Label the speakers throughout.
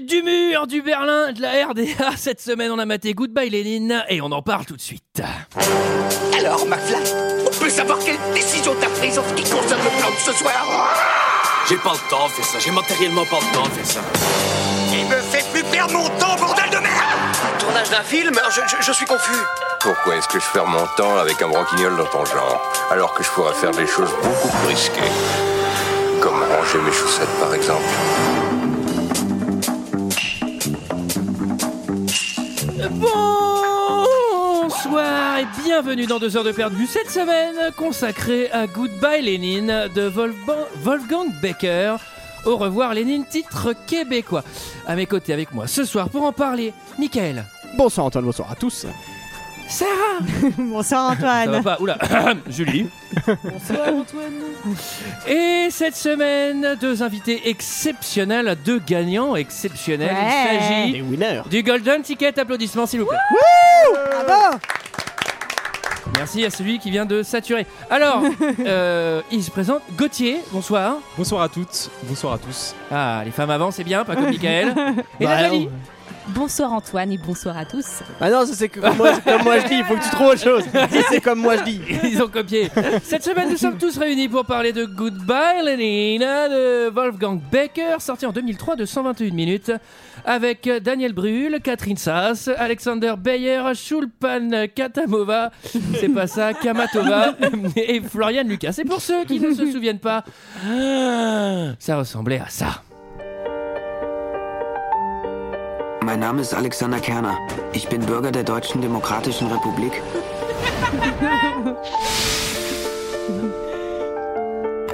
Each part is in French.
Speaker 1: Du mur, du Berlin, de la RDA. Cette semaine, on a maté Goodbye Lénine et on en parle tout de suite.
Speaker 2: Alors, McFly, on peut savoir quelle décision t'as prise en ce qui concerne le plan de ce soir
Speaker 3: J'ai pas le temps de faire ça, j'ai matériellement pas le temps de faire ça.
Speaker 2: Il me fait plus perdre mon temps, bordel de merde
Speaker 4: Tournage d'un film je, je- je suis confus.
Speaker 5: Pourquoi est-ce que je perds mon temps avec un broquignol dans ton genre Alors que je pourrais faire des choses beaucoup plus risquées. Comme ranger mes chaussettes par exemple.
Speaker 1: Bonsoir et bienvenue dans 2 heures de perdu cette semaine consacrée à Goodbye Lénine de Wolfban- Wolfgang Becker. Au revoir Lénine, titre québécois. À mes côtés avec moi ce soir pour en parler, Michael,
Speaker 6: Bonsoir Antoine, bonsoir à tous.
Speaker 1: Sarah,
Speaker 7: Bonsoir
Speaker 1: ça va
Speaker 7: Antoine.
Speaker 1: pas, oula, Julie. Et cette semaine, deux invités exceptionnels, deux gagnants exceptionnels.
Speaker 7: Ouais.
Speaker 1: Il
Speaker 6: Les
Speaker 1: s'agit
Speaker 6: winners.
Speaker 1: du Golden Ticket, applaudissements s'il vous plaît.
Speaker 6: Ah
Speaker 7: Bravo
Speaker 1: Merci à celui qui vient de saturer. Alors, euh, il se présente Gauthier, bonsoir.
Speaker 8: Bonsoir à toutes, bonsoir à tous.
Speaker 1: Ah, les femmes avant, c'est bien, pas comme Michael. Et
Speaker 6: Bah,
Speaker 1: Nathalie
Speaker 6: on-
Speaker 9: Bonsoir Antoine et bonsoir à tous.
Speaker 6: Ah non, ça c'est que- comme moi, c'est comme moi je dis, il faut que tu trouves autre chose. Ça c'est comme moi je dis.
Speaker 1: Ils ont copié. Cette semaine, nous sommes tous réunis pour parler de Goodbye Lenina de Wolfgang Becker, sorti en 2003 de 121 minutes, avec Daniel Brühl, Catherine Sass, Alexander Bayer, Shulpan Katamova, c'est pas ça, Kamatova et Florian Lucas. Et pour ceux qui ne se souviennent pas, ça ressemblait à ça.
Speaker 10: Mein Name ist Alexander Kerner. Ich bin Bürger der Deutschen Demokratischen Republik.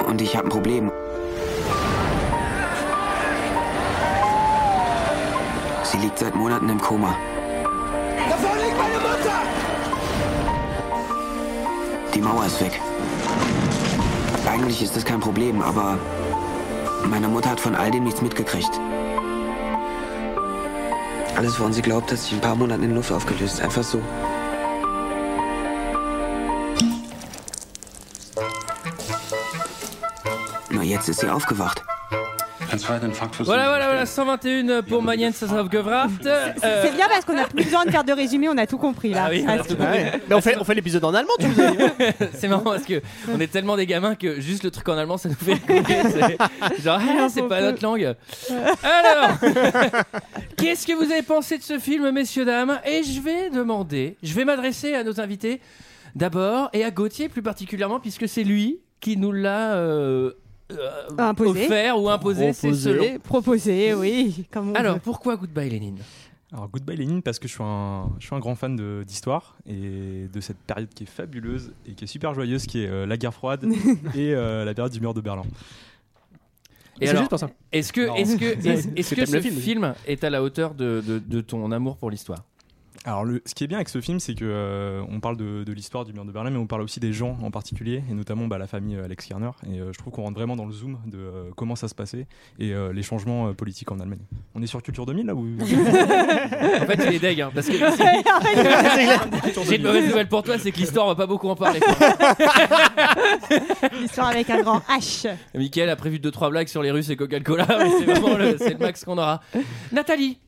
Speaker 10: Und ich habe ein Problem. Sie liegt seit Monaten im Koma.
Speaker 2: Da vorne liegt meine Mutter
Speaker 10: Die Mauer ist weg. Eigentlich ist das kein Problem, aber meine Mutter hat von all dem nichts mitgekriegt. Alles, woran sie glaubt, hat sich in ein paar Monaten in Luft aufgelöst. Einfach so. Nur jetzt ist sie aufgewacht.
Speaker 1: Voilà, voilà, voilà, 121 pour Magnens Sassavgevraft.
Speaker 7: C'est bien parce qu'on a plus besoin de faire de résumé, on a tout compris là.
Speaker 1: Euh. Ah oui, on a tout compris.
Speaker 6: Ouais. Mais on fait, on fait l'épisode en allemand, tu vous avez dit.
Speaker 1: C'est marrant parce que on est tellement des gamins que juste le truc en allemand ça nous fait rigoler. C'est Genre, ah, c'est pas notre langue. Alors, qu'est-ce que vous avez pensé de ce film, messieurs, dames Et je vais demander, je vais m'adresser à nos invités d'abord et à Gauthier plus particulièrement, puisque c'est lui qui nous l'a euh, euh,
Speaker 7: Imposé.
Speaker 1: offert ou imposé, c'est
Speaker 6: Proposé.
Speaker 1: selon.
Speaker 7: Proposé, oui. Comme on
Speaker 1: Alors,
Speaker 7: veut.
Speaker 1: pourquoi Goodbye Lénine
Speaker 8: Alors Goodbye Lénine parce que je suis un, je suis un grand fan de- d'histoire et de cette période qui est fabuleuse et qui est super joyeuse qui est euh, la guerre froide et euh, la période du mur de Berlin.
Speaker 1: Et
Speaker 6: C'est
Speaker 1: alors,
Speaker 6: juste pour ça.
Speaker 1: est-ce que,
Speaker 8: Non.
Speaker 1: est-ce que, est-ce- est-ce
Speaker 6: C'est
Speaker 1: que
Speaker 6: t'aimes
Speaker 1: ce
Speaker 6: le
Speaker 1: film,
Speaker 6: film.
Speaker 1: est à la hauteur de, de- de ton amour pour l'histoire
Speaker 8: Alors le, ce qui est bien avec ce film c'est que euh, on parle de, de l'histoire du mur de Berlin mais on parle aussi des gens en particulier et notamment bah, la famille euh, Alex Kerner et euh, je trouve qu'on rentre vraiment dans le zoom de euh, comment ça se passait et euh, les changements euh, politiques en Allemagne. On est sur Culture 2000 là ou
Speaker 1: En fait, il est deg, hein, parce que J'ai une mauvaise nouvelle pour toi, c'est que l'histoire on va pas beaucoup en parler. quoi.
Speaker 7: L'histoire avec un grand H.
Speaker 1: Mickaël a prévu 2 trois blagues sur les Russes et Coca-Cola, mais c'est vraiment le, c'est le max qu'on aura. Nathalie,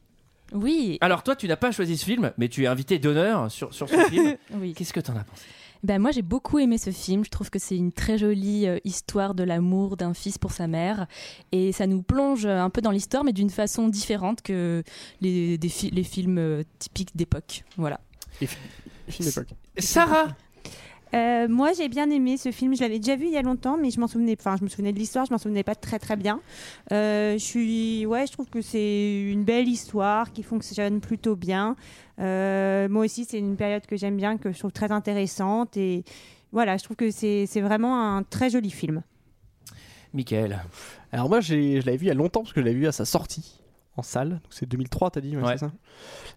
Speaker 9: Oui,
Speaker 1: alors toi tu n'as pas choisi ce film, mais tu es invitée d'honneur sur, sur ce film.
Speaker 9: oui.
Speaker 1: Qu'est-ce que t'en as pensé
Speaker 9: Ben moi j'ai beaucoup aimé ce film. Je trouve que c'est une très jolie euh, histoire de l'amour d'un fils pour sa mère et ça nous plonge euh, un peu dans l'histoire, mais d'une façon différente que les, des fi- les films euh, typiques d'époque. Voilà.
Speaker 6: Film d'époque.
Speaker 1: Sarah,
Speaker 7: Euh, moi, j'ai bien aimé ce film. Je l'avais déjà vu il y a longtemps, mais je m'en souvenais. Enfin, je me souvenais de l'histoire, je m'en souvenais pas très très bien. Euh, je suis, ouais, je trouve que c'est une belle histoire qui fonctionne plutôt bien. Euh, moi aussi, c'est une période que j'aime bien, que je trouve très intéressante et voilà, je trouve que c'est c'est vraiment un très joli film.
Speaker 1: Mickaël,
Speaker 6: Alors moi j'ai, je l'avais vu il y a longtemps parce que je l'avais vu à sa sortie en salle. Donc c'est 2003 t'as dit, ouais,
Speaker 1: Ouais.
Speaker 6: c'est ça.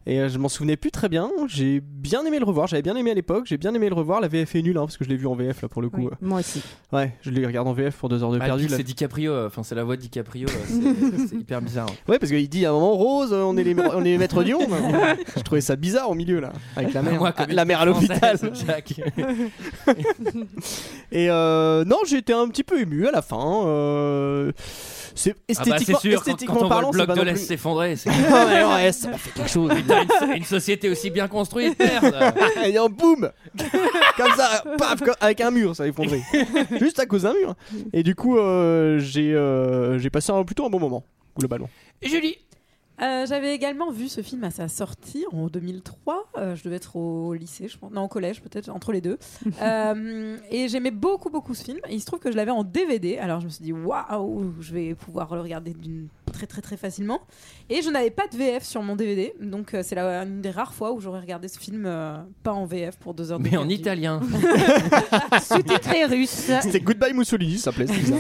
Speaker 6: Et euh, je m'en souvenais plus très bien. J'ai bien aimé le revoir. J'avais bien aimé à l'époque. J'ai bien aimé le revoir. La VF est nulle hein, parce que je l'ai vu en VF là pour le coup. Euh,
Speaker 7: Oui, moi aussi.
Speaker 6: Ouais, je les regarde en VF pour deux heures de
Speaker 1: Ah,
Speaker 6: perdu.
Speaker 1: puis
Speaker 6: là.
Speaker 1: c'est DiCaprio, euh, enfin c'est la voix de DiCaprio, euh, c'est- c'est hyper bizarre. hein.
Speaker 6: Ouais, parce qu'il dit à un moment Rose, euh, on est les, on est les maîtres du monde. je trouvais ça bizarre au milieu là, avec la mère,
Speaker 1: Moi, comme
Speaker 6: Ah, la mère à l'hôpital.
Speaker 1: Française, Jacques. Ah bah,
Speaker 6: Et euh, non, j'étais un petit peu ému à la fin. euh, c'est
Speaker 1: Ah bah, c'est
Speaker 6: esthétiquement,
Speaker 1: sûr, quand,
Speaker 6: esthétiquement
Speaker 1: quand on voit
Speaker 6: parlant,
Speaker 1: le
Speaker 6: c'est
Speaker 1: bloc
Speaker 6: pas
Speaker 1: de
Speaker 6: non
Speaker 1: l'Est
Speaker 6: plus-
Speaker 1: s'effondrer, c'est oh,
Speaker 6: Ah ouais, ouais, ça m'a fait quelque chose.
Speaker 1: Putain, une, une société aussi bien construite, merde
Speaker 6: Et en boum Comme ça, paf, comme- avec un mur, ça a effondré. Juste à cause d'un mur. Et du coup, euh, j'ai euh, j'ai passé un, plutôt un bon moment, globalement.
Speaker 1: Julie
Speaker 11: Euh, J'avais également vu ce film à sa sortie en 2003. Euh, je devais être au lycée, je pense. Non, au collège, peut-être, entre les deux. Euh, et j'aimais beaucoup, beaucoup ce film. Et il se trouve que je l'avais en DVD. Alors je me suis dit, waouh, je vais pouvoir le regarder d'une très, très, très facilement. Et je n'avais pas de VF sur mon DVD. Donc euh, c'est la- une des rares fois où j'aurais regardé ce film, euh, pas en VF pour deux heures de
Speaker 1: Mais en
Speaker 11: perdu.
Speaker 1: italien
Speaker 7: Très russe.
Speaker 6: C'était Goodbye Mussolini, ça plaît, c'est bizarre.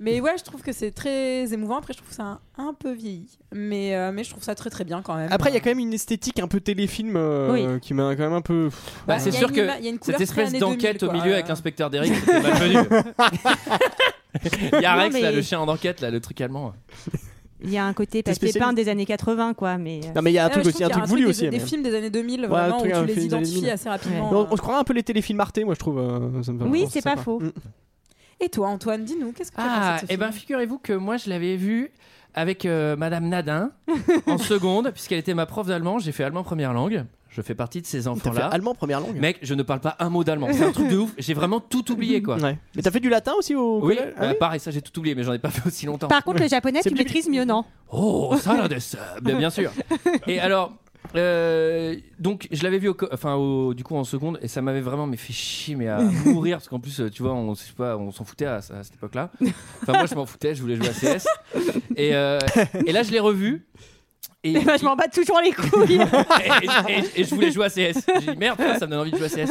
Speaker 11: Mais ouais, je trouve que c'est très émouvant. Après, je trouve ça un, un peu vieilli. Mais, euh, mais je trouve ça très, très bien quand même.
Speaker 6: Après, il y a quand même une esthétique un peu téléfilm euh,
Speaker 7: Oui.
Speaker 6: qui m'a quand même un peu.
Speaker 1: Bah, c'est
Speaker 11: Il y a
Speaker 1: sûr
Speaker 11: une
Speaker 1: que
Speaker 11: ima- il y a une couleur
Speaker 1: cette espèce
Speaker 11: très années
Speaker 1: d'enquête
Speaker 11: 2000,
Speaker 1: au
Speaker 11: quoi.
Speaker 1: milieu avec l'inspecteur Derrick, c'était malvenu. Il y a
Speaker 7: Non,
Speaker 1: Rex, là,
Speaker 7: mais-
Speaker 1: le chien d'enquête, là, le truc allemand.
Speaker 7: Il y a un côté papier
Speaker 6: spécialiste.
Speaker 7: peint des années 80, quoi. Mais euh,
Speaker 6: Non, mais il y a un
Speaker 11: Ah,
Speaker 6: truc
Speaker 11: je
Speaker 6: aussi, un
Speaker 11: trouve qu'il y a
Speaker 6: truc voulu
Speaker 11: des-
Speaker 6: aussi.
Speaker 11: Des
Speaker 6: mais-
Speaker 11: films des années 2000, vraiment,
Speaker 6: un
Speaker 11: où
Speaker 6: truc, un
Speaker 11: tu les
Speaker 6: film des années
Speaker 11: identifies
Speaker 6: 2000.
Speaker 11: assez rapidement.
Speaker 6: On, on se croirait un peu les téléfilms Arte, moi je trouve. euh, ça me fait
Speaker 7: Oui,
Speaker 6: vraiment
Speaker 7: c'est pas
Speaker 6: sympa.
Speaker 7: faux.
Speaker 6: Mm.
Speaker 11: Et toi, Antoine, dis-nous, qu'est-ce que tu
Speaker 1: Ah,
Speaker 11: penses
Speaker 9: eh
Speaker 11: de ce
Speaker 1: et ben
Speaker 11: film
Speaker 1: figurez-vous que moi, je l'avais vu avec euh, Madame Nadin en seconde, puisqu'elle était ma prof d'allemand. J'ai fait allemand première langue. Je fais partie de ces
Speaker 6: T'as fait
Speaker 1: enfants-là.
Speaker 6: allemand première langue.
Speaker 1: Mec, je ne parle pas un mot d'allemand. C'est un truc de ouf. J'ai vraiment tout oublié, quoi.
Speaker 6: Ouais. Mais t'as fait du latin aussi au
Speaker 1: Oui,
Speaker 6: collège Ah
Speaker 1: bah, pareil, ça j'ai tout oublié, mais j'en ai pas fait aussi longtemps.
Speaker 7: Par contre, le japonais,
Speaker 6: C'est
Speaker 7: tu
Speaker 6: plus-
Speaker 7: maîtrises mieux, non
Speaker 1: Oh, salades Bien, Ben, bien sûr. Et alors, euh, donc, je l'avais vu au, co- enfin, au- du coup en seconde et ça m'avait vraiment mais fait chier, mais à mourir parce qu'en plus, euh, tu vois, on, je sais pas, on s'en foutait à, à cette époque-là. Enfin, moi, je m'en foutais, je voulais jouer à CS. Et, euh, et là, je l'ai revu. Et,
Speaker 7: Eh ben, Je m'en bats toujours les couilles.
Speaker 1: et- et- et je voulais jouer à CS. J'ai dit merde, putain, ça me donne envie de jouer à CS.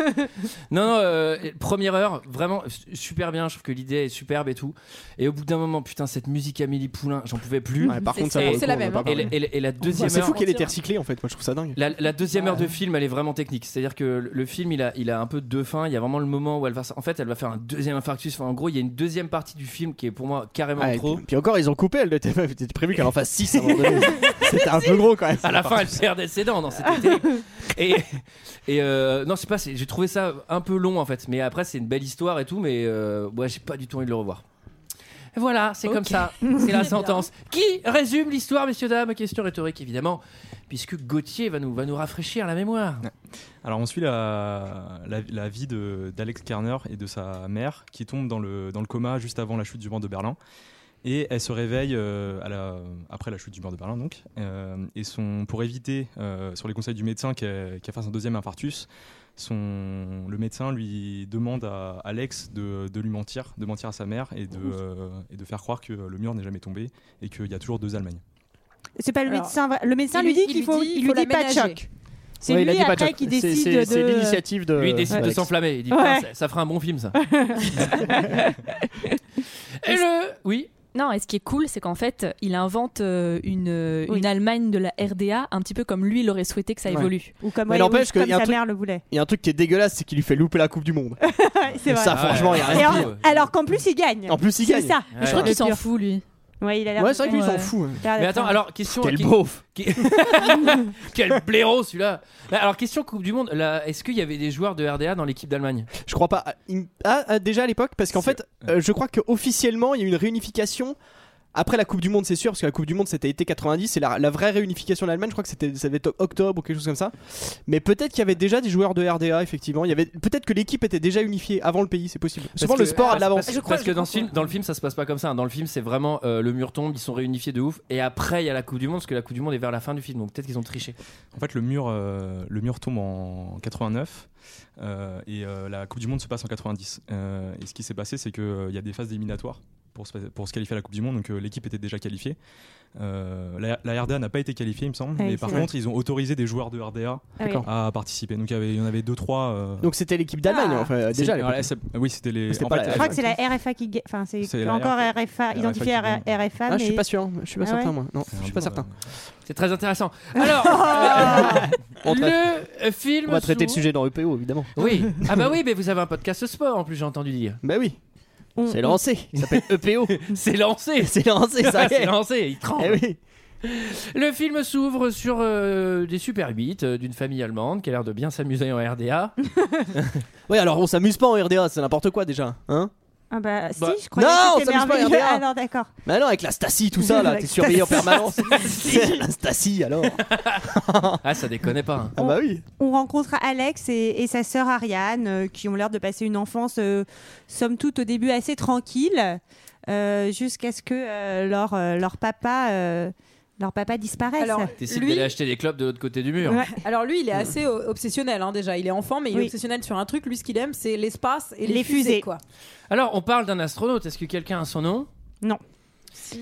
Speaker 1: Non, non, euh, première heure, vraiment su- super bien. Je trouve que l'idée est superbe et tout. Et au bout d'un moment, putain, cette musique Amélie Poulain, j'en pouvais plus.
Speaker 6: Ouais, par
Speaker 11: C'est-
Speaker 6: contre, ça
Speaker 1: c'est-
Speaker 6: pour le
Speaker 11: c'est
Speaker 6: coup,
Speaker 11: la
Speaker 6: on en a
Speaker 11: même,
Speaker 6: pas
Speaker 11: hein.
Speaker 1: Et,
Speaker 6: parlé.
Speaker 1: la- et la- et la
Speaker 6: Ouais,
Speaker 1: deuxième
Speaker 6: C'est
Speaker 1: heure.
Speaker 6: fou qu'elle était recyclée en fait, moi je trouve ça dingue.
Speaker 1: La, la deuxième
Speaker 11: Ouais.
Speaker 1: heure de film, elle est vraiment technique. C'est-à-dire que le- le film, il a, il a un peu deux fins. Il y a vraiment le moment où elle va, s- en fait, elle va faire un deuxième infarctus. Enfin, en gros, il y a une deuxième partie du film qui est pour moi carrément
Speaker 6: Ah, et
Speaker 1: trop.
Speaker 6: puis, puis encore, ils ont coupé, elle était était prévu qu'elle en fasse 6 à un moment donné. C'était un peu gros quand même.
Speaker 1: À la fin, elle perdait ses dents. Non, c'était terrible. Et, et euh, non, je sais pas. c'est- J'ai trouvé ça un peu long en fait. Mais après, c'est une belle histoire et tout. Mais euh, ouais, j'ai pas du tout envie de le revoir. Voilà, c'est comme ça. C'est la
Speaker 11: Très
Speaker 1: sentence. Qui résume l'histoire, messieurs dames Question rhétorique évidemment, puisque Gauthier va nous va nous rafraîchir la mémoire.
Speaker 8: Alors on suit la, la, la vie de- d'Alex Kerner et de sa mère qui tombe dans le, dans le coma juste avant la chute du mur de Berlin. Et elle se réveille euh, à la- après la chute du mur de Berlin donc. Euh, et son, pour éviter, euh, sur les conseils du médecin, qu'elle qu'elle fasse un deuxième infarctus, son, le médecin lui demande à Alex de, de lui mentir, de mentir à sa mère et de, euh, et de faire croire que le mur n'est jamais tombé et qu'il y a toujours deux Allemagnes.
Speaker 7: C'est pas le
Speaker 11: Alors,
Speaker 7: médecin. vrai- Le médecin
Speaker 11: il
Speaker 7: lui
Speaker 11: lui-
Speaker 7: dit
Speaker 11: il
Speaker 7: qu'il
Speaker 11: lui
Speaker 7: faut,
Speaker 11: dit,
Speaker 7: il
Speaker 11: faut
Speaker 7: lui dit
Speaker 11: la
Speaker 7: pas de
Speaker 11: ménager.
Speaker 7: choc. C'est
Speaker 6: Ouais, il a
Speaker 7: lui
Speaker 6: dit pas
Speaker 7: après
Speaker 6: choc.
Speaker 7: qui
Speaker 6: C'est-
Speaker 7: décide
Speaker 6: c'est- C'est
Speaker 7: de.
Speaker 6: l'initiative de.
Speaker 1: Lui il décide de
Speaker 6: Alex.
Speaker 1: s'enflammer. Il dit
Speaker 7: Euh, Ouais.
Speaker 1: putain, ça, ça fera un bon film ça. Et le oui.
Speaker 9: Non, et ce qui est cool, c'est qu'en fait, il invente euh, une, euh, une Allemagne de la RDA, un petit peu comme lui, il aurait souhaité que ça
Speaker 6: Ouais.
Speaker 9: évolue.
Speaker 7: Ou comme,
Speaker 6: Mais
Speaker 7: ouais,
Speaker 6: n'empêche
Speaker 7: ou
Speaker 6: qu'il y a
Speaker 7: comme
Speaker 6: un
Speaker 7: sa
Speaker 6: truc-
Speaker 7: mère le voulait.
Speaker 6: Il y a un truc qui est dégueulasse, c'est qu'il lui fait louper la Coupe du Monde.
Speaker 7: C'est vrai.
Speaker 6: Ça, Ah,
Speaker 1: Ah,
Speaker 6: franchement,
Speaker 1: euh,
Speaker 6: il euh, y a
Speaker 7: Et
Speaker 6: rien de pire.
Speaker 7: en- alors qu'en plus, il gagne.
Speaker 6: En plus, il
Speaker 7: C'est
Speaker 6: gagne.
Speaker 7: ça.
Speaker 1: Ouais.
Speaker 9: Je crois
Speaker 1: Ouais.
Speaker 9: qu'il s'en
Speaker 7: Pur.
Speaker 9: fout, lui.
Speaker 7: Ouais, il a l'air. euh,
Speaker 6: Ouais, c'est vrai que lui, il s'en
Speaker 9: Ouais.
Speaker 6: fout. hein.
Speaker 1: Mais attends, alors question.
Speaker 6: Quel
Speaker 1: qui-
Speaker 6: beauf
Speaker 1: qui- Quel blaireau celui-là. Là, Alors question Coupe du Monde. là, Est-ce qu'il y avait des joueurs de RDA dans l'équipe d'Allemagne
Speaker 6: Je crois pas. Il- Ah, ah, déjà à l'époque, parce qu'en
Speaker 8: C'est-
Speaker 6: fait, euh, je crois qu'officiellement, il y a eu une réunification. Après la Coupe du Monde, c'est sûr, parce que la Coupe du Monde c'était été 90, c'est la, la vraie réunification de l'Allemagne. Je crois que c'était, ça devait être octobre ou quelque chose comme ça. Mais peut-être qu'il y avait déjà des joueurs de RDA, effectivement. Il y avait peut-être que l'équipe était déjà unifiée avant le pays, c'est possible. Souvent
Speaker 1: que- Ah,
Speaker 6: le sport a de
Speaker 1: parce-
Speaker 6: l'avance.
Speaker 1: Parce, parce que dans, le film, dans le film, ça se passe pas comme ça. hein. Dans le film, c'est vraiment euh, le mur tombe, ils sont réunifiés de ouf. Et après, il y a la Coupe du Monde, parce que la Coupe du Monde est vers la fin du film. Donc peut-être qu'ils ont triché.
Speaker 8: En fait, le mur, euh, le mur tombe en 89 euh, et euh, la Coupe du Monde se passe en 90. Euh, et ce qui s'est passé, c'est qu'il y a des phases éliminatoires pour se, pour se qualifier à la Coupe du Monde. Donc euh, l'équipe était déjà qualifiée. Euh, la, la RDA n'a pas été qualifiée, il me semble.
Speaker 7: Ah oui,
Speaker 8: mais par
Speaker 7: c'est vrai.
Speaker 8: contre, ils ont autorisé des joueurs de RDA
Speaker 7: D'accord.
Speaker 8: à participer. Donc il y avait- il y en avait deux, trois. euh,
Speaker 6: Donc c'était l'équipe d'Allemagne,
Speaker 11: Ah.
Speaker 6: enfin,
Speaker 8: c'est-
Speaker 6: déjà. à l'époque.
Speaker 8: voilà, c'est- oui, c'était les. euh,
Speaker 6: C'était pas
Speaker 7: Je
Speaker 6: la
Speaker 7: crois que c'est la RFA qui gagne. Enfin,
Speaker 8: C'est
Speaker 7: c'est
Speaker 8: la
Speaker 7: encore RFA. Ils ont dit
Speaker 8: qui
Speaker 7: faire
Speaker 8: gagne.
Speaker 7: RFA,
Speaker 6: Ah, je suis
Speaker 7: mais.
Speaker 6: pas sûr, hein. je suis pas
Speaker 7: Ah
Speaker 6: certain
Speaker 7: ouais.
Speaker 6: moi. Non, je suis pas
Speaker 8: euh,
Speaker 6: certain.
Speaker 1: C'est très intéressant. Alors, euh,
Speaker 6: On traite-
Speaker 1: le film.
Speaker 6: On va traiter le
Speaker 1: sous-
Speaker 6: sujet dans UPO évidemment.
Speaker 1: Oui. Ah bah oui, mais vous avez un podcast sport en plus, j'ai entendu dire.
Speaker 6: Bah oui,
Speaker 7: on-
Speaker 6: c'est lancé. Il s'appelle EPO.
Speaker 1: C'est lancé.
Speaker 6: c'est lancé, ça y
Speaker 1: C'est
Speaker 6: est.
Speaker 1: lancé, il tremble.
Speaker 6: Eh oui.
Speaker 1: Le film s'ouvre sur euh, des Super 8 euh, d'une famille allemande qui a l'air de bien s'amuser en RDA.
Speaker 6: Ouais, alors on s'amuse pas en RDA, c'est n'importe quoi déjà. Hein
Speaker 7: Ah bah si,
Speaker 6: Bah,
Speaker 7: je croyais
Speaker 6: non,
Speaker 7: que c'était
Speaker 6: ça me dit pas,
Speaker 7: merveilleux.
Speaker 6: RDA.
Speaker 7: Alors d'accord.
Speaker 6: Mais alors avec la Stacy, tout ça, là,
Speaker 7: Avec
Speaker 6: t'es surveillé en
Speaker 7: Stacy.
Speaker 6: permanence. C'est la Stacy, alors.
Speaker 1: Ah, ça déconne pas. hein.
Speaker 6: Ah bah oui.
Speaker 7: On rencontre Alex et, et sa sœur Ariane euh, qui ont l'air de passer une enfance, euh, somme toute, au début assez tranquille, euh, jusqu'à ce que euh, leur, euh, leur papa. euh, leur papa disparaisse.
Speaker 11: Alors,
Speaker 1: T'essayes
Speaker 11: Lui-
Speaker 1: d'aller acheter des clopes de l'autre côté du mur.
Speaker 7: Ouais.
Speaker 11: Alors lui, il est assez euh, obsessionnel hein, déjà. Il est enfant, mais il est
Speaker 7: Oui.
Speaker 11: obsessionnel sur un truc. Lui, ce qu'il aime, c'est l'espace et les,
Speaker 7: Les
Speaker 11: fusées.
Speaker 7: fusées.
Speaker 11: quoi.
Speaker 1: Alors, on parle d'un astronaute. Est-ce que quelqu'un a son nom
Speaker 7: Non.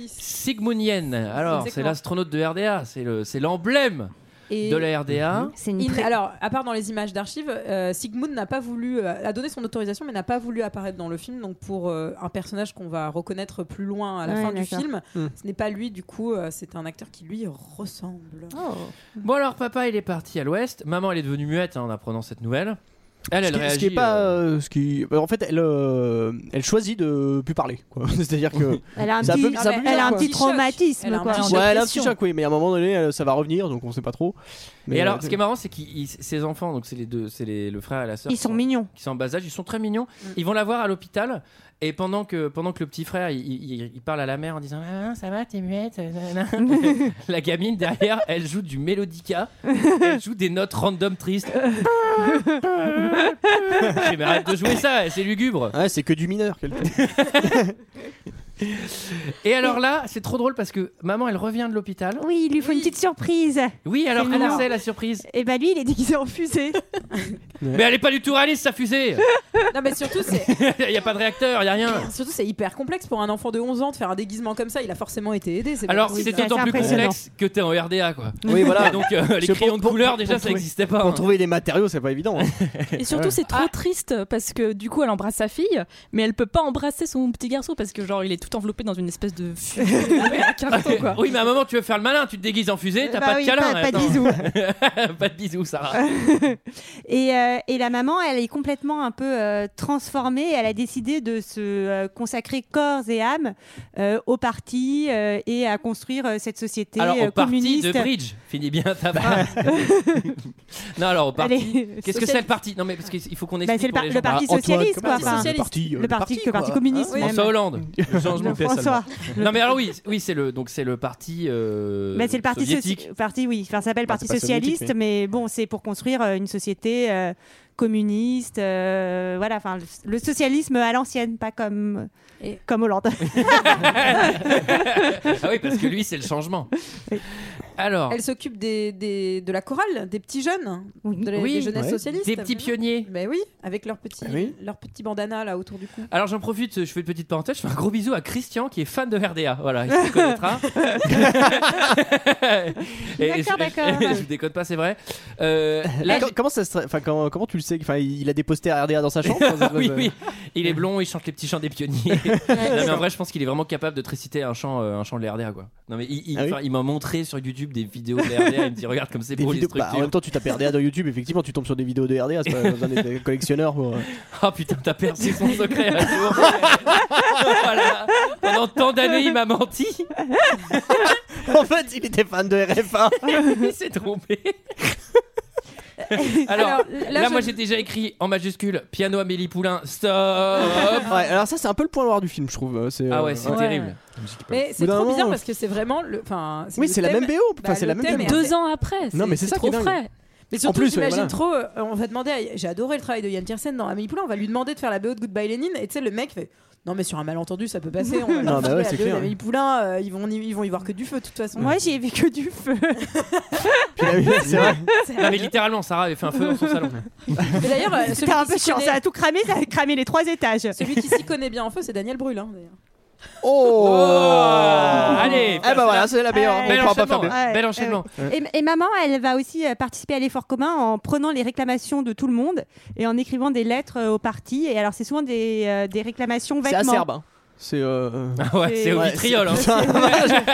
Speaker 1: Sigmund Yen. Alors, c'est
Speaker 11: Exactement.
Speaker 1: l'astronaute de RDA. C'est le- c'est l'emblème
Speaker 11: Et
Speaker 1: de la
Speaker 6: Mhm.
Speaker 1: RDA.
Speaker 7: C'est une
Speaker 11: hein, il-
Speaker 7: pré-
Speaker 11: alors, à part dans les images d'archives, euh, Sigmund n'a pas voulu, euh, a donné son autorisation, mais n'a pas voulu apparaître dans le film. Donc, pour euh, un personnage qu'on va reconnaître plus loin à la
Speaker 7: Ouais,
Speaker 11: fin du
Speaker 7: d'accord.
Speaker 11: film,
Speaker 6: Hmm.
Speaker 11: ce n'est pas lui. Du coup, euh, c'est un acteur qui lui ressemble.
Speaker 7: Oh.
Speaker 1: Bon, alors, papa, il est parti à l'ouest. Maman, elle est devenue muette hein, en apprenant cette nouvelle. Elle,
Speaker 6: Ce
Speaker 1: elle
Speaker 6: qui, ce
Speaker 1: réagit.
Speaker 6: qui est pas,
Speaker 1: euh,
Speaker 6: euh, ce qui, bah, en fait, elle, euh, elle choisit de plus parler. quoi. C'est-à-dire que,
Speaker 7: elle a un
Speaker 6: c'est un
Speaker 7: petit,
Speaker 6: peu- c'est un peu
Speaker 7: elle
Speaker 6: bizarre,
Speaker 7: a un
Speaker 6: quoi.
Speaker 7: petit traumatisme.
Speaker 11: Elle a un
Speaker 7: quoi.
Speaker 1: Ah,
Speaker 11: petit
Speaker 6: ouais, elle a un petit
Speaker 11: dépression.
Speaker 6: choc, oui, mais à un moment donné, elle- ça va revenir, donc on sait pas trop. Mais
Speaker 1: Et
Speaker 6: euh,
Speaker 1: alors, ce qui est marrant, c'est que ses enfants, donc c'est les deux, c'est les- le frère et la sœur,
Speaker 7: Ils sont Mm. mignons.
Speaker 1: qui sont en bas âge, ils sont très mignons. Ils vont la voir à l'hôpital et pendant que, pendant que le petit frère il, il- il parle à la mère en disant Maman, ça va, t'es muette euh, nanana. La gamine derrière, elle joue du mélodica, elle joue des notes random tristes. Je dis, Mais arrête de jouer ça, c'est lugubre.
Speaker 6: euh, ouais, c'est que du mineur. qu'elle fait.
Speaker 1: Et alors là, c'est trop drôle parce que maman elle revient de l'hôpital.
Speaker 7: Oui, il lui faut une petite surprise.
Speaker 1: Oui, alors
Speaker 7: C'est
Speaker 1: comment
Speaker 7: mignon.
Speaker 1: c'est la surprise
Speaker 7: Et bah lui, il est déguisé en fusée.
Speaker 1: Mais elle est pas du tout réaliste sa fusée
Speaker 11: non, mais surtout, c'est
Speaker 1: Il y a pas de réacteur, il y a rien
Speaker 11: surtout c'est hyper complexe pour un enfant de 11 ans de faire un déguisement comme ça. Il a forcément été aidé. c'est pas
Speaker 1: Alors
Speaker 11: possible.
Speaker 1: c'est
Speaker 7: c'est
Speaker 1: d'autant
Speaker 7: assez
Speaker 1: plus
Speaker 7: impressionnant.
Speaker 1: complexe que t'es en RDA quoi.
Speaker 6: oui, voilà.
Speaker 1: Et donc euh, les
Speaker 6: que
Speaker 1: crayons
Speaker 6: pour-
Speaker 1: de
Speaker 6: pour-
Speaker 1: couleur
Speaker 6: pour
Speaker 1: déjà ça
Speaker 6: trouver-
Speaker 1: n'existait pas.
Speaker 6: Pour
Speaker 1: hein.
Speaker 6: trouver les matériaux, c'est pas évident. hein.
Speaker 9: Et surtout, c'est
Speaker 11: Ah.
Speaker 9: trop triste parce que du coup, elle embrasse sa fille, mais elle peut pas embrasser son petit garçon parce que genre, il est tout enveloppé dans une espèce de fumée de carton, quoi.
Speaker 1: Oui mais à un moment tu veux faire le malin, tu te déguises en fusée, t'as
Speaker 7: Bah
Speaker 1: pas de
Speaker 7: oui,
Speaker 1: câlin.
Speaker 7: pas- Bah, pas de
Speaker 1: attends.
Speaker 7: bisous.
Speaker 1: pas de bisous Sarah.
Speaker 7: Et, euh, et la maman, elle est complètement un peu euh, transformée. Elle a décidé de se euh, consacrer corps et âme euh, au parti euh, et à construire euh, cette société
Speaker 1: Alors
Speaker 7: euh,
Speaker 1: au parti
Speaker 7: communiste.
Speaker 1: de Bridge, finis bien ta phrase. non alors au parti.
Speaker 7: Allez.
Speaker 1: Qu'est-ce que c'est le parti Non mais parce qu'il faut qu'on
Speaker 7: Bah,
Speaker 1: explique
Speaker 7: c'est le,
Speaker 1: pour les
Speaker 7: par- le
Speaker 1: gens. Ah,
Speaker 7: parti
Speaker 6: Antoine,
Speaker 7: socialiste, quoi.
Speaker 6: comment il s'appelle
Speaker 7: Enfin,
Speaker 6: le parti, euh,
Speaker 7: le parti, le
Speaker 6: quoi.
Speaker 7: parti communiste,
Speaker 11: Ah, oui.
Speaker 7: même.
Speaker 1: François Hollande.
Speaker 6: Le changement
Speaker 7: Le
Speaker 6: de paix, ça,
Speaker 7: François.
Speaker 1: Non mais alors oui, oui c'est le donc c'est le parti. euh,
Speaker 7: Bah, c'est le parti
Speaker 1: soviétique.
Speaker 7: soci- parti oui enfin ça s'appelle
Speaker 6: Bah,
Speaker 7: parti
Speaker 6: c'est pas soviétique,
Speaker 7: socialiste mais... bon c'est pour construire euh, une société euh, communiste euh, voilà enfin le, le socialisme à l'ancienne pas comme
Speaker 11: Et-
Speaker 7: comme Hollande
Speaker 1: Ah oui parce que lui c'est le changement.
Speaker 7: Oui.
Speaker 1: Alors
Speaker 11: Elle s'occupe des, des- de la chorale, des petits jeunes,
Speaker 7: Oui.
Speaker 11: de la,
Speaker 1: Oui.
Speaker 11: des jeunesses
Speaker 6: Ouais.
Speaker 11: socialistes.
Speaker 1: des petits pionniers.
Speaker 11: Ben oui, avec leur petit,
Speaker 6: Ah oui.
Speaker 11: leur petit bandana là autour du cou.
Speaker 1: Alors j'en profite, je fais une petite parenthèse, je fais un gros bisou à Christian qui est fan de RDA, voilà, il se connaîtra. Et je-
Speaker 7: D'accord, d'accord.
Speaker 1: Je, vous décode pas, c'est vrai. Euh, là,
Speaker 6: Quand- comment ça se tra- enfin, quand- comment tu le sais Enfin, il a des posters RDA dans sa chambre.
Speaker 1: j'ai- oui, oui, il est blond, il chante les petits chants des pionniers. non, mais en vrai, je pense qu'il est vraiment capable de te réciter un chant, euh, un chant de la RDA, quoi. Non, mais il, il-
Speaker 6: Ah oui
Speaker 1: enfin, il m'a montré sur YouTube des vidéos de la RDA, il me dit, regarde comme c'est
Speaker 6: Des
Speaker 1: beau les
Speaker 6: vidéos- bah, en
Speaker 1: structures.
Speaker 6: même temps, tu tapes RDA dans YouTube, effectivement, tu tombes sur des vidéos de RDA, c'est pas besoin d'être des collectionneurs. euh. Pour...
Speaker 1: Ah putain, t'as perdu son secret à jour. Voilà. Pendant tant d'années, il m'a menti,
Speaker 6: en fait, il était fan de RF1.
Speaker 1: il s'est trompé. Euh, Alors,
Speaker 11: là,
Speaker 1: Là,
Speaker 11: je-
Speaker 1: moi, j'ai déjà écrit en majuscule piano Amélie Poulain, stop
Speaker 6: Ouais, alors ça, c'est un peu le point noir du film, je trouve. euh, c'est,
Speaker 1: Ah
Speaker 6: euh,
Speaker 1: ouais, c'est
Speaker 11: Ouais.
Speaker 1: terrible.
Speaker 11: Mais c'est
Speaker 6: Au bout d'un
Speaker 11: trop bizarre
Speaker 6: moment,
Speaker 11: parce que c'est vraiment le. Enfin,
Speaker 6: Oui,
Speaker 11: le
Speaker 6: c'est la
Speaker 11: thème.
Speaker 6: même BO. Enfin,
Speaker 11: Bah,
Speaker 6: c'est la
Speaker 11: le
Speaker 6: même
Speaker 11: thème
Speaker 6: BO.
Speaker 11: est-
Speaker 9: Deux ans après.
Speaker 6: Non, mais c'est ça qui
Speaker 9: trop
Speaker 6: est dingue.
Speaker 9: frais.
Speaker 11: Mais surtout,
Speaker 6: plus, ouais,
Speaker 11: j'imagine
Speaker 6: voilà.
Speaker 11: trop. euh, on va demander. à- J'ai adoré le travail de Yann Tiersen dans Amélie Poulain. On va lui demander de faire la BO de Goodbye Lénine. Et tu sais, le mec fait. Non, mais sur un malentendu, ça peut passer. On va leur
Speaker 6: Non, bah
Speaker 11: filer
Speaker 6: ouais,
Speaker 11: la
Speaker 6: c'est
Speaker 11: BO
Speaker 6: clair.
Speaker 11: d'Amélie Poulain. euh, ils, vont, y- ils vont y voir que du feu, de toute façon.
Speaker 7: moi j'y ai vu que du feu
Speaker 6: Puis, ah oui, c'est vrai.
Speaker 1: Non, mais littéralement, Sarah avait fait un feu dans son salon.
Speaker 11: Et d'ailleurs, euh, celui,
Speaker 7: c'était un peu
Speaker 11: qui s'y
Speaker 7: chiant
Speaker 11: connaît-
Speaker 7: ça a tout cramé ça a cramé les trois étages
Speaker 11: celui qui s'y connaît bien en feu, c'est Daniel Brühl. hein, d'ailleurs.
Speaker 6: Oh
Speaker 1: Oh. Allez,
Speaker 6: Eh ben voilà, c'est la meilleure.
Speaker 7: Ouais.
Speaker 1: bel
Speaker 6: On pourra pas
Speaker 1: enchaînement.
Speaker 6: faire mieux.
Speaker 7: mieux.
Speaker 1: bel
Speaker 7: Ouais,
Speaker 1: enchaînement.
Speaker 7: et, et maman elle va aussi euh, participer à l'effort commun en prenant les réclamations de tout le monde et en écrivant des lettres euh, au parti et alors c'est souvent des, euh, des réclamations
Speaker 6: C'est
Speaker 7: vêtements
Speaker 6: acerbe. hein. C'est. euh,
Speaker 1: Ah ouais, c'est au vitriol, hein.
Speaker 6: Putain,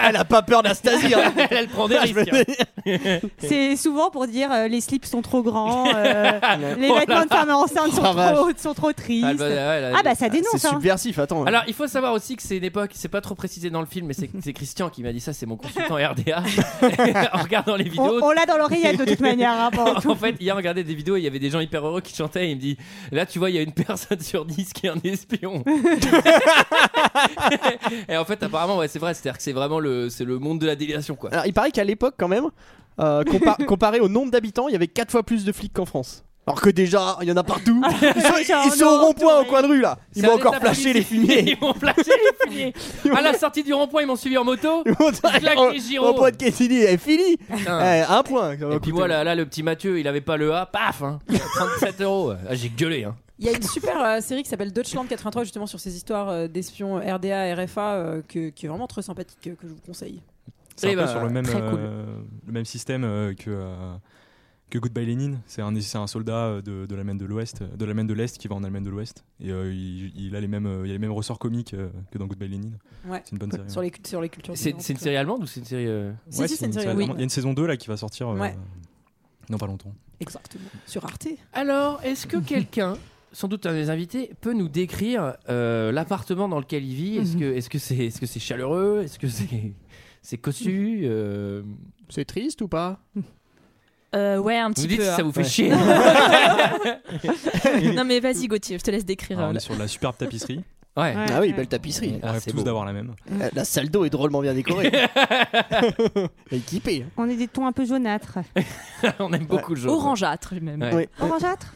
Speaker 6: Elle a pas peur d'Astasie. hein.
Speaker 1: Elle, elle prend des
Speaker 6: Ah, je
Speaker 1: risques, hein.
Speaker 6: me-
Speaker 7: C'est souvent pour dire euh, les slips sont trop grands, euh, les
Speaker 1: Oh là
Speaker 7: vêtements de femmes enceintes sont
Speaker 6: Oh, la
Speaker 7: trop, sont trop tristes.
Speaker 1: Ah, bah, ouais, là,
Speaker 7: Ah bah ça
Speaker 6: C'est
Speaker 7: dénonce. hein.
Speaker 6: subversif, attends.
Speaker 1: Alors, il faut savoir aussi que c'est une époque, c'est pas trop précisé dans le film, mais c'est c'est Christian qui m'a dit ça, c'est mon consultant RDA. en regardant les
Speaker 7: On,
Speaker 1: vidéos.
Speaker 7: on l'a dans l'oreillette de toute manière. hein, pendant tout.
Speaker 1: En fait, hier, on regardait des vidéos et il y avait des gens hyper heureux qui chantaient. Et il me dit Là, tu vois, il y a une personne sur dix qui est un espion. et en fait, apparemment, ouais, c'est vrai. C'est-à-dire que c'est vraiment le, c'est le monde de la délation, quoi.
Speaker 6: Alors, il paraît qu'à l'époque, quand même, euh, compa- comparé au nombre d'habitants, il y avait 4 fois plus de flics qu'en France. Alors que déjà, il y en a partout.
Speaker 1: Ah,
Speaker 6: Ils sont,
Speaker 7: Genre,
Speaker 6: ils sont
Speaker 7: non,
Speaker 6: au rond-point, au
Speaker 7: entouré.
Speaker 6: coin de rue là. Ils
Speaker 1: C'est
Speaker 6: m'ont
Speaker 1: un
Speaker 6: encore
Speaker 1: état
Speaker 6: flashé les
Speaker 1: policier.
Speaker 6: fumiers.
Speaker 1: Ils m'ont flashé les fumiers. À la sortie du rond-point, ils m'ont suivi en moto.
Speaker 6: Ils m'ont
Speaker 1: claque
Speaker 6: au-
Speaker 1: les gyros.
Speaker 6: Au point de Cassini, elle est finie.
Speaker 1: Putain.
Speaker 6: Eh, un point. ça va
Speaker 1: Et puis
Speaker 6: coûter.
Speaker 1: moi, là, là, le petit Mathieu, il avait pas le A, paf, hein, 37 euros. Ah, j'ai gueulé, hein.
Speaker 11: Il y a une super euh, série qui s'appelle Deutschland 83 justement sur ces histoires euh, d'espions RDA, RFA euh, que, qui est vraiment très sympathique euh, que, que je vous conseille.
Speaker 1: Eh
Speaker 8: C'est un
Speaker 11: bah,
Speaker 1: ben,
Speaker 8: peu sur le même,
Speaker 9: très cool.
Speaker 8: euh, le même système euh, que, euh, que Goodbye Lenin. C'est un, c'est un soldat euh, de, de l'Allemagne de l'Ouest, euh, de l'Allemagne de l'Est qui va en Allemagne de l'Ouest. Et euh, il, il a les mêmes, euh, il a les mêmes ressorts comiques euh, que dans Goodbye Lenin.
Speaker 11: Ouais.
Speaker 8: C'est une bonne série.
Speaker 11: Sur les, cult- sur les cultures.
Speaker 1: C'est
Speaker 11: différentes,
Speaker 1: c'est une
Speaker 11: quoi.
Speaker 1: série allemande ou c'est une série. euh,
Speaker 11: Si, si, c'est une série
Speaker 8: allemande.
Speaker 11: allemande.
Speaker 8: Il y a une saison 2 là qui va sortir euh,
Speaker 11: Ouais.
Speaker 8: dans pas longtemps.
Speaker 11: Exactement. Sur Arte.
Speaker 1: Alors, est-ce que quelqu'un, sans doute un des invités, peut nous décrire euh, l'appartement dans lequel il vit Est-ce que est-ce que c'est est-ce que c'est chaleureux Est-ce que c'est c'est cossu euh,
Speaker 6: C'est triste ou pas
Speaker 9: Euh, ouais, un
Speaker 1: Vous
Speaker 9: petit
Speaker 1: dites
Speaker 9: peu.
Speaker 1: si ça
Speaker 9: hein.
Speaker 1: vous fait chier.
Speaker 9: Non mais vas-y Gauthier, je te laisse décrire.
Speaker 8: Alors,
Speaker 9: euh,
Speaker 8: on
Speaker 9: la-
Speaker 8: est sur de la superbe tapisserie.
Speaker 1: Ouais.
Speaker 7: Ouais.
Speaker 6: Ah oui, belle tapisserie.
Speaker 8: on
Speaker 1: Ah,
Speaker 8: rêve
Speaker 1: c'est
Speaker 8: tous
Speaker 1: beau.
Speaker 8: d'avoir la même.
Speaker 6: Euh, La salle d'eau est drôlement bien décorée. Équipée.
Speaker 7: On est des tons un peu jaunâtres.
Speaker 1: On aime beaucoup le jeu.
Speaker 9: Orangeâtre même.
Speaker 1: Ouais.
Speaker 6: Oui.
Speaker 7: Orangeâtre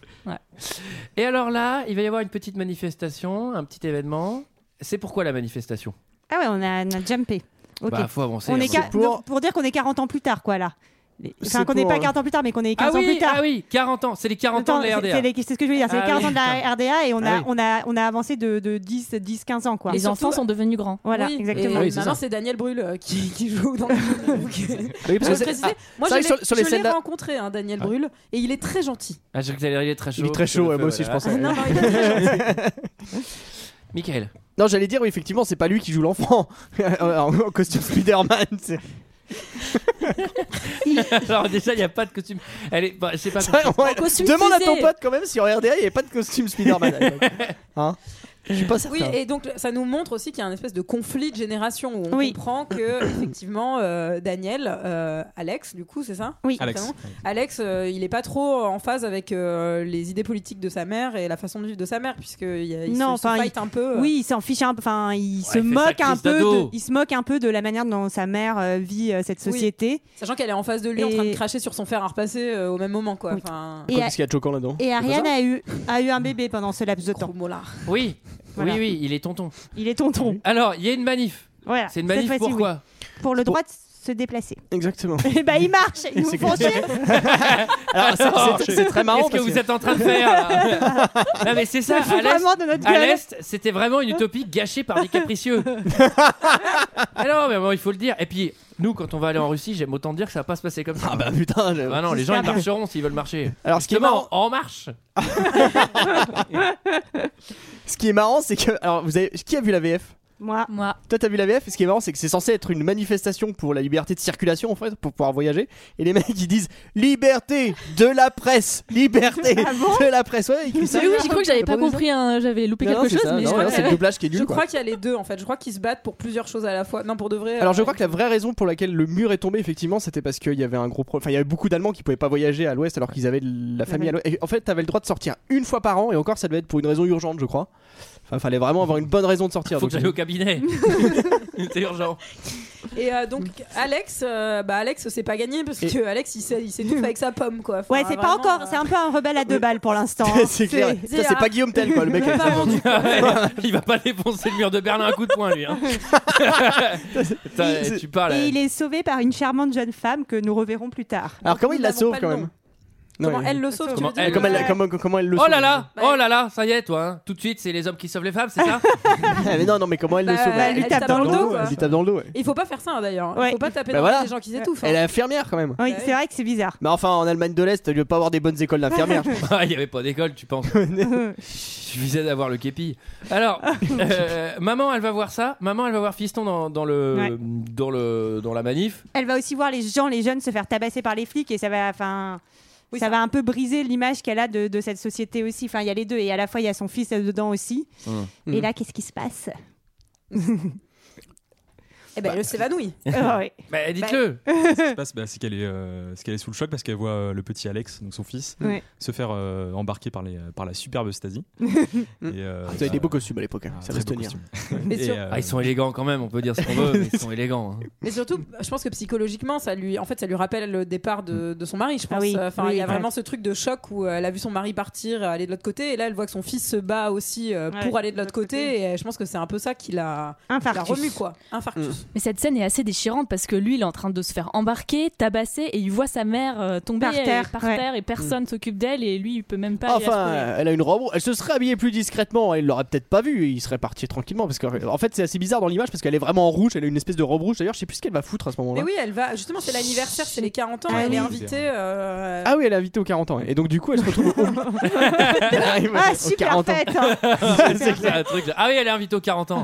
Speaker 1: Et alors là, il va y avoir une petite manifestation, un petit événement. C'est pourquoi la manifestation
Speaker 7: Ah ouais, on a, on a jumpé. Ok.
Speaker 1: Bah, faut avancer.
Speaker 7: on est
Speaker 1: avant-
Speaker 7: ca-
Speaker 6: pour-
Speaker 7: donc, pour dire qu'on est 40 ans plus tard, quoi, là. Les- Enfin,
Speaker 6: C'est
Speaker 7: qu'on n'est
Speaker 6: pour,
Speaker 7: pas
Speaker 6: euh,
Speaker 7: 40 ans plus tard, mais qu'on est
Speaker 1: Ah
Speaker 7: 15 ans
Speaker 1: oui,
Speaker 7: plus tard.
Speaker 1: ah oui, 40 ans, c'est les 40 ans de la
Speaker 7: Attends, c'est-
Speaker 1: RDA.
Speaker 7: c'est les- C'est ce que je veux dire, c'est
Speaker 1: Ah
Speaker 7: les 40
Speaker 1: oui,
Speaker 7: ans de la RDA et on a,
Speaker 1: Ah oui.
Speaker 7: on a, on a avancé de, de 10, 10, 15 ans, quoi.
Speaker 9: Les
Speaker 11: surtout,
Speaker 9: enfants sont devenus grands.
Speaker 7: Voilà,
Speaker 11: Oui,
Speaker 7: exactement.
Speaker 11: Et
Speaker 1: Oui, c'est
Speaker 11: maintenant,
Speaker 1: ça.
Speaker 11: c'est Daniel Brühl euh, qui, qui joue dans le film. Donc, euh,
Speaker 6: Oui,
Speaker 11: je
Speaker 6: parce que
Speaker 11: veux
Speaker 6: c'est-
Speaker 11: préciser.
Speaker 6: ah,
Speaker 11: Moi, je
Speaker 6: c'est vrai
Speaker 11: l'ai
Speaker 6: que sur- sur les
Speaker 11: je
Speaker 6: scènes
Speaker 11: l'ai
Speaker 6: là- Ah.
Speaker 11: rencontré, hein, Daniel Brühl, et il est très gentil.
Speaker 1: Ah, je crois que il est très chaud.
Speaker 6: il est très chaud, ouais, moi aussi je pense.
Speaker 11: Ah, non, non, il est très
Speaker 1: Michael.
Speaker 6: Non, j'allais dire, oui, effectivement, c'est pas lui qui joue l'enfant en en costume Spider-Man. c'est-
Speaker 1: Alors déjà, il n'y a pas de costume. Elle est, bah, je sais pas.
Speaker 6: C'est vrai, ouais.
Speaker 9: costume
Speaker 6: Demande à ton
Speaker 9: fusé.
Speaker 6: pote quand même si en RDA il n'y avait pas de costume Spider-Man. hein Je suis pas certain.
Speaker 11: Oui, et donc ça nous montre aussi qu'il y a un espèce de conflit de génération où on
Speaker 7: Oui.
Speaker 11: comprend que effectivement euh, Daniel, euh, Alex, du coup, c'est ça
Speaker 7: Oui.
Speaker 8: Alex.
Speaker 11: Notamment. Alex, euh, il est pas trop en phase avec euh, les idées politiques de sa mère et la façon de vivre de sa mère, puisque il, y a- il
Speaker 7: Non,
Speaker 11: se, se
Speaker 7: enfin,
Speaker 11: fight un peu. euh,
Speaker 7: Oui, il s'en fiche un peu. Enfin, il se
Speaker 1: il fait sa
Speaker 7: moque un
Speaker 1: crise
Speaker 7: peu.
Speaker 1: d'ado.
Speaker 7: De, il se moque un peu de la manière dont sa mère euh, vit euh, cette
Speaker 11: Oui.
Speaker 7: société.
Speaker 11: Sachant qu'elle est en face de lui, en
Speaker 7: Et-
Speaker 11: train de cracher sur son fer à repasser euh, au même moment, quoi.
Speaker 7: Oui.
Speaker 11: Enfin,
Speaker 7: Et,
Speaker 6: Qu'est-ce qu'il y a de choquant là-dedans
Speaker 7: et Ariane a eu, a eu un bébé pendant ce laps de temps.
Speaker 11: gros mollard.
Speaker 1: Oui,
Speaker 7: Voilà.
Speaker 1: oui, oui, il est tonton.
Speaker 7: Il est tonton.
Speaker 1: Alors, il y a une manif.
Speaker 7: Voilà.
Speaker 1: C'est une
Speaker 7: Ah, Cette
Speaker 1: manif
Speaker 7: fois-ci,
Speaker 1: pourquoi
Speaker 7: oui. Pour le droit de se déplacer.
Speaker 6: Exactement.
Speaker 7: Et bah, il marche. Ils nous
Speaker 6: C'est
Speaker 7: font chier.
Speaker 6: Alors, ça,
Speaker 9: Oh,
Speaker 1: Alors,
Speaker 6: c'est- c'est très marrant.
Speaker 1: Qu'est-ce que
Speaker 6: parce
Speaker 1: vous êtes en train de faire là Non mais c'est ça,
Speaker 7: Ça
Speaker 1: à
Speaker 7: fout
Speaker 1: l'Est,
Speaker 7: vraiment de notre
Speaker 1: à
Speaker 7: gueule.
Speaker 1: l'Est, c'était vraiment une utopie gâchée par des capricieux. Alors, mais bon, il faut le dire. Et puis, nous, quand on va aller en Russie, j'aime autant dire que ça va pas se passer comme ça.
Speaker 6: Ah bah putain. je-
Speaker 1: Ah non, les gens ils
Speaker 7: J'espère.
Speaker 1: marcheront s'ils veulent marcher.
Speaker 6: Alors, ce qui est marrant,
Speaker 1: Justement, en marche
Speaker 6: ce qui est marrant, c'est que alors vous avez qui a vu la VF
Speaker 7: Moi.
Speaker 9: Moi,
Speaker 6: Toi, t'as vu la VF et Ce qui est marrant, c'est que c'est censé être une manifestation pour la liberté de circulation en fait, pour pouvoir voyager. Et les mecs ils disent liberté de la presse, liberté de la presse. Ouais, ils crient ça.
Speaker 9: oui, Ah j'ai cru que j'avais pas
Speaker 6: T'as entendu ça
Speaker 9: compris, hein, j'avais loupé
Speaker 6: Non,
Speaker 9: quelque
Speaker 6: c'est
Speaker 9: chose,
Speaker 6: ça,
Speaker 9: mais
Speaker 6: non,
Speaker 9: je crois
Speaker 6: non,
Speaker 9: que-
Speaker 6: c'est le doublage qui est nul.
Speaker 11: Je
Speaker 6: quoi.
Speaker 11: crois qu'il y a les deux en fait. Je crois qu'ils se battent pour plusieurs choses à la fois. Non, pour de vrai.
Speaker 6: Alors je
Speaker 11: euh,
Speaker 6: crois que la vraie raison pour laquelle le mur est tombé effectivement c'était parce qu'il y avait un gros problème. Enfin il y avait beaucoup d'Allemands qui pouvaient pas voyager à l'ouest alors qu'ils avaient de la famille à l'ouest. Et En fait t'avais le droit de sortir une fois par an et encore ça devait être pour une raison urgente je crois. Enfin fallait vraiment avoir une bonne raison de sortir.
Speaker 1: Faut
Speaker 6: donc-
Speaker 1: que j'aille au cabinet C'est urgent
Speaker 11: Et euh, donc Alex, euh, bah Alex, c'est pas gagné parce
Speaker 6: Et-
Speaker 11: que Alex, il s'est- il s'étouffe avec sa pomme quoi. Enfin,
Speaker 7: Ouais, c'est pas
Speaker 11: vraiment,
Speaker 7: encore.
Speaker 11: euh,
Speaker 7: C'est un peu un rebelle à deux balles pour l'instant. hein.
Speaker 6: c'est clair.
Speaker 11: c'est-
Speaker 6: Ça, c'est pas Guillaume Tell quoi le mec.
Speaker 11: pas vendu.
Speaker 1: Ah Il va pas défoncer le mur de Berlin à coup de poing lui hein. Putain,
Speaker 6: c'est-
Speaker 11: Ah
Speaker 1: Tu parles
Speaker 7: Et il est sauvé par une charmante jeune femme que nous reverrons plus tard.
Speaker 6: Alors comment il la
Speaker 11: Nous
Speaker 6: sauve
Speaker 11: n'avons pas
Speaker 6: quand
Speaker 11: le
Speaker 6: même
Speaker 11: nom. Comment elle le sauve tu
Speaker 6: Comment
Speaker 11: veux dire
Speaker 6: elle, comment elle- comment- comment elle le
Speaker 1: Oh
Speaker 6: sauve
Speaker 1: là là, oh là là, ça y est, toi, hein. tout de suite, c'est les hommes qui sauvent les femmes, c'est ça
Speaker 6: Ah, mais non, non, mais comment elle le
Speaker 11: Bah,
Speaker 6: sauve
Speaker 11: elle lui tape dans le dos, quoi.
Speaker 6: Elle lui tape dans le dos, ouais.
Speaker 11: Il faut pas faire ça hein, d'ailleurs. Il
Speaker 7: Ouais.
Speaker 11: faut pas taper
Speaker 6: Bah
Speaker 11: dans
Speaker 6: voilà.
Speaker 11: les gens qui s'étouffent. hein.
Speaker 6: Elle est infirmière quand même.
Speaker 7: Oui, c'est vrai que c'est bizarre.
Speaker 6: Mais enfin, en Allemagne de l'Est, il ne pas avoir des bonnes écoles d'infirmières. je pense.
Speaker 1: Ah, Il n'y avait pas d'école, tu penses suffisait d'avoir le képi. Alors, euh, maman, elle va voir ça. Maman, elle va voir Fiston dans, dans le,
Speaker 7: Ouais.
Speaker 1: dans le dans la manif.
Speaker 7: Elle va aussi voir les gens, les jeunes, se faire tabasser par les flics et ça va, enfin.
Speaker 11: Oui,
Speaker 7: ça
Speaker 11: ça-
Speaker 7: va un peu briser l'image qu'elle a de, de cette société aussi. Enfin, il y a les deux. Et à la fois, il y a son fils dedans aussi.
Speaker 11: Mmh.
Speaker 7: Et
Speaker 6: Mhm.
Speaker 7: là, qu'est-ce qui se passe
Speaker 11: Eh ben, elle s'évanouit.
Speaker 7: Ah ouais.
Speaker 1: Mais dites-le.
Speaker 8: Ce qui se passe, bah, c'est qu'elle est, euh, c'est qu'elle est sous le choc parce qu'elle voit euh, le petit Alex, donc son fils,
Speaker 7: Ouais.
Speaker 8: se faire euh, embarquer par, les, par la superbe Stasi. et, euh,
Speaker 6: Ah, Vous avez des beaux costumes à l'époque, hein.
Speaker 8: un
Speaker 6: ça
Speaker 8: très
Speaker 6: va se
Speaker 8: beau
Speaker 6: tenir.
Speaker 8: costume.
Speaker 11: Mais
Speaker 8: Et,
Speaker 11: sur-
Speaker 8: euh,
Speaker 1: Ah, ils sont élégants quand même. On peut dire ce qu'on veut, mais ils sont élégants. hein.
Speaker 11: Mais surtout, je pense que psychologiquement, ça lui, en fait, ça lui rappelle le départ de, de son mari, je pense.
Speaker 7: Ah oui,
Speaker 11: Enfin,
Speaker 7: oui,
Speaker 11: il y a
Speaker 7: ouais.
Speaker 11: vraiment ce truc de choc où euh, elle a vu son mari partir, euh, aller de l'autre côté, et là, elle voit que son fils se bat aussi euh,
Speaker 7: Ouais,
Speaker 11: pour aller de l'autre côté, et euh, je pense que c'est un peu ça qui la, qui la
Speaker 7: Infarctus.
Speaker 11: remue, quoi.
Speaker 9: Mm.
Speaker 11: Infarctus.
Speaker 9: Mais cette scène est assez déchirante parce que lui, il est en train de se faire embarquer, tabasser, et il voit sa mère euh, tomber
Speaker 7: Par
Speaker 9: et-
Speaker 7: terre,
Speaker 9: par
Speaker 7: ouais.
Speaker 9: terre et personne s'occupe d'elle, et lui, il peut même pas. aller la
Speaker 6: Enfin,
Speaker 9: sauver.
Speaker 6: euh, elle a une robe. Elle se serait habillée plus discrètement. Elle l'aurait peut-être pas vu. Il serait parti tranquillement. Parce que, en fait, c'est assez bizarre dans l'image parce qu'elle est vraiment en rouge. Elle a une espèce de robe rouge. D'ailleurs, je sais plus ce qu'elle va foutre à ce
Speaker 11: Mais
Speaker 6: moment-là.
Speaker 11: oui, elle va, justement, c'est l'anniversaire, c'est les 40 ans,
Speaker 7: Ah
Speaker 11: elle est
Speaker 7: oui.
Speaker 11: invitée. euh,
Speaker 6: Ah oui, elle est invitée aux 40 ans. Et donc, du coup, elle se retrouve au. Elle arrive
Speaker 7: Ah,
Speaker 6: aux
Speaker 7: super
Speaker 6: 40 ans.
Speaker 7: fête hein.
Speaker 1: C'est que c'est un truc. Ah oui, elle est invitée aux 40 ans.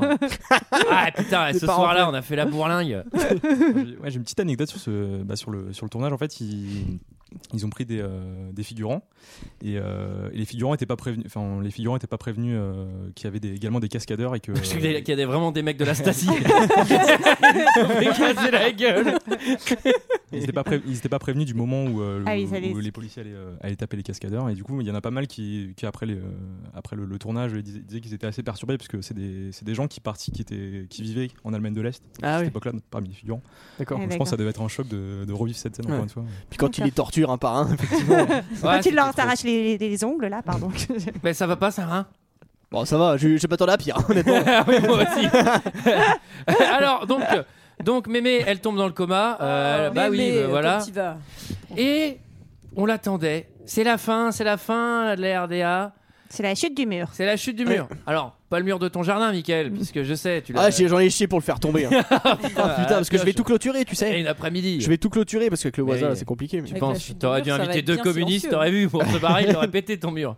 Speaker 1: Ah putain,
Speaker 6: C'est
Speaker 1: ce
Speaker 6: pas
Speaker 1: soir-là,
Speaker 6: rentré.
Speaker 1: on a fait la bourlingue.
Speaker 8: j'ai ouais, j'ai une petite anecdote sur, ce, bah, sur, le, sur le tournage. En fait, ils, ils ont pris des, euh, des figurants et, euh, et les figurants n'étaient pas prévenus. Enfin, les figurants étaient pas prévenus euh, qu'il y avait des- également des cascadeurs et que.
Speaker 1: Je sais qu'il y a- qu'il y a des- vraiment des mecs de la Stasi. Ils ont fait casser la gueule.
Speaker 8: Ils n'étaient pas, pré- ils étaient pas prévenus du moment où, euh,
Speaker 7: Ah oui,
Speaker 8: où-
Speaker 7: ça les-
Speaker 8: où les policiers allaient, euh, allaient taper les cascadeurs. Et du coup, il y en a pas mal qui, qui après, les, euh, après le, le tournage, ils disaient, disaient qu'ils étaient assez perturbés parce que c'est des, c'est des gens qui, partis, qui, étaient, qui vivaient en Allemagne de l'Est à
Speaker 6: Ah
Speaker 8: cette
Speaker 6: oui,
Speaker 8: époque-là, parmi les figurants.
Speaker 6: d'accord.
Speaker 7: Ouais.
Speaker 8: Donc, je pense que ça devait être un choc de, de revivre cette scène encore
Speaker 6: Ouais.
Speaker 8: une fois.
Speaker 6: Puis quand il les torture un par un.
Speaker 1: Ouais,
Speaker 7: Quand tu leur
Speaker 1: c'était trop.
Speaker 7: t'arraches les, les- les ongles, là, pardon.
Speaker 1: Mais ça hein. va pas, Sarah
Speaker 6: Bon, ça va. Je je vais pas t'en pire. Honnêtement.
Speaker 1: Ah Oui, moi aussi. Alors, donc, donc Mémé, elle tombe dans le coma. Euh, bah oui,
Speaker 11: Oh, Mémé,
Speaker 1: bah, voilà.
Speaker 11: quand il va.
Speaker 1: Et on l'attendait. C'est la fin, c'est la fin de la RDA.
Speaker 7: C'est la chute du mur.
Speaker 1: C'est la chute du mur. Alors, pas le mur de ton jardin,
Speaker 11: Mm.
Speaker 1: Michael, puisque je sais, tu l'as.
Speaker 6: Ah, j'ai- j'en ai chié pour le faire tomber. hein. Ah, putain, parce que je vais tout clôturer, tu
Speaker 1: Et
Speaker 6: sais.
Speaker 1: une après-midi.
Speaker 6: Je vais tout clôturer parce qu'avec le
Speaker 1: Mais
Speaker 6: voisin,
Speaker 1: oui.
Speaker 6: là, c'est compliqué. mais-
Speaker 1: Tu
Speaker 11: Avec la
Speaker 1: penses,
Speaker 11: chute du
Speaker 1: t'aurais dû
Speaker 11: mur, ça va
Speaker 1: inviter
Speaker 11: être
Speaker 1: deux
Speaker 11: bien
Speaker 1: communistes,
Speaker 11: silencieux.
Speaker 1: t'aurais vu, pour se barrer, ils t'auraient pété ton mur.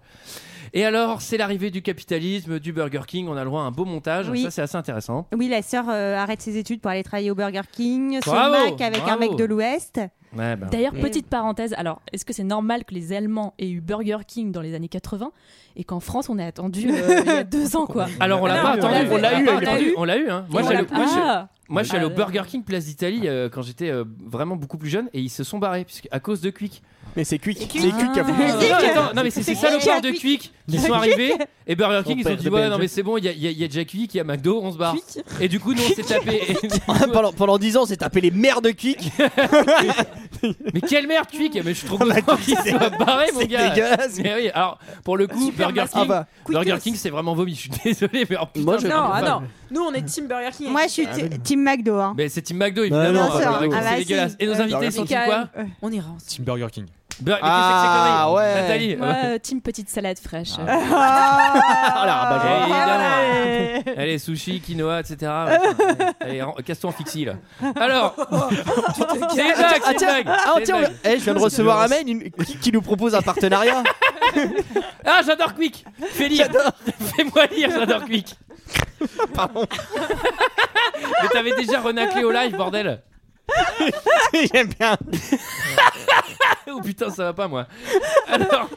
Speaker 1: Et alors, c'est l'arrivée du capitalisme, du Burger King, on a le droit à un beau montage,
Speaker 7: Oui.
Speaker 1: ça c'est assez intéressant.
Speaker 7: Oui, la sœur euh, arrête ses études pour aller travailler au Burger King, son
Speaker 1: Bravo,
Speaker 7: Mac avec un
Speaker 1: bravo.
Speaker 7: mec de l'Ouest.
Speaker 1: Ouais, ben.
Speaker 9: D'ailleurs,
Speaker 11: Mm.
Speaker 7: Et-
Speaker 9: petite parenthèse, alors est-ce que c'est normal que les Allemands aient eu Burger King dans les années 80 et qu'en France on a attendu euh, il y a deux ans quoi
Speaker 1: Alors on l'a
Speaker 11: Non,
Speaker 1: pas
Speaker 11: on
Speaker 1: attendu,
Speaker 11: l'a- on l'a eu,
Speaker 1: pas
Speaker 11: on l'a
Speaker 1: attendu.
Speaker 11: eu.
Speaker 1: on l'a eu. hein. Moi,
Speaker 11: on
Speaker 1: j'ai
Speaker 11: l'a
Speaker 1: le-
Speaker 11: pas-
Speaker 1: moi, j'ai-
Speaker 9: Ah
Speaker 1: Moi, je suis allé au
Speaker 9: Ah,
Speaker 1: Burger King Place d'Italie euh, quand j'étais euh, vraiment beaucoup plus jeune et ils se sont barrés puisque à cause de Quick.
Speaker 6: Mais c'est Quick. C'est Quick qui a
Speaker 1: Non,
Speaker 6: fait.
Speaker 7: Quick.
Speaker 1: non, attends, non, mais c'est ces
Speaker 7: C'est Quick.
Speaker 1: salopards de Quick qui sont arrivés et Burger King ils
Speaker 6: père
Speaker 1: ont dit
Speaker 6: de
Speaker 1: ouais
Speaker 6: PNG.
Speaker 1: non mais c'est bon il y a, il y a- il y a déjà Quick, il y a McDo, on se barre.
Speaker 11: Quick.
Speaker 1: Et du coup nous on s'est tapé.
Speaker 6: pendant, pendant 10 ans, c'est tapé les mères de Quick.
Speaker 1: mais quelle merde Quick Mais je suis trop content qu'ils soient barrés mon
Speaker 6: C'est
Speaker 1: gars.
Speaker 6: dégueulasse.
Speaker 1: Mais oui alors pour le coup
Speaker 11: Super
Speaker 1: Burger
Speaker 11: masque.
Speaker 6: Ah
Speaker 1: King,
Speaker 6: bah,
Speaker 1: Burger
Speaker 11: Quickos.
Speaker 1: King c'est vraiment vomi. Je suis désolé mais oh, en plus.
Speaker 6: Moi, je-
Speaker 11: Non, ah non. Nous, on est Team Burger King.
Speaker 7: Moi, je suis t- Team McDo. hein.
Speaker 1: Ah, Mais c'est Team McDo
Speaker 6: non,
Speaker 1: évidemment.
Speaker 6: bien sûr.
Speaker 1: Burger King,
Speaker 6: Ah
Speaker 1: c'est
Speaker 7: bah, si.
Speaker 1: dégueulasse. Et nos
Speaker 7: Euh,
Speaker 1: invités
Speaker 6: Burger
Speaker 1: sont qui
Speaker 11: King.
Speaker 1: quoi
Speaker 11: On ira ensemble.
Speaker 8: Team Burger King.
Speaker 1: Bur- mais qu'est-ce que c'est que ces
Speaker 6: Ah,
Speaker 1: conneries
Speaker 6: ouais.
Speaker 1: Nathalie.
Speaker 9: Moi, euh, team petite salade fraîche.
Speaker 11: Ah.
Speaker 7: Oh,
Speaker 6: Ah,
Speaker 1: Évidemment. Allez, sushi, quinoa, etc. Ouais. Allez, en- casse-toi en fixie là. Alors,
Speaker 6: Oh,
Speaker 1: c'est une blague,
Speaker 6: ah,
Speaker 1: c'est une
Speaker 6: tiens,
Speaker 1: blague,
Speaker 6: ah,
Speaker 1: c'est une
Speaker 6: tiens,
Speaker 1: blague.
Speaker 6: eh, je viens de recevoir un mail une- qui, qui nous propose un partenariat.
Speaker 1: Ah, j'adore Quick. Fais lire. Fais-moi lire, j'adore Quick.
Speaker 6: Pardon.
Speaker 1: Mais t'avais déjà renaclé au live, bordel.
Speaker 6: J'aime bien.
Speaker 1: Oh putain, ça va pas moi. Alors,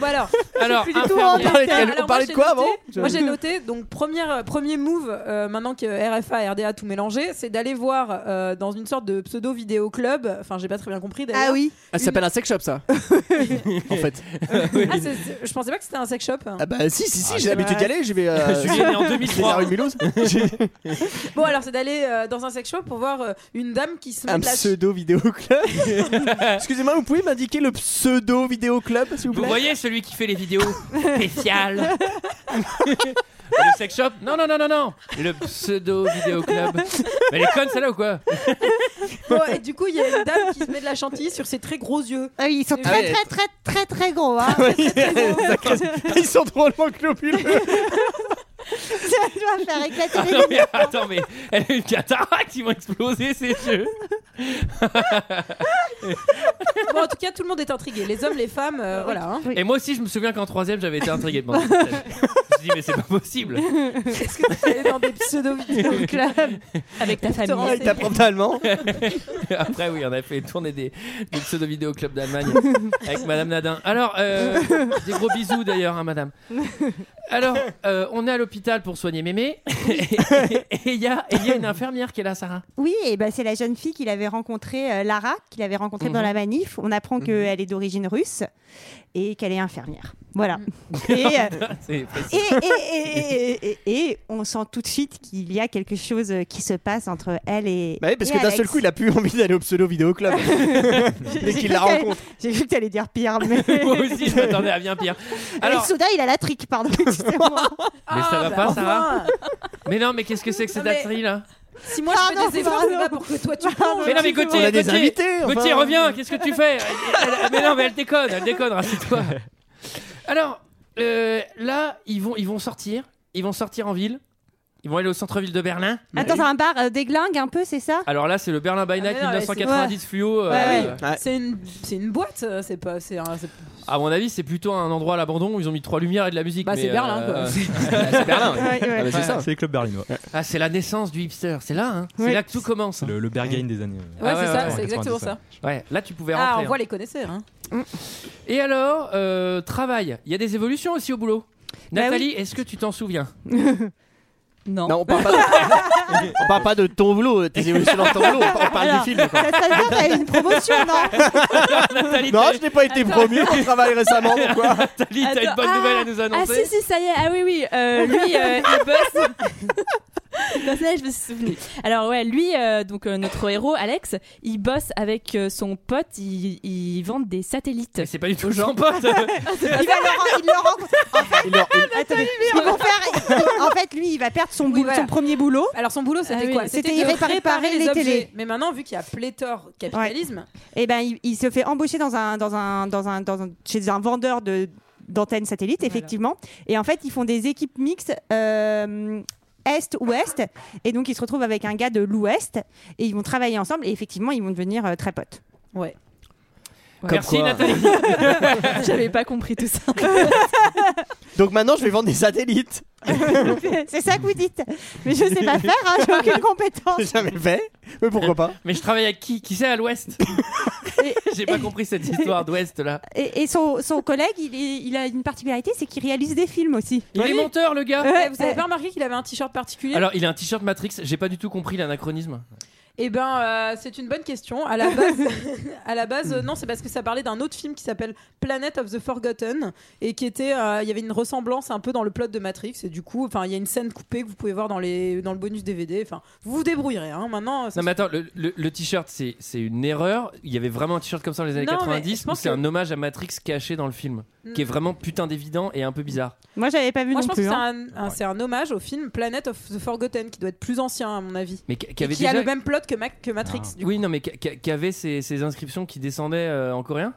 Speaker 11: Bon, alors,
Speaker 1: alors,
Speaker 11: plus du tout
Speaker 1: infirmière.
Speaker 11: entendu.
Speaker 6: On parlait de quel-
Speaker 11: Alors,
Speaker 6: on
Speaker 11: moi,
Speaker 6: parlait de
Speaker 11: j'ai
Speaker 6: quoi
Speaker 11: noté-
Speaker 6: avant
Speaker 11: Moi j'ai noté, donc première, premier move, euh, maintenant que RFA et RDA tout mélangé, c'est d'aller voir euh, dans une sorte de pseudo vidéo club, enfin j'ai pas très bien compris d'ailleurs.
Speaker 7: Ah oui,
Speaker 6: Ah, ça s'appelle un sex shop, ça. en fait.
Speaker 11: Ah, c'est- c'est- je pensais pas que c'était un sex shop.
Speaker 6: Ah bah si, si, si,
Speaker 1: Ah,
Speaker 6: j'ai l'habitude d'y aller. Je vais. euh,
Speaker 1: Julien est né en
Speaker 6: je vais à la
Speaker 1: 2003.
Speaker 6: rue de Mulhouse.
Speaker 11: Bon alors c'est d'aller euh, dans un sex shop pour voir euh, une dame qui se met
Speaker 6: un
Speaker 11: de la
Speaker 6: pseudo vidéo club. Excusez-moi, vous pouvez m'indiquer le pseudo vidéo club, s'il vous
Speaker 1: Vous
Speaker 6: plaît
Speaker 1: voyez voyez celui qui fait les vidéos spéciales Le sex shop Non, non, non, non, non Le pseudo vidéo club. Mais elle est conne celle-là ou quoi
Speaker 11: Bon, et du coup, il y a une dame qui se met de la chantilly sur ses très gros yeux.
Speaker 7: Ah oui, ils sont
Speaker 1: Ah
Speaker 7: très,
Speaker 1: ouais.
Speaker 7: très, très, très, très gros. Hein.
Speaker 6: Ils sont drôlement globuleux.
Speaker 7: Ça doit faire éclater
Speaker 1: Ah
Speaker 7: les
Speaker 1: non, mais attends, mais elle a une cataracte, ils vont exploser ses yeux
Speaker 11: Bon, en tout cas, tout le monde est intrigué. Les hommes, les femmes, euh, voilà. hein.
Speaker 1: Et moi aussi, je me souviens qu'en troisième, j'avais été intrigué pendant cette scène. Je me suis dit, mais c'est pas possible
Speaker 11: Est-ce que tu allais dans des pseudo-vidéos club
Speaker 9: avec ta famille.
Speaker 11: Torrent,
Speaker 6: Avec ta prof d'allemand.
Speaker 1: Après, oui, on a fait tourner des, des pseudo-vidéos au club d'Allemagne avec Madame Nadin. Alors, euh, des gros bisous d'ailleurs, hein, Madame. Alors, euh, on est à l'hôpital pour soigner Mémé. Et il y, a- et il y a une infirmière qui est là, Sarah.
Speaker 7: Oui, et ben c'est la jeune fille qu'il avait rencontrée, euh, Lara, qu'il avait rencontrée dans
Speaker 1: Mhm.
Speaker 7: la manif. On apprend qu'elle est d'origine russe et qu'elle est infirmière. Voilà.
Speaker 9: Mhm.
Speaker 7: Et, euh,
Speaker 1: C'est précis.
Speaker 7: et, et- et- et- et- et on sent tout de suite qu'il y a quelque chose euh, qui se passe entre elle et.
Speaker 6: Bah oui, parce
Speaker 7: et
Speaker 6: que d'un
Speaker 7: Alex.
Speaker 6: seul coup, il a plus envie d'aller au pseudo vidéo club.
Speaker 7: J'ai
Speaker 6: Dès
Speaker 7: cru
Speaker 6: qu'il la
Speaker 7: que t'allais-
Speaker 6: rencontre.
Speaker 7: J'ai cru que t'allais dire pire, mais.
Speaker 1: Moi aussi, je m'attendais à bien pire.
Speaker 7: Alors...
Speaker 1: Alors,
Speaker 7: Soudain, il a la trique, pardon. excusez-moi.
Speaker 9: Ah,
Speaker 1: mais ça va
Speaker 11: bah,
Speaker 1: pas,
Speaker 11: enfin.
Speaker 1: Sarah Mais non, mais qu'est-ce que c'est que cette
Speaker 11: Non, mais-
Speaker 1: actrice là
Speaker 11: Si moi je
Speaker 7: Pardon,
Speaker 11: fais des efforts, c'est
Speaker 7: pardon.
Speaker 11: pas pour que toi tu plonges.
Speaker 1: Mais non, mais
Speaker 6: On
Speaker 1: Gauthier,
Speaker 6: a des
Speaker 1: Gauthier,
Speaker 6: invités. enfin.
Speaker 1: Gauthier, reviens, qu'est-ce que tu fais Elle- elle- Mais non, mais elle déconne, elle déconne, rassure-toi. Alors, euh, là, ils vont, ils vont sortir, ils vont sortir en ville, ils vont aller au centre-ville de Berlin.
Speaker 7: Attends, c'est un bar euh, déglingue un peu, c'est ça
Speaker 1: Alors là, c'est le Berlin by
Speaker 11: Ah, mais Bah
Speaker 1: Night
Speaker 11: non, mais
Speaker 1: 1990 fluo. euh,
Speaker 7: Ouais,
Speaker 6: ouais. Ouais.
Speaker 11: C'est une, c'est une boîte, euh, c'est pas. C'est un- c'est-
Speaker 1: À mon avis, c'est plutôt un endroit à l'abandon où ils ont mis trois lumières et de la musique.
Speaker 11: Bah,
Speaker 1: mais, euh,
Speaker 11: c'est Berlin, quoi.
Speaker 6: C'est Berlin. ouais.
Speaker 7: Ouais, ouais.
Speaker 6: Ah bah, c'est ça.
Speaker 8: C'est les clubs berlinois.
Speaker 1: Ah, c'est la naissance du hipster, c'est là, hein. c'est
Speaker 7: Oui.
Speaker 1: là que tout commence.
Speaker 8: C'est le, le Berghain des années. euh.
Speaker 11: Ouais,
Speaker 1: Ah, ouais,
Speaker 11: c'est ça,
Speaker 1: ouais,
Speaker 11: c'est
Speaker 8: ouais,
Speaker 11: exactement ça.
Speaker 1: Ouais, là tu pouvais
Speaker 11: Ah,
Speaker 1: rentrer.
Speaker 11: on
Speaker 1: hein.
Speaker 11: voit les connaisseurs. Hein.
Speaker 1: Et alors, euh, travail, il y a des évolutions aussi au boulot.
Speaker 7: Bah
Speaker 1: Nathalie, est-ce que tu t'en souviens
Speaker 9: Non.
Speaker 6: Non, on parle pas de, on parle pas de ton boulot, tes évolutions dans ton boulot, on parle
Speaker 7: Alors,
Speaker 6: du film. quoi.
Speaker 7: Ça se passe bien, t'as eu une promotion, non
Speaker 1: Nathalie,
Speaker 6: Non,
Speaker 1: t'as-
Speaker 6: je n'ai pas été
Speaker 11: Attends.
Speaker 6: promu au travail récemment, pourquoi
Speaker 1: Nathalie, t'as une
Speaker 9: Attends,
Speaker 1: bonne
Speaker 9: ah,
Speaker 1: nouvelle à nous
Speaker 9: Ah
Speaker 1: annoncer
Speaker 9: si si ça y est ah oui oui euh, lui euh, il bosse Non, ça y est, je me suis souvenu alors ouais lui euh, donc euh, notre héros Alex il bosse avec euh, son pote ils ils vendent des satellites
Speaker 1: Mais C'est pas du tout Jean pote.
Speaker 7: il, va le ren- il le rencontre.
Speaker 6: Il leur- il-
Speaker 7: Attendez, ils vont faire. En fait, lui, il va perdre son,
Speaker 11: Oui,
Speaker 7: boulot-
Speaker 11: voilà.
Speaker 7: son premier boulot.
Speaker 11: Alors son boulot, c'était
Speaker 9: Ah oui.
Speaker 11: quoi
Speaker 7: C'était
Speaker 11: de
Speaker 7: réparer les
Speaker 11: objets.
Speaker 7: télés.
Speaker 11: Mais maintenant, vu qu'il y a pléthore capitalisme,
Speaker 7: Et ben, il, il se fait embaucher dans un, dans un, dans un, dans un- chez un vendeur de d'antennes satellites,
Speaker 11: Voilà.
Speaker 7: effectivement. Et en fait, ils font des équipes mixtes. euh, est-ouest et donc ils se retrouvent avec un gars de l'ouest et ils vont travailler ensemble et effectivement ils vont devenir euh, très potes.
Speaker 1: Merci
Speaker 6: quoi.
Speaker 1: Nathalie.
Speaker 9: j'avais pas compris tout ça
Speaker 6: Donc maintenant, je vais vendre des satellites.
Speaker 7: C'est ça que vous dites. Mais je sais pas faire, hein, j'ai aucune
Speaker 6: J'ai
Speaker 7: compétence.
Speaker 6: jamais fait. Mais pourquoi pas
Speaker 1: Mais je travaille avec qui Qui c'est à l'ouest
Speaker 7: Et-
Speaker 1: J'ai pas compris cette histoire d'ouest là.
Speaker 7: Et, et son, son collègue, il, est- il a une particularité, c'est qu'il réalise des films aussi.
Speaker 1: Il est monteur le gars.
Speaker 11: Ouais, Eh, vous avez pas remarqué qu'il avait un t-shirt particulier
Speaker 1: Alors il a un t-shirt Matrix. J'ai pas du tout compris l'anachronisme.
Speaker 11: Eh ben, euh, c'est une bonne question. À la base, à la base euh, non, c'est parce que ça parlait d'un autre film qui s'appelle Planet of the Forgotten et qui était, euh, il y avait une ressemblance un peu dans le plot de Matrix. Et du coup, enfin, il y a une scène coupée que vous pouvez voir dans les dans le bonus DVD. Enfin, vous vous débrouillerez. Hein. Maintenant, ça
Speaker 1: Non
Speaker 11: se-
Speaker 1: mais attends, le, le- le t-shirt c'est c'est une erreur. Il y avait vraiment un t-shirt comme ça dans les années
Speaker 11: Non, mais
Speaker 1: 90
Speaker 11: je
Speaker 1: ou
Speaker 11: pense
Speaker 1: c'est
Speaker 11: que-
Speaker 1: un hommage à Matrix caché dans le film,
Speaker 11: Mm.
Speaker 1: qui est vraiment putain d'évident et un peu bizarre.
Speaker 7: Moi, j'avais pas vu
Speaker 11: moi,
Speaker 7: non
Speaker 11: je pense
Speaker 7: plus.
Speaker 11: que c'est
Speaker 7: hein.
Speaker 11: un, un- c'est un hommage au film Planet of the Forgotten qui doit être plus ancien à mon avis.
Speaker 1: Mais qui qui
Speaker 11: Et
Speaker 1: avait
Speaker 11: qui a
Speaker 1: déjà. Ah.
Speaker 11: le même plot que, Ma- que Matrix. Du coup,
Speaker 1: Oui non mais qui- qui qui avait ces, ces inscriptions qui descendaient euh, en coréen.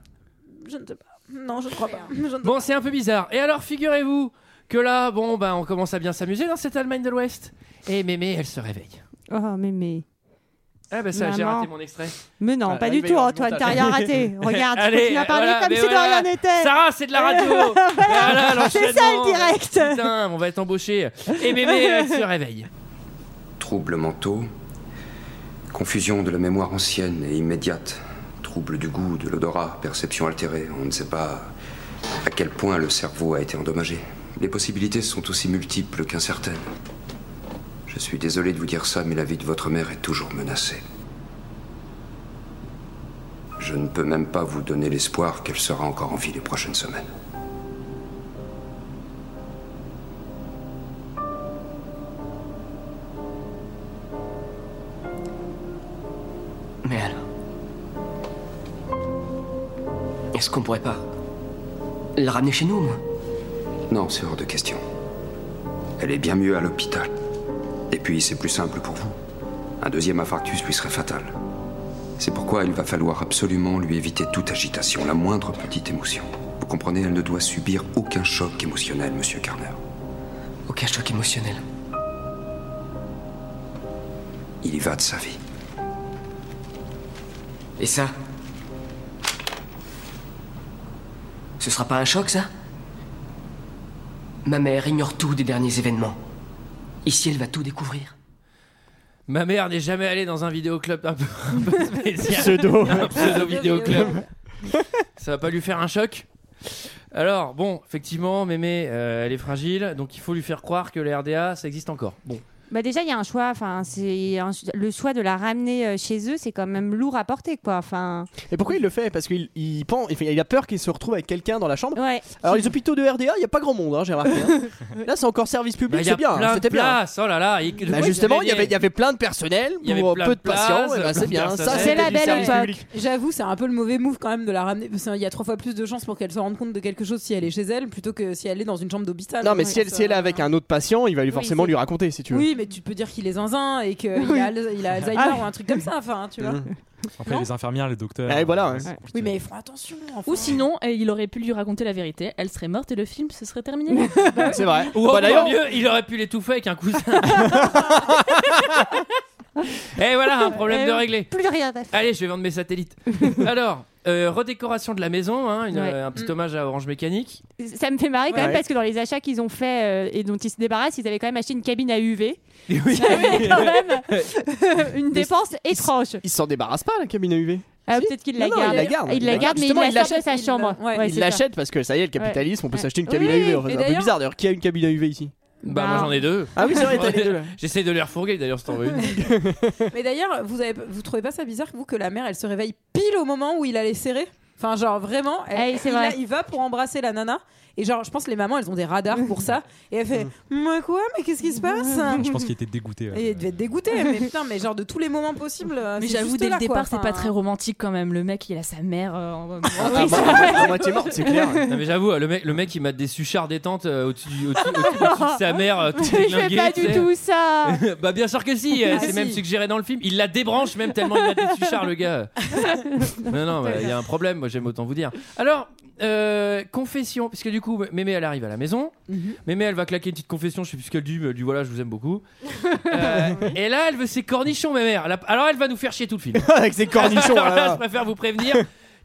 Speaker 11: je ne sais pas. Non, je ne crois pas. Je ne-
Speaker 1: Bon, c'est un peu bizarre. Et alors, figurez-vous que là, bon, bah, on commence à bien s'amuser dans cette Allemagne de l'Ouest. Et Mémé, elle se réveille.
Speaker 7: Oh, mais, mais...
Speaker 1: Ah bah ça, j'ai
Speaker 7: Maman. Euh.
Speaker 1: raté mon extrait.
Speaker 7: mais non,
Speaker 1: Ah,
Speaker 7: pas
Speaker 1: là, il
Speaker 7: du
Speaker 1: va y
Speaker 7: tout,
Speaker 1: avoir du
Speaker 7: Antoine, t'as
Speaker 1: montage.
Speaker 7: rien raté. Regarde,
Speaker 1: Allez,
Speaker 7: tu as parlé
Speaker 1: voilà,
Speaker 7: comme
Speaker 1: mais
Speaker 7: si de
Speaker 1: voilà.
Speaker 7: rien n'était.
Speaker 1: Sarah, c'est de la radio Voilà
Speaker 7: C'est ça
Speaker 1: l'enchaînement.
Speaker 7: le direct.
Speaker 1: Putain, on va être embauché. Et Mémé, elle se réveille.
Speaker 5: Troubles mentaux, confusion de la mémoire ancienne et immédiate, troubles du goût, de l'odorat, perception altérée. On ne sait pas à quel point le cerveau a été endommagé. Les possibilités sont aussi multiples qu'incertaines. Je suis désolé de vous dire ça, mais la vie de votre mère est toujours menacée. Je ne peux même pas vous donner l'espoir qu'elle sera encore en vie les prochaines semaines.
Speaker 2: Mais alors Est-ce qu'on pourrait pas la ramener chez nous, moi.
Speaker 5: Non, c'est hors de question. Elle est bien mieux à l'hôpital. Et puis, c'est plus simple pour vous. Un deuxième infarctus lui serait fatal. C'est pourquoi il va falloir absolument lui éviter toute agitation, la moindre petite émotion. Vous comprenez, elle ne doit subir aucun choc émotionnel, monsieur Carner.
Speaker 2: Aucun choc émotionnel.
Speaker 5: Il y va de sa vie.
Speaker 2: Et ça Ce sera pas un choc, ça Ma mère ignore tout des derniers événements. Ici, elle va tout découvrir.
Speaker 1: Ma mère n'est jamais allée dans un vidéoclub un peu, un peu spécial.
Speaker 6: Pseudo.
Speaker 1: Un pseudo vidéoclub. Ça va pas lui faire un choc Alors, bon, effectivement, Mémé, euh, elle est fragile, donc il faut lui faire croire que la RDA, ça existe encore. Bon.
Speaker 7: Bah déjà, il y a un choix. Enfin, c'est un- le choix de la ramener euh, chez eux, c'est quand même lourd à porter, quoi. Enfin,
Speaker 6: Et pourquoi il le fait Parce qu'il il pense, enfin, il a peur qu'il se retrouve avec quelqu'un dans la chambre.
Speaker 7: ouais.
Speaker 6: Alors les hôpitaux de RDA, il y a pas grand monde, hein, j'ai remarqué. hein. Là, c'est encore service
Speaker 1: Bah,
Speaker 6: public,
Speaker 1: il y
Speaker 6: c'est
Speaker 1: a
Speaker 6: bien, hein,
Speaker 1: plein de
Speaker 6: c'était bien.
Speaker 1: places, oh là là. et-
Speaker 6: Bah,
Speaker 1: Oui,
Speaker 6: justement, il y
Speaker 1: des-
Speaker 6: avait, il y avait plein de personnel
Speaker 1: Il y avait
Speaker 6: pour
Speaker 1: plein
Speaker 6: peu
Speaker 1: de
Speaker 6: de
Speaker 1: places,
Speaker 6: patients, et bah,
Speaker 1: plein
Speaker 6: c'est
Speaker 1: de
Speaker 6: bien.
Speaker 1: personnels.
Speaker 6: Ça,
Speaker 1: C'est
Speaker 7: C'est la
Speaker 1: du
Speaker 7: belle
Speaker 1: service
Speaker 7: époque.
Speaker 1: public.
Speaker 11: J'avoue, c'est un peu le mauvais move quand même de la ramener. parce qu'il y a trois fois plus de chances pour qu'elle se rende compte de quelque chose si elle est chez elle plutôt que si elle est dans une chambre d'hôpital.
Speaker 6: Non, mais
Speaker 11: Ouais,
Speaker 6: si elle,
Speaker 11: ça-
Speaker 6: si elle est avec un autre patient, il va lui
Speaker 11: Oui,
Speaker 6: forcément
Speaker 11: c'est-
Speaker 6: lui raconter si tu veux.
Speaker 11: Oui, mais tu peux dire qu'il est zinzin et qu'il a, il a Alzheimer
Speaker 6: Ah.
Speaker 11: ou un truc comme ça, enfin, tu vois.
Speaker 6: Mhm.
Speaker 8: Après,
Speaker 11: Non.
Speaker 8: les infirmières, les docteurs.
Speaker 6: Eh, voilà, ouais.
Speaker 8: c'est compliqué.
Speaker 11: Oui, mais ils font attention. enfin.
Speaker 9: Ou sinon, euh, il aurait pu lui raconter la vérité, elle serait morte et le film se serait terminé.
Speaker 6: C'est vrai.
Speaker 1: Ou
Speaker 6: Bah,
Speaker 1: encore
Speaker 6: d'ailleurs,
Speaker 1: mieux, il aurait pu l'étouffer avec un cousin. Et voilà, un problème de
Speaker 7: Euh,
Speaker 1: réglé.
Speaker 7: Plus rien.
Speaker 1: Allez, je vais vendre mes satellites. Alors, euh, redécoration de la maison, hein, une-
Speaker 7: Ouais. Mm.
Speaker 1: euh, un petit hommage à Orange Mécanique.
Speaker 7: Ça me fait marrer quand
Speaker 6: Ouais.
Speaker 7: même parce que dans les achats qu'ils ont fait euh, et dont ils se débarrassent, ils avaient quand même acheté une cabine à UV.
Speaker 1: Oui.
Speaker 6: Ah
Speaker 7: C'est quand même une
Speaker 6: Mais
Speaker 7: dépense étrange.
Speaker 6: il s'en débarrasse pas, la cabine à UV.
Speaker 7: Ah,
Speaker 6: Si.
Speaker 7: peut-être qu'il
Speaker 6: Non,
Speaker 7: la
Speaker 6: non,
Speaker 7: garde.
Speaker 6: il la garde.
Speaker 7: Il la garde, mais
Speaker 6: Justement,
Speaker 7: il
Speaker 6: il
Speaker 7: la sort de sa
Speaker 11: l'achète, il
Speaker 7: chambre.
Speaker 11: la- ouais,
Speaker 7: Ouais,
Speaker 6: il
Speaker 7: c'est ça.
Speaker 6: l'achète parce que ça y est, le capitalisme, on peut
Speaker 7: Ouais.
Speaker 6: s'acheter une
Speaker 7: Oui,
Speaker 6: cabine à UV. en
Speaker 11: et
Speaker 6: fait. C'est un peu
Speaker 11: d'ailleurs-
Speaker 6: bizarre d'ailleurs. Qui a une cabine à UV ici
Speaker 1: Bah, moi j'en ai deux.
Speaker 6: Ah oui, c'est vrai, t'as les deux là.
Speaker 1: J'essaie de les refourguer d'ailleurs, c'est envoyé.
Speaker 11: Mais d'ailleurs, vous, avez, vous trouvez pas ça bizarre que vous, que la mère, elle se réveille pile au moment où il allait serrer Enfin, genre vraiment, elle-
Speaker 7: Eh, c'est
Speaker 11: il,
Speaker 7: vrai.
Speaker 11: a- il va pour embrasser la nana. Et genre, je pense que les mamans, elles ont des radars pour ça. Et elle
Speaker 6: Mm.
Speaker 11: fait Mais quoi Mais qu'est-ce qui se passe
Speaker 8: Je pense qu'il était dégoûté.
Speaker 11: Et
Speaker 8: euh,
Speaker 11: elle devait être dégoûtée. Mais putain, mais genre de tous les moments possibles. euh,
Speaker 9: Mais
Speaker 11: c'est
Speaker 9: j'avoue,
Speaker 11: juste
Speaker 9: dès
Speaker 11: là,
Speaker 9: le
Speaker 11: quoi.
Speaker 9: départ, c'est
Speaker 11: Enfin,
Speaker 9: pas très romantique quand même. Le mec, il a sa mère euh, en-
Speaker 6: Ah, bah, à moitié morte, c'est clair.
Speaker 1: Non, Ah, mais j'avoue, le mec, le mec il m'a des suchards détentes euh, au-dessus du- au-dessus- au-dessus- au-dessus de sa mère, euh, tout
Speaker 7: Je fais
Speaker 1: déglingué,
Speaker 7: pas
Speaker 1: tu sais.
Speaker 7: du tout ça.
Speaker 1: bah bien sûr que si, euh,
Speaker 11: Ah,
Speaker 1: c'est
Speaker 11: si.
Speaker 1: même suggéré dans le film. Il la débranche même tellement il a des suchards le gars. non non, bah, il y a un problème. Moi j'aime autant vous dire. Alors euh, confession, puisque du coup Mémé elle arrive à la maison.
Speaker 11: Mhm.
Speaker 1: Mémé elle va claquer une petite confession. Je sais plus ce qu'elle dit, mais elle dit voilà je vous aime beaucoup. Euh, et là elle veut ses cornichons Mémé. Elle a- Alors elle va nous faire chier tout le film.
Speaker 6: Avec ses cornichons.
Speaker 1: Alors
Speaker 6: là,
Speaker 1: là,
Speaker 6: là.
Speaker 1: je préfère vous prévenir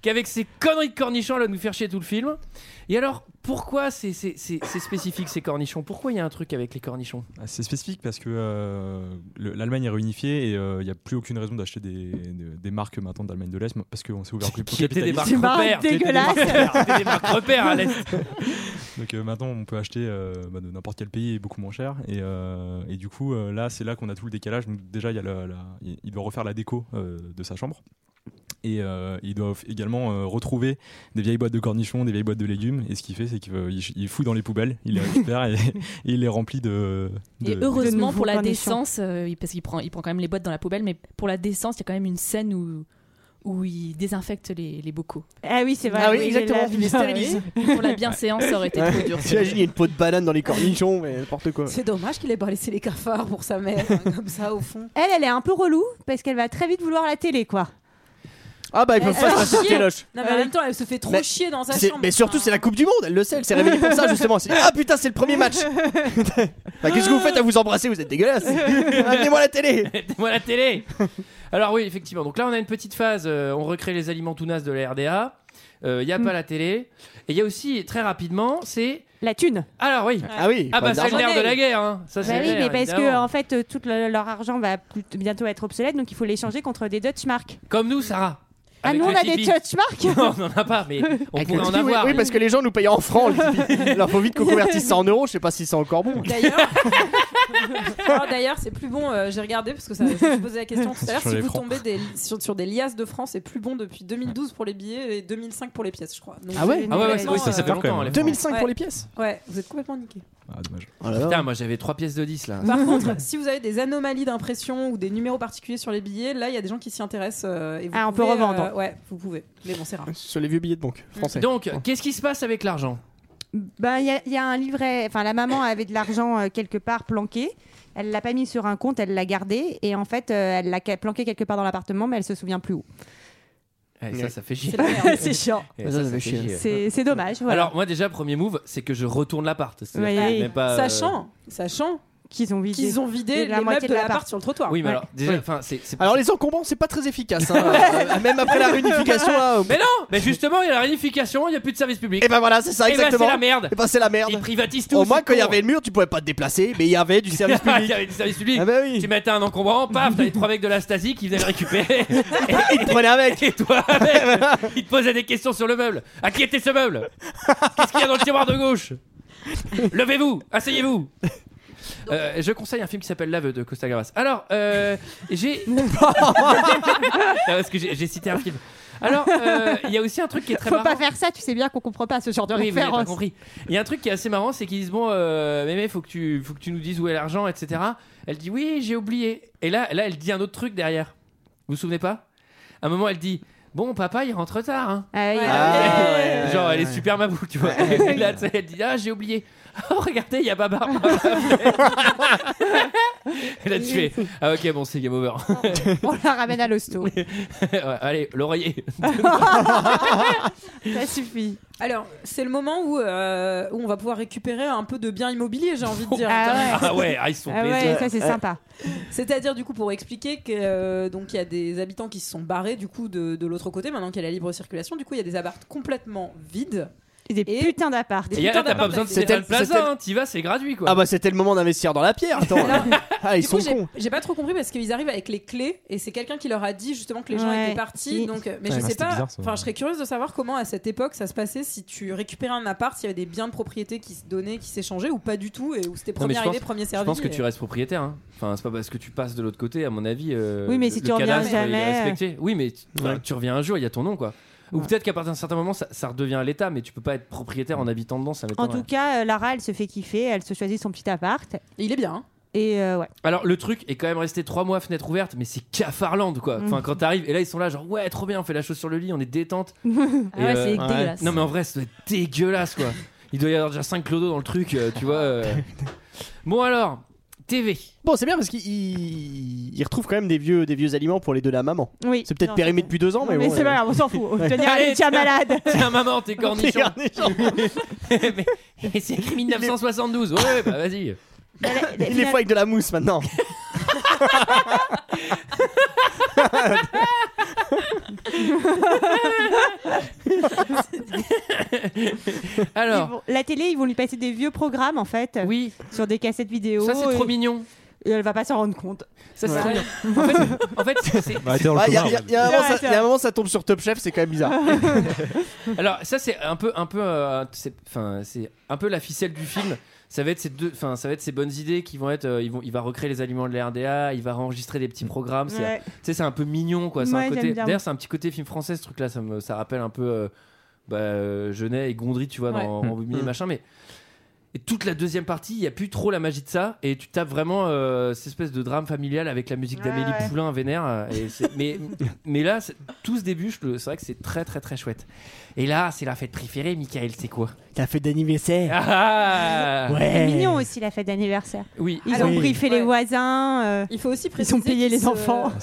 Speaker 1: qu'avec ces conneries de cornichons, elle va nous faire chier tout le film. Et alors, pourquoi c'est c'est- c'est- c'est spécifique ces cornichons Pourquoi il y a un truc avec les cornichons
Speaker 8: C'est spécifique parce que euh, le- l'Allemagne est réunifiée et euh, il n'y a plus aucune raison d'acheter des, de- des marques maintenant d'Allemagne de l'Est parce qu'on s'est ouvert au
Speaker 1: Qui étaient des
Speaker 8: capitalisme.
Speaker 1: marques
Speaker 7: C'est marrant,
Speaker 1: repères.
Speaker 7: dégueulasse.
Speaker 1: C'était des marques repères à l'Est.
Speaker 8: Donc euh, maintenant, on peut acheter euh, bah, de n'importe quel pays et beaucoup moins cher. Et, euh, et du coup, euh, là, c'est là qu'on a tout le décalage. Donc déjà, il, y a la- la- il il doit refaire la déco euh, de sa chambre. Et euh, ils doivent également euh, retrouver des vieilles boîtes de cornichons, des vieilles boîtes de légumes. Et ce qu'il fait, c'est qu'il euh, il- il fout dans les poubelles, il les récupère et, et il les remplit de. de-
Speaker 9: Et heureusement
Speaker 7: nouveaux
Speaker 9: pour la
Speaker 7: cornichons.
Speaker 9: décence, euh, il- parce qu'il prend, il prend quand même les boîtes dans la poubelle, mais pour la décence, il y a quand même une scène où, où il désinfecte les, les bocaux.
Speaker 7: Ah oui, Ah c'est vrai.
Speaker 6: Ah oui,
Speaker 7: il est
Speaker 6: exactement,
Speaker 7: là.
Speaker 6: il les stérilise.
Speaker 9: Pour la bienséance, ça aurait été trop dur.
Speaker 6: T'imagines, il y a une peau de banane dans les cornichons, mais n'importe quoi.
Speaker 11: C'est dommage qu'il ait pas laissé les cafards pour sa mère, hein, comme ça, au fond.
Speaker 7: Elle, elle est un peu relou parce qu'elle va très vite vouloir la télé, quoi.
Speaker 6: Ah bah, ils
Speaker 7: Eh,
Speaker 6: peuvent pas se passer de
Speaker 11: chier.
Speaker 6: téloche.
Speaker 11: Non, mais en même temps, elle se fait trop
Speaker 6: Mais
Speaker 11: chier dans sa
Speaker 6: C'est-
Speaker 11: chambre.
Speaker 6: Mais surtout,
Speaker 11: enfin.
Speaker 6: c'est la Coupe du Monde, elle le sait, elle s'est réveillée pour ça justement. Elle s'est dit, ah putain, c'est le premier match. Bah, Qu'est-ce que vous faites à vous embrasser Vous êtes dégueulasse. Amenez-moi la télé.
Speaker 1: Moi la télé. Alors oui, effectivement. Donc là, on a une petite phase. euh, on recrée les aliments tout nazes de la RDA. Il n'y a pas la télé. Et il y a aussi, très rapidement, c'est...
Speaker 7: La thune.
Speaker 1: Alors oui.
Speaker 6: Ah oui.
Speaker 1: Ah bah
Speaker 6: pas
Speaker 1: c'est le
Speaker 6: d'argent.
Speaker 1: nerf de la guerre. hein. Ça, c'est
Speaker 7: Bah
Speaker 1: le
Speaker 7: oui,
Speaker 1: nerf,
Speaker 7: mais parce que
Speaker 1: évidemment.
Speaker 7: en fait, euh, tout le- leur argent va plus- bientôt être obsolète, donc il faut l'échanger contre des Dutch marks.
Speaker 1: Comme nous, Sarah.
Speaker 7: Ah,
Speaker 1: Avec
Speaker 7: nous on
Speaker 1: le
Speaker 7: a des
Speaker 1: Tipeee.
Speaker 7: Dutch marks
Speaker 1: Non, on n'en a pas, mais on
Speaker 6: Avec
Speaker 1: pourrait
Speaker 6: le
Speaker 1: en
Speaker 6: Tipeee, oui,
Speaker 1: avoir.
Speaker 6: Oui, parce que les gens nous payent en francs. les Tipeee. Alors faut vite qu'on convertisse ça en euros, je sais pas si c'est encore bon.
Speaker 11: D'ailleurs, Alors, D'ailleurs, c'est plus bon. euh, J'ai regardé parce que ça, je me suis posé la question tout à l'heure.
Speaker 8: Sur
Speaker 11: Si
Speaker 8: les
Speaker 11: vous
Speaker 8: francs.
Speaker 11: tombez des- sur, sur des liasses de francs, c'est plus bon depuis 2012 pour les billets et 2005 pour les pièces, je crois. Donc,
Speaker 6: Ah ouais
Speaker 11: c'est
Speaker 1: Ah ouais, ouais,
Speaker 11: complètement,
Speaker 1: oui, ça, ça fait
Speaker 11: euh,
Speaker 1: longtemps. hein, les
Speaker 6: 2005 pour
Speaker 11: Ouais.
Speaker 6: les pièces
Speaker 11: Ouais, vous êtes complètement niqué.
Speaker 8: Ah, dommage.
Speaker 1: francs. Putain, moi j'avais 3 pièces de 10 là.
Speaker 11: Par contre, si vous avez des anomalies d'impression ou des numéros particuliers sur les billets, là, il y a des gens qui s'y intéressent. euh, et vous
Speaker 7: Ah, on peut
Speaker 11: pouvez,
Speaker 7: revendre.
Speaker 11: euh, ouais, vous pouvez. Mais bon, c'est rare.
Speaker 6: Sur les vieux billets de banque français.
Speaker 1: Donc, qu'est-ce qui se passe avec l'argent
Speaker 7: Ben, il y, a- il y a un livret. Enfin, la maman avait de l'argent euh, quelque part planqué. Elle l'a pas mis sur un compte, elle l'a gardé et en fait, euh, elle l'a ca- planqué quelque part dans l'appartement, mais elle se souvient plus où.
Speaker 1: Eh, Ça,
Speaker 6: Ouais.
Speaker 1: ça fait chier.
Speaker 11: C'est la merde.
Speaker 7: c'est chiant.
Speaker 1: Eh,
Speaker 6: Ça,
Speaker 1: ça,
Speaker 6: ça
Speaker 1: ça
Speaker 6: fait
Speaker 1: fait
Speaker 6: chier.
Speaker 1: chier.
Speaker 7: C'est c'est dommage. Voilà.
Speaker 1: Alors, moi déjà, premier move, c'est que je retourne l'appart. C'est-à-dire
Speaker 7: Ouais,
Speaker 1: que
Speaker 7: ouais.
Speaker 1: même pas, euh,
Speaker 11: Sachant, sachant
Speaker 7: qu'ils ont vidé.
Speaker 11: qu'ils ont vidé
Speaker 7: Et la
Speaker 11: les
Speaker 7: moitié
Speaker 11: meubles
Speaker 7: de
Speaker 11: de
Speaker 7: l'appart.
Speaker 11: l'appart sur le trottoir.
Speaker 1: Oui, mais
Speaker 7: Ouais.
Speaker 1: alors, déjà, enfin, c'est. c'est-
Speaker 6: Alors les encombrants, c'est pas très efficace. hein. Euh, Même après la réunification, là.
Speaker 1: Mais non Mais justement, il y a la réunification, il n'y a plus de service public.
Speaker 6: Et ben voilà, c'est ça
Speaker 1: Eh ben, c'est
Speaker 6: exactement.
Speaker 1: la merde
Speaker 6: Et ben c'est la merde.
Speaker 1: Ils privatisent tout
Speaker 6: Au moins
Speaker 1: c'est
Speaker 6: quand il y
Speaker 1: con.
Speaker 6: avait le mur, tu pouvais pas te déplacer, mais il y avait du service
Speaker 1: il
Speaker 6: public.
Speaker 1: y avait du service public.
Speaker 6: Ah bah oui.
Speaker 1: Tu mettais un encombrant, paf, t'avais trois mecs de la Stasi qui venaient le récupérer.
Speaker 6: Il te prenait avec.
Speaker 1: Et toi, avec, il te posait des questions sur le meuble. À qui était ce meuble Qu'est-ce qu'il y a dans le tiroir de gauche Levez-vous, asseyez-vous. Euh, je conseille un film qui s'appelle L'aveu de Costa Gavras. Alors, euh, j'ai. Non, parce que j'ai j'ai cité un film. Alors, euh, il y a aussi un truc qui est très
Speaker 7: Faut
Speaker 1: marrant.
Speaker 7: pas faire ça, tu sais bien qu'on comprend pas ce genre de
Speaker 1: Oui, vous avez pas
Speaker 7: référence.
Speaker 1: compris. Il y a un truc qui est assez marrant, c'est qu'ils disent bon, euh, mémé, faut que tu, faut que tu nous dises où est l'argent, etc. Elle dit oui, j'ai oublié. Et là, là, elle dit un autre truc derrière. Vous vous souvenez pas À un moment, elle dit bon, papa, il rentre tard. hein.
Speaker 7: Ah, il y a-
Speaker 6: Ah, ouais, ouais,
Speaker 1: Genre,
Speaker 6: ouais,
Speaker 1: elle est
Speaker 6: ouais.
Speaker 1: super maboule, tu vois. Et là, tu sais, elle dit ah, j'ai oublié. Oh, regardez, il y a Babar. Et là, tu fais ah ok, bon, c'est game over.
Speaker 7: On la ramène à l'hosto.
Speaker 1: Ouais, Allez, l'oreiller.
Speaker 7: ça suffit.
Speaker 11: Alors, c'est le moment où, euh, où on va pouvoir récupérer un peu de biens immobiliers, j'ai envie de dire.
Speaker 7: Ah ouais.
Speaker 1: Ah ouais, ah, ils sont
Speaker 7: Ah
Speaker 1: plaisants.
Speaker 7: ouais, ça c'est sympa.
Speaker 11: C'est-à-dire, du coup, pour expliquer que euh, donc il y a des habitants qui se sont barrés du coup de, de l'autre côté, maintenant qu'il y a la libre circulation, du coup, il y a des appartes complètement vides.
Speaker 7: Des
Speaker 11: Et-
Speaker 7: putains d'appart.
Speaker 1: Et y a- t'as
Speaker 11: Putain,
Speaker 1: pas
Speaker 11: d'appart,
Speaker 1: besoin de
Speaker 11: c'était-
Speaker 1: Stéphane
Speaker 6: c'était-
Speaker 1: Plaza, hein, t'y vas, c'est gratuit quoi.
Speaker 6: Ah bah c'était le moment d'investir dans la pierre. Attends. ah ils
Speaker 11: du
Speaker 6: sont
Speaker 11: coup, j'ai-
Speaker 6: cons.
Speaker 11: j'ai pas trop compris parce qu'ils arrivent avec les clés et c'est quelqu'un qui leur a dit justement que les gens
Speaker 7: Ouais.
Speaker 11: étaient partis.
Speaker 7: Si.
Speaker 11: Donc, euh, mais
Speaker 8: Ouais,
Speaker 11: je sais
Speaker 8: c'était
Speaker 11: pas.
Speaker 8: bizarre, ça.
Speaker 11: Enfin, je serais curieuse de savoir comment à cette époque ça se passait si tu récupérais un appart, s'il y avait des biens de propriété qui se donnaient, qui s'échangeaient ou pas du tout et où c'était
Speaker 1: Non, mais
Speaker 11: premier
Speaker 1: je
Speaker 11: arrivé,
Speaker 1: pense-
Speaker 11: premier
Speaker 1: Je
Speaker 11: servi.
Speaker 1: pense que
Speaker 11: et-
Speaker 7: euh.
Speaker 1: tu restes propriétaire. hein. Enfin, c'est pas parce que tu passes de l'autre côté, à mon avis. euh,
Speaker 7: Oui, mais
Speaker 1: le-
Speaker 7: si
Speaker 1: le
Speaker 7: tu reviens
Speaker 1: cadastre, il est
Speaker 7: jamais, euh.
Speaker 1: respecté. Oui, mais tu, enfin, tu reviens un jour, il y a ton nom, quoi. Ou
Speaker 7: Ouais.
Speaker 1: peut-être qu'à partir d'un certain moment, ça, ça redevient à l'État, mais tu peux pas être propriétaire en habitant dedans, ça
Speaker 7: En
Speaker 1: m'étonnerait.
Speaker 7: tout cas, euh, Lara, elle se fait kiffer, elle se choisit son petit appart.
Speaker 11: Et Il est bien. hein.
Speaker 7: Et euh, ouais.
Speaker 1: Alors, le truc est quand même resté trois mois fenêtre ouverte, mais c'est cafarlande, quoi.
Speaker 7: Mm.
Speaker 1: Enfin, quand t'arrives, et là, ils sont là, genre, ouais, trop bien, on fait la chose sur le lit, on est détente.
Speaker 9: Ah ouais,
Speaker 1: Et,
Speaker 9: c'est
Speaker 1: euh,
Speaker 9: dégueulasse.
Speaker 1: Non, mais en vrai, ça doit être dégueulasse, quoi. Il doit y avoir déjà 5 clodos dans le truc, euh, tu vois. euh. Bon, alors, TV.
Speaker 6: Bon c'est bien parce qu'ils ils- ils retrouvent quand même des vieux des vieux aliments pour les deux la maman.
Speaker 7: Oui.
Speaker 6: C'est peut-être
Speaker 7: Non,
Speaker 6: périmé
Speaker 7: c'est-
Speaker 6: depuis deux ans mais,
Speaker 7: mais
Speaker 6: bon,
Speaker 7: c'est pas
Speaker 6: euh,
Speaker 7: grave, on s'en fout. Je veux dire,
Speaker 1: Allez,
Speaker 7: elle est
Speaker 1: tiens.
Speaker 7: déjà malade.
Speaker 1: Tiens, maman, t'es cornichon.
Speaker 6: regardez, genre,
Speaker 1: mais, mais c'est écrit 1972. Ouais, ouais, bah vas-y.
Speaker 7: Elle est-
Speaker 6: Il les faut avec de la mousse maintenant.
Speaker 7: Ils
Speaker 1: Alors,
Speaker 7: vont- la télé, ils vont lui passer des vieux programmes en fait
Speaker 1: oui,
Speaker 7: sur des cassettes vidéo.
Speaker 1: ça c'est trop
Speaker 7: et-
Speaker 1: mignon.
Speaker 7: Et elle va pas s'en rendre compte.
Speaker 1: Ça c'est
Speaker 6: Ouais.
Speaker 1: trop mignon. En fait, en fait, c'est-
Speaker 8: Bah, t'es dans le
Speaker 6: Ouais, Il y a-
Speaker 8: cauchemar.
Speaker 6: il y a- il y a un moment,
Speaker 7: Ouais,
Speaker 6: ça-
Speaker 7: c'est
Speaker 6: il y a un moment ça tombe sur Top Chef c'est quand même bizarre.
Speaker 1: alors ça c'est un peu, un peu, euh, c'est- enfin c'est un peu la ficelle du film. Ça va être ces deux, enfin ça va être ces bonnes idées qui vont être, euh, ils vont, il va recréer les aliments de la RDA, il va enregistrer des petits programmes. C'est,
Speaker 7: Ouais.
Speaker 1: Tu sais, c'est un peu mignon quoi. C'est
Speaker 7: Ouais,
Speaker 1: un côté,
Speaker 7: j'aime bien.
Speaker 1: d'ailleurs c'est un petit côté film français ce truc-là. Ça me, ça rappelle un peu. euh, bah, euh, Genet et Gondry, tu vois,
Speaker 11: Ouais.
Speaker 1: dans Rambouillet et
Speaker 6: Mm.
Speaker 1: machin, mais. Et toute la deuxième partie, il n'y a plus trop la magie de ça, et tu tapes vraiment euh, cette espèce de drame familial avec la musique d'Amélie
Speaker 7: Ouais, ouais.
Speaker 1: Poulain vénère. euh, Et c'est- mais, mais là, c'est- tout ce début, je le- c'est vrai que c'est très très très chouette. Et là, c'est la fête préférée, Michael, c'est quoi
Speaker 6: T'as fait d'anniversaire.
Speaker 1: Ah
Speaker 7: C'est
Speaker 6: Ouais.
Speaker 7: mignon aussi la fête d'anniversaire.
Speaker 1: Oui,
Speaker 7: Ils
Speaker 11: Alors,
Speaker 7: ont
Speaker 6: oui.
Speaker 7: briefé
Speaker 11: Ouais.
Speaker 7: les voisins. euh,
Speaker 11: Il faut aussi
Speaker 7: Ils
Speaker 11: préciser
Speaker 7: ont payé
Speaker 11: qu'ils
Speaker 7: les
Speaker 11: se-
Speaker 7: enfants.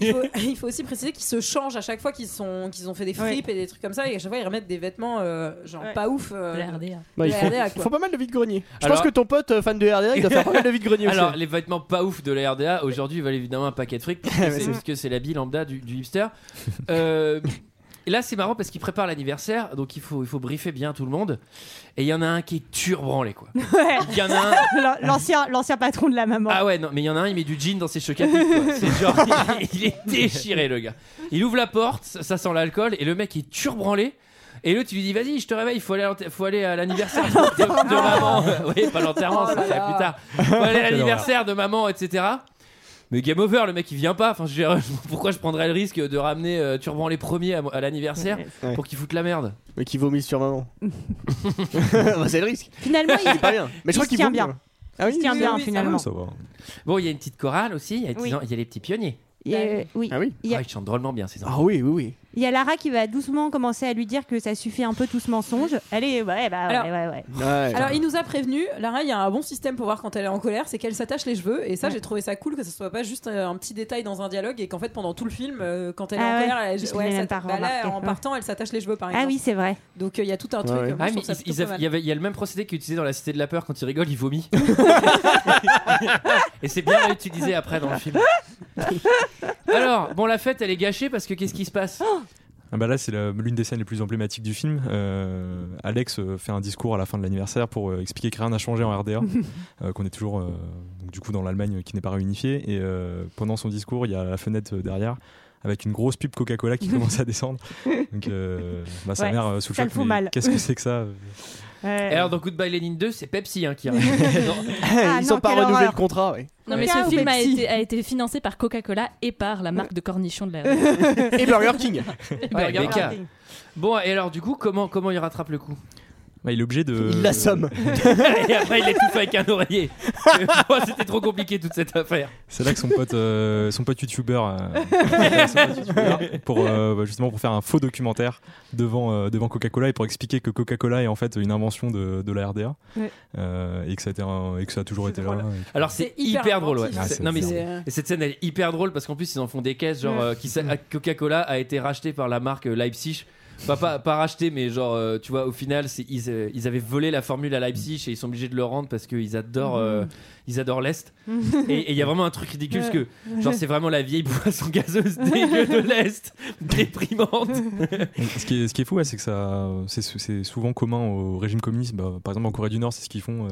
Speaker 11: il, faut, il faut aussi préciser qu'ils se changent à chaque fois qu'ils sont qu'ils ont fait des fripes et des trucs comme ça et à chaque fois ils remettent des vêtements euh, genre
Speaker 7: Ouais.
Speaker 11: pas ouf. euh,
Speaker 9: De la RDA.
Speaker 6: Bah,
Speaker 11: Ouais,
Speaker 6: ils, font,
Speaker 11: RDA,
Speaker 6: ils
Speaker 11: quoi.
Speaker 6: font pas mal de vide-grenier. Je
Speaker 1: Alors-
Speaker 6: pense que ton pote euh, fan de RDA, il doit faire pas mal de vide-grenier aussi.
Speaker 1: Alors, les vêtements pas ouf de la RDA, aujourd'hui, ils valent évidemment un paquet de fric, parce que c'est- parce que c'est l'habit lambda du, du hipster. Euh, et là, c'est marrant parce qu'il prépare l'anniversaire, donc il faut, il faut briefer bien tout le monde. Et il y en a un qui est turbranlé, quoi.
Speaker 7: ouais.
Speaker 1: Il y en a un.
Speaker 7: L'an- L'ancien, l'ancien patron de la maman.
Speaker 1: Ah ouais, non, mais il y en a un, il met du jean dans ses cheveux catholiques, quoi. C'est genre, il, il est déchiré, le gars. Il ouvre la porte, ça sent l'alcool, et le mec est turbranlé. Et l'autre, tu lui dis, vas-y, je te réveille, faut aller, à l'enter- faut aller à l'anniversaire de, de maman. oui, pas l'enterrement,
Speaker 7: Oh
Speaker 1: ça, c'est plus tard. Faut aller à l'anniversaire de maman, etc. Mais game over, le mec il vient pas. Enfin, je veux dire, pourquoi je prendrais le risque de ramener euh, Turban les premiers à, à l'anniversaire
Speaker 6: Ouais.
Speaker 1: pour qu'ils foutent la merde
Speaker 6: Mais qui vomit sur maman. Bah, c'est le risque.
Speaker 7: Finalement, il,
Speaker 6: C'est pas bien. Mais je
Speaker 7: il
Speaker 6: crois
Speaker 7: se
Speaker 6: qu'il
Speaker 7: tient
Speaker 6: vomit,
Speaker 7: bien.
Speaker 6: hein. Ah
Speaker 7: il se tient bien finalement.
Speaker 1: Bon, il y a une petite chorale aussi, il y a, les petits-
Speaker 7: Oui.
Speaker 1: il y a les petits pionniers.
Speaker 7: Il y a- oui.
Speaker 6: Ah oui
Speaker 7: Il y a-
Speaker 1: Ah, ils chantent drôlement bien ces enfants.
Speaker 6: Ah oui, oui, oui.
Speaker 7: Il y a Lara qui va doucement commencer à lui dire que ça suffit un peu tout ce mensonge. Allez, ouais, bah,
Speaker 11: Alors-
Speaker 7: ouais, ouais, ouais.
Speaker 6: Ouais.
Speaker 11: Alors, il nous a prévenu, Lara, il y a un bon système pour voir quand elle est en colère, c'est qu'elle s'attache les cheveux. Et ça, j'ai trouvé ça cool que ce soit pas juste euh, un petit détail dans un dialogue et qu'en fait, pendant tout le film, euh, quand elle est
Speaker 7: Ah
Speaker 11: en
Speaker 7: ouais,
Speaker 11: colère, elle,
Speaker 7: je l'ai
Speaker 11: ouais,
Speaker 7: même
Speaker 11: ça-
Speaker 7: pas
Speaker 11: bah là,
Speaker 7: remarqué,
Speaker 11: en
Speaker 7: ouais.
Speaker 11: partant, elle s'attache les cheveux par
Speaker 7: Ah
Speaker 11: exemple.
Speaker 7: oui, c'est vrai.
Speaker 11: Donc, euh, il y a tout un truc.
Speaker 6: ouais.
Speaker 11: euh, moi,
Speaker 1: Ah,
Speaker 11: je
Speaker 1: mais
Speaker 11: trouve ça
Speaker 1: ils-
Speaker 11: plutôt
Speaker 1: ils avaient-
Speaker 11: pas mal.
Speaker 1: il y, avait, il y a le même procédé qu'ils utilisaient dans La Cité de la Peur quand ils rigolent, ils vomissent. Et c'est bien réutilisé après dans le film. Alors, bon, la fête elle est gâchée parce que qu'est-ce qui se passe
Speaker 8: Ah bah là, c'est la- l'une des scènes les plus emblématiques du film. Euh, Alex euh, fait un discours à la fin de l'anniversaire pour euh, expliquer que rien n'a changé en RDA, euh, qu'on est toujours euh, donc, du coup dans l'Allemagne euh, qui n'est pas réunifiée. Et euh, pendant son discours, il y a la fenêtre euh, derrière avec une grosse pub Coca-Cola qui commence à descendre. Donc, euh, bah, sa
Speaker 7: Ouais,
Speaker 8: mère euh, sous le
Speaker 7: ça
Speaker 8: choc,
Speaker 7: le fout
Speaker 8: mais
Speaker 7: mal.
Speaker 8: Qu'est-ce que c'est que ça
Speaker 6: Euh,
Speaker 7: Ouais.
Speaker 1: Et Alors, dans Goodbye Lenin 2, c'est Pepsi hein, qui arrive. Non,
Speaker 7: Ah,
Speaker 6: Ils
Speaker 7: non,
Speaker 6: sont pas
Speaker 7: quelle
Speaker 6: renouvelés
Speaker 7: horreur.
Speaker 6: le contrat, ouais.
Speaker 9: Non, mais
Speaker 7: Coca
Speaker 9: ce
Speaker 7: ou
Speaker 9: film a
Speaker 7: Pepsi
Speaker 9: été, a été financé par Coca-Cola et par la marque de cornichons de la.
Speaker 6: Et Burger King.
Speaker 1: Burger
Speaker 7: Burger
Speaker 1: King.
Speaker 7: King.
Speaker 1: Bon, et alors, du coup, comment, comment il rattrape le coup
Speaker 8: Bah, Il est obligé de.
Speaker 6: Il l'assomme.
Speaker 1: Et après, il l'étouffe avec un oreiller. Moi, C'était trop compliqué toute cette affaire.
Speaker 8: C'est là que son pote, euh, son pote youtubeur, euh, son pote youtubeur, pour euh, bah, justement pour faire un faux documentaire devant euh, devant Coca-Cola et pour expliquer que Coca-Cola est en fait une invention de, de la RDA
Speaker 7: Ouais.
Speaker 8: euh, et que ça a été un- et que ça a toujours
Speaker 11: C'est
Speaker 8: été
Speaker 11: drôle.
Speaker 8: là.
Speaker 1: Alors, c'est
Speaker 11: C'est hyper
Speaker 1: hyper, drôle, ouais.
Speaker 11: inventif.
Speaker 8: Ah,
Speaker 1: C'est-
Speaker 8: c'est
Speaker 1: non, mais
Speaker 8: bizarre.
Speaker 1: c'est-
Speaker 11: C'est, euh,
Speaker 1: Et cette scène elle est hyper drôle parce qu'en plus ils en font des caisses genre
Speaker 7: Ouais.
Speaker 1: euh, qui sa- à- Coca-Cola a été racheté par la marque euh, Leipzig. Pas, pas, pas racheté mais genre euh, tu vois au final c'est- ils, euh, ils avaient volé la formule à Leipzig et ils sont obligés de le rendre parce qu'ils adorent euh, ils adorent l'Est et et il y a vraiment un truc ridicule parce que genre c'est vraiment la vieille boisson gazeuse dégueu de l'Est déprimante
Speaker 8: Et Ce qui est ce qui est fou, ouais, c'est que ça c'est sou- c'est souvent commun au régime communiste. Bah, par exemple en Corée du Nord, c'est ce qu'ils font euh,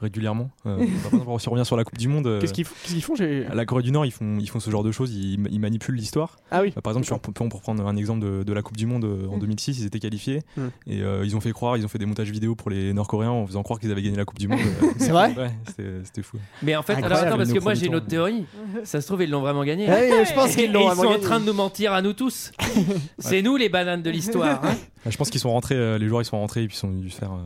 Speaker 8: régulièrement. Euh, bah, par exemple, si on revient sur la Coupe du Monde. euh,
Speaker 6: Qu'est-ce qu'ils font- qu'est-ce qu'ils font j'ai-
Speaker 8: à la Corée du Nord, ils font, ils font ce genre de choses, ils, ils manipulent l'histoire.
Speaker 6: Ah oui.
Speaker 8: Euh, Par exemple, sur- pour, pour prendre un exemple de, de la Coupe du Monde euh, en
Speaker 7: Mm.
Speaker 8: 2006, ils étaient qualifiés
Speaker 6: Mm.
Speaker 8: et euh, ils ont fait croire, ils ont fait des montages vidéo pour les Nord-Coréens en faisant croire qu'ils avaient gagné la Coupe du Monde. Euh,
Speaker 6: C'est vrai
Speaker 8: Ouais, c'était c'était fou.
Speaker 1: mais en fait alors
Speaker 8: Incroyable,
Speaker 1: attends parce
Speaker 8: nos
Speaker 1: que moi j'ai une
Speaker 8: chronicons.
Speaker 1: autre théorie ça se trouve ils l'ont vraiment gagné hein.
Speaker 6: Ah oui, je pense
Speaker 1: et, et
Speaker 6: qu'ils
Speaker 1: ils
Speaker 6: l'ont
Speaker 1: sont
Speaker 6: vraiment
Speaker 1: en
Speaker 6: gagné.
Speaker 1: train de nous mentir à nous tous c'est nous les bananes de l'histoire hein.
Speaker 8: Ah, je pense qu'ils sont rentrés, euh, les joueurs ils sont rentrés et puis ils sont dû faire. euh,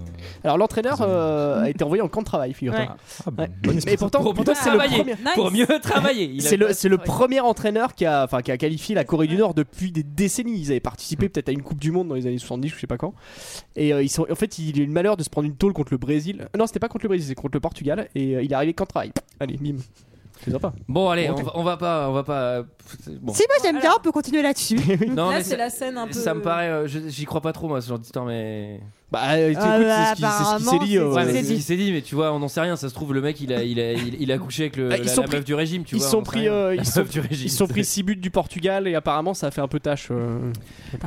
Speaker 6: Alors l'entraîneur euh, a été envoyé en camp de travail, figure-toi.
Speaker 7: Ouais.
Speaker 8: Ah, bon,
Speaker 6: Ouais.
Speaker 8: bon esprit.
Speaker 6: Mais pourtant,
Speaker 1: Pour
Speaker 6: pourtant,
Speaker 1: mieux
Speaker 6: c'est le
Speaker 1: travailler.
Speaker 6: premier.
Speaker 1: pour
Speaker 11: nice.
Speaker 1: mieux travailler Il a
Speaker 6: C'est le,
Speaker 1: pas
Speaker 6: c'est le
Speaker 1: travaillé.
Speaker 6: premier entraîneur qui a, enfin, qui a qualifié la Corée du Nord depuis des décennies. Ils avaient participé peut-être à une Coupe du Monde dans les années 70, je sais pas quand. Et euh, ils sont, en fait, il a eu le malheur de se prendre une tôle contre le Brésil. Euh, Non, c'était pas contre le Brésil, c'est contre le Portugal. Et euh, il est arrivé qu'en travail. Allez, mime. C'est sympa.
Speaker 1: Bon allez, on va, on va pas, on va pas. Bon.
Speaker 7: Si, moi j'aime bien, on peut continuer là-dessus.
Speaker 1: Non
Speaker 11: Là,
Speaker 1: mais
Speaker 11: c'est
Speaker 1: ça,
Speaker 11: la scène un peu.
Speaker 1: ça me paraît, euh, je- j'y crois pas trop moi ce genre d'histoire, mais.
Speaker 6: Bah, euh, écoute,
Speaker 7: Ah, bah,
Speaker 6: c'est ce qui- c'est ce qui s'est
Speaker 7: apparemment,
Speaker 6: dit. euh,
Speaker 7: c'est-
Speaker 1: Ouais, mais
Speaker 7: c'est
Speaker 1: c'est ce
Speaker 7: dit.
Speaker 1: qui s'est dit, mais tu vois, on n'en sait rien. Ça se trouve le mec il a, il a, il, il a couché avec le,
Speaker 6: Bah,
Speaker 1: la,
Speaker 6: ils
Speaker 1: la
Speaker 6: sont
Speaker 1: meuf
Speaker 6: pris-
Speaker 1: du régime, tu
Speaker 6: ils
Speaker 1: vois.
Speaker 6: sont
Speaker 1: on sait
Speaker 6: pris,
Speaker 1: rien.
Speaker 6: euh,
Speaker 1: La
Speaker 6: ils sont-
Speaker 1: meuf du régime.
Speaker 6: Ils se sont pris 6 buts du Portugal et apparemment ça a fait un peu tâche. euh.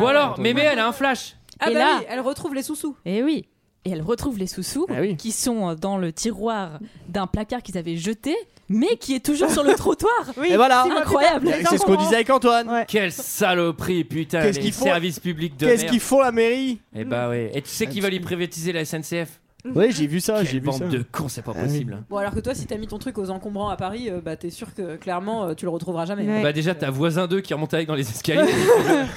Speaker 1: Ou alors, mémé elle a un flash.
Speaker 11: Ah,
Speaker 9: Et
Speaker 11: bah
Speaker 9: là-
Speaker 11: oui, elle retrouve les sous-sous.
Speaker 9: Et Eh oui. Et elle retrouve les sous-sous
Speaker 6: Ah oui.
Speaker 9: qui sont euh, dans le tiroir d'un placard qu'ils avaient jeté, mais qui est toujours sur le trottoir.
Speaker 6: Et voilà,
Speaker 9: C'est incroyable.
Speaker 6: c'est ce qu'on disait avec Antoine.
Speaker 1: Quelle saloperie, putain.
Speaker 6: Qu'est-ce
Speaker 1: les
Speaker 6: qu'ils font
Speaker 1: services publics de
Speaker 6: Qu'est-ce
Speaker 1: merde.
Speaker 6: qu'ils font la mairie
Speaker 1: Et bah ouais. Et tu sais qu'ils veulent y privatiser la SNCF.
Speaker 6: Oui, j'ai vu ça,
Speaker 1: Quelle
Speaker 6: Ah, j'ai vu
Speaker 1: bande
Speaker 6: ça.
Speaker 1: de cons, c'est pas
Speaker 6: Ah oui.
Speaker 1: possible. hein.
Speaker 11: Bon, alors que toi, si t'as mis ton truc aux encombrants à Paris, euh, bah t'es sûr que clairement, euh, tu le retrouveras jamais.
Speaker 7: Ouais.
Speaker 1: Bah déjà t'as voisin 2 qui remonte avec dans les escaliers.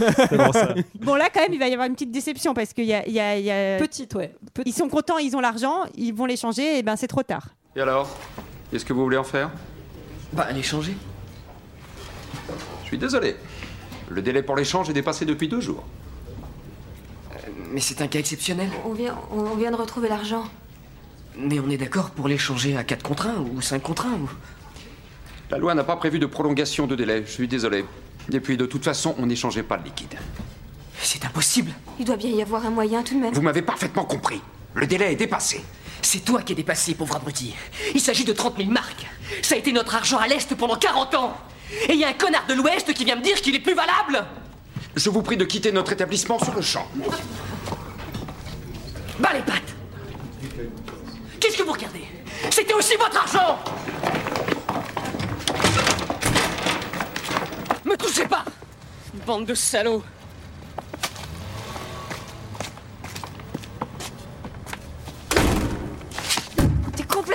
Speaker 7: Bon, là quand même, il va y avoir une petite déception parce qu'il y a. il y a- il y a-
Speaker 11: Petite, ouais. Petite.
Speaker 7: Ils sont contents, ils ont l'argent, ils vont les changer, et ben c'est trop tard.
Speaker 5: Et alors Qu'est-ce que vous voulez en faire
Speaker 4: Bah, elle est changée.
Speaker 5: Je suis désolé. Le délai pour l'échange est dépassé depuis deux jours.
Speaker 4: Mais c'est un cas exceptionnel.
Speaker 12: On vient, on, on vient de retrouver l'argent.
Speaker 4: Mais on est d'accord pour l'échanger à 4 contre 1 ou 5 contre 1 ou...
Speaker 5: La loi n'a pas prévu de prolongation de délai. Je suis désolé. Et puis, de toute façon, on n'échangeait pas de liquide.
Speaker 4: C'est impossible.
Speaker 12: Il doit bien y avoir un moyen tout de même.
Speaker 5: Vous m'avez parfaitement compris. Le délai est dépassé.
Speaker 4: C'est toi qui es dépassé, pauvre abruti. Il s'agit de 30 000 marques. Ça a été notre argent à l'Est pendant 40 ans. Et il y a un connard de l'Ouest qui vient me dire qu'il est plus valable.
Speaker 5: Je vous prie de quitter notre établissement sur le champ.
Speaker 4: Bah les pattes Qu'est-ce que vous regardez C'était aussi votre argent Me touchez pas Bande de salauds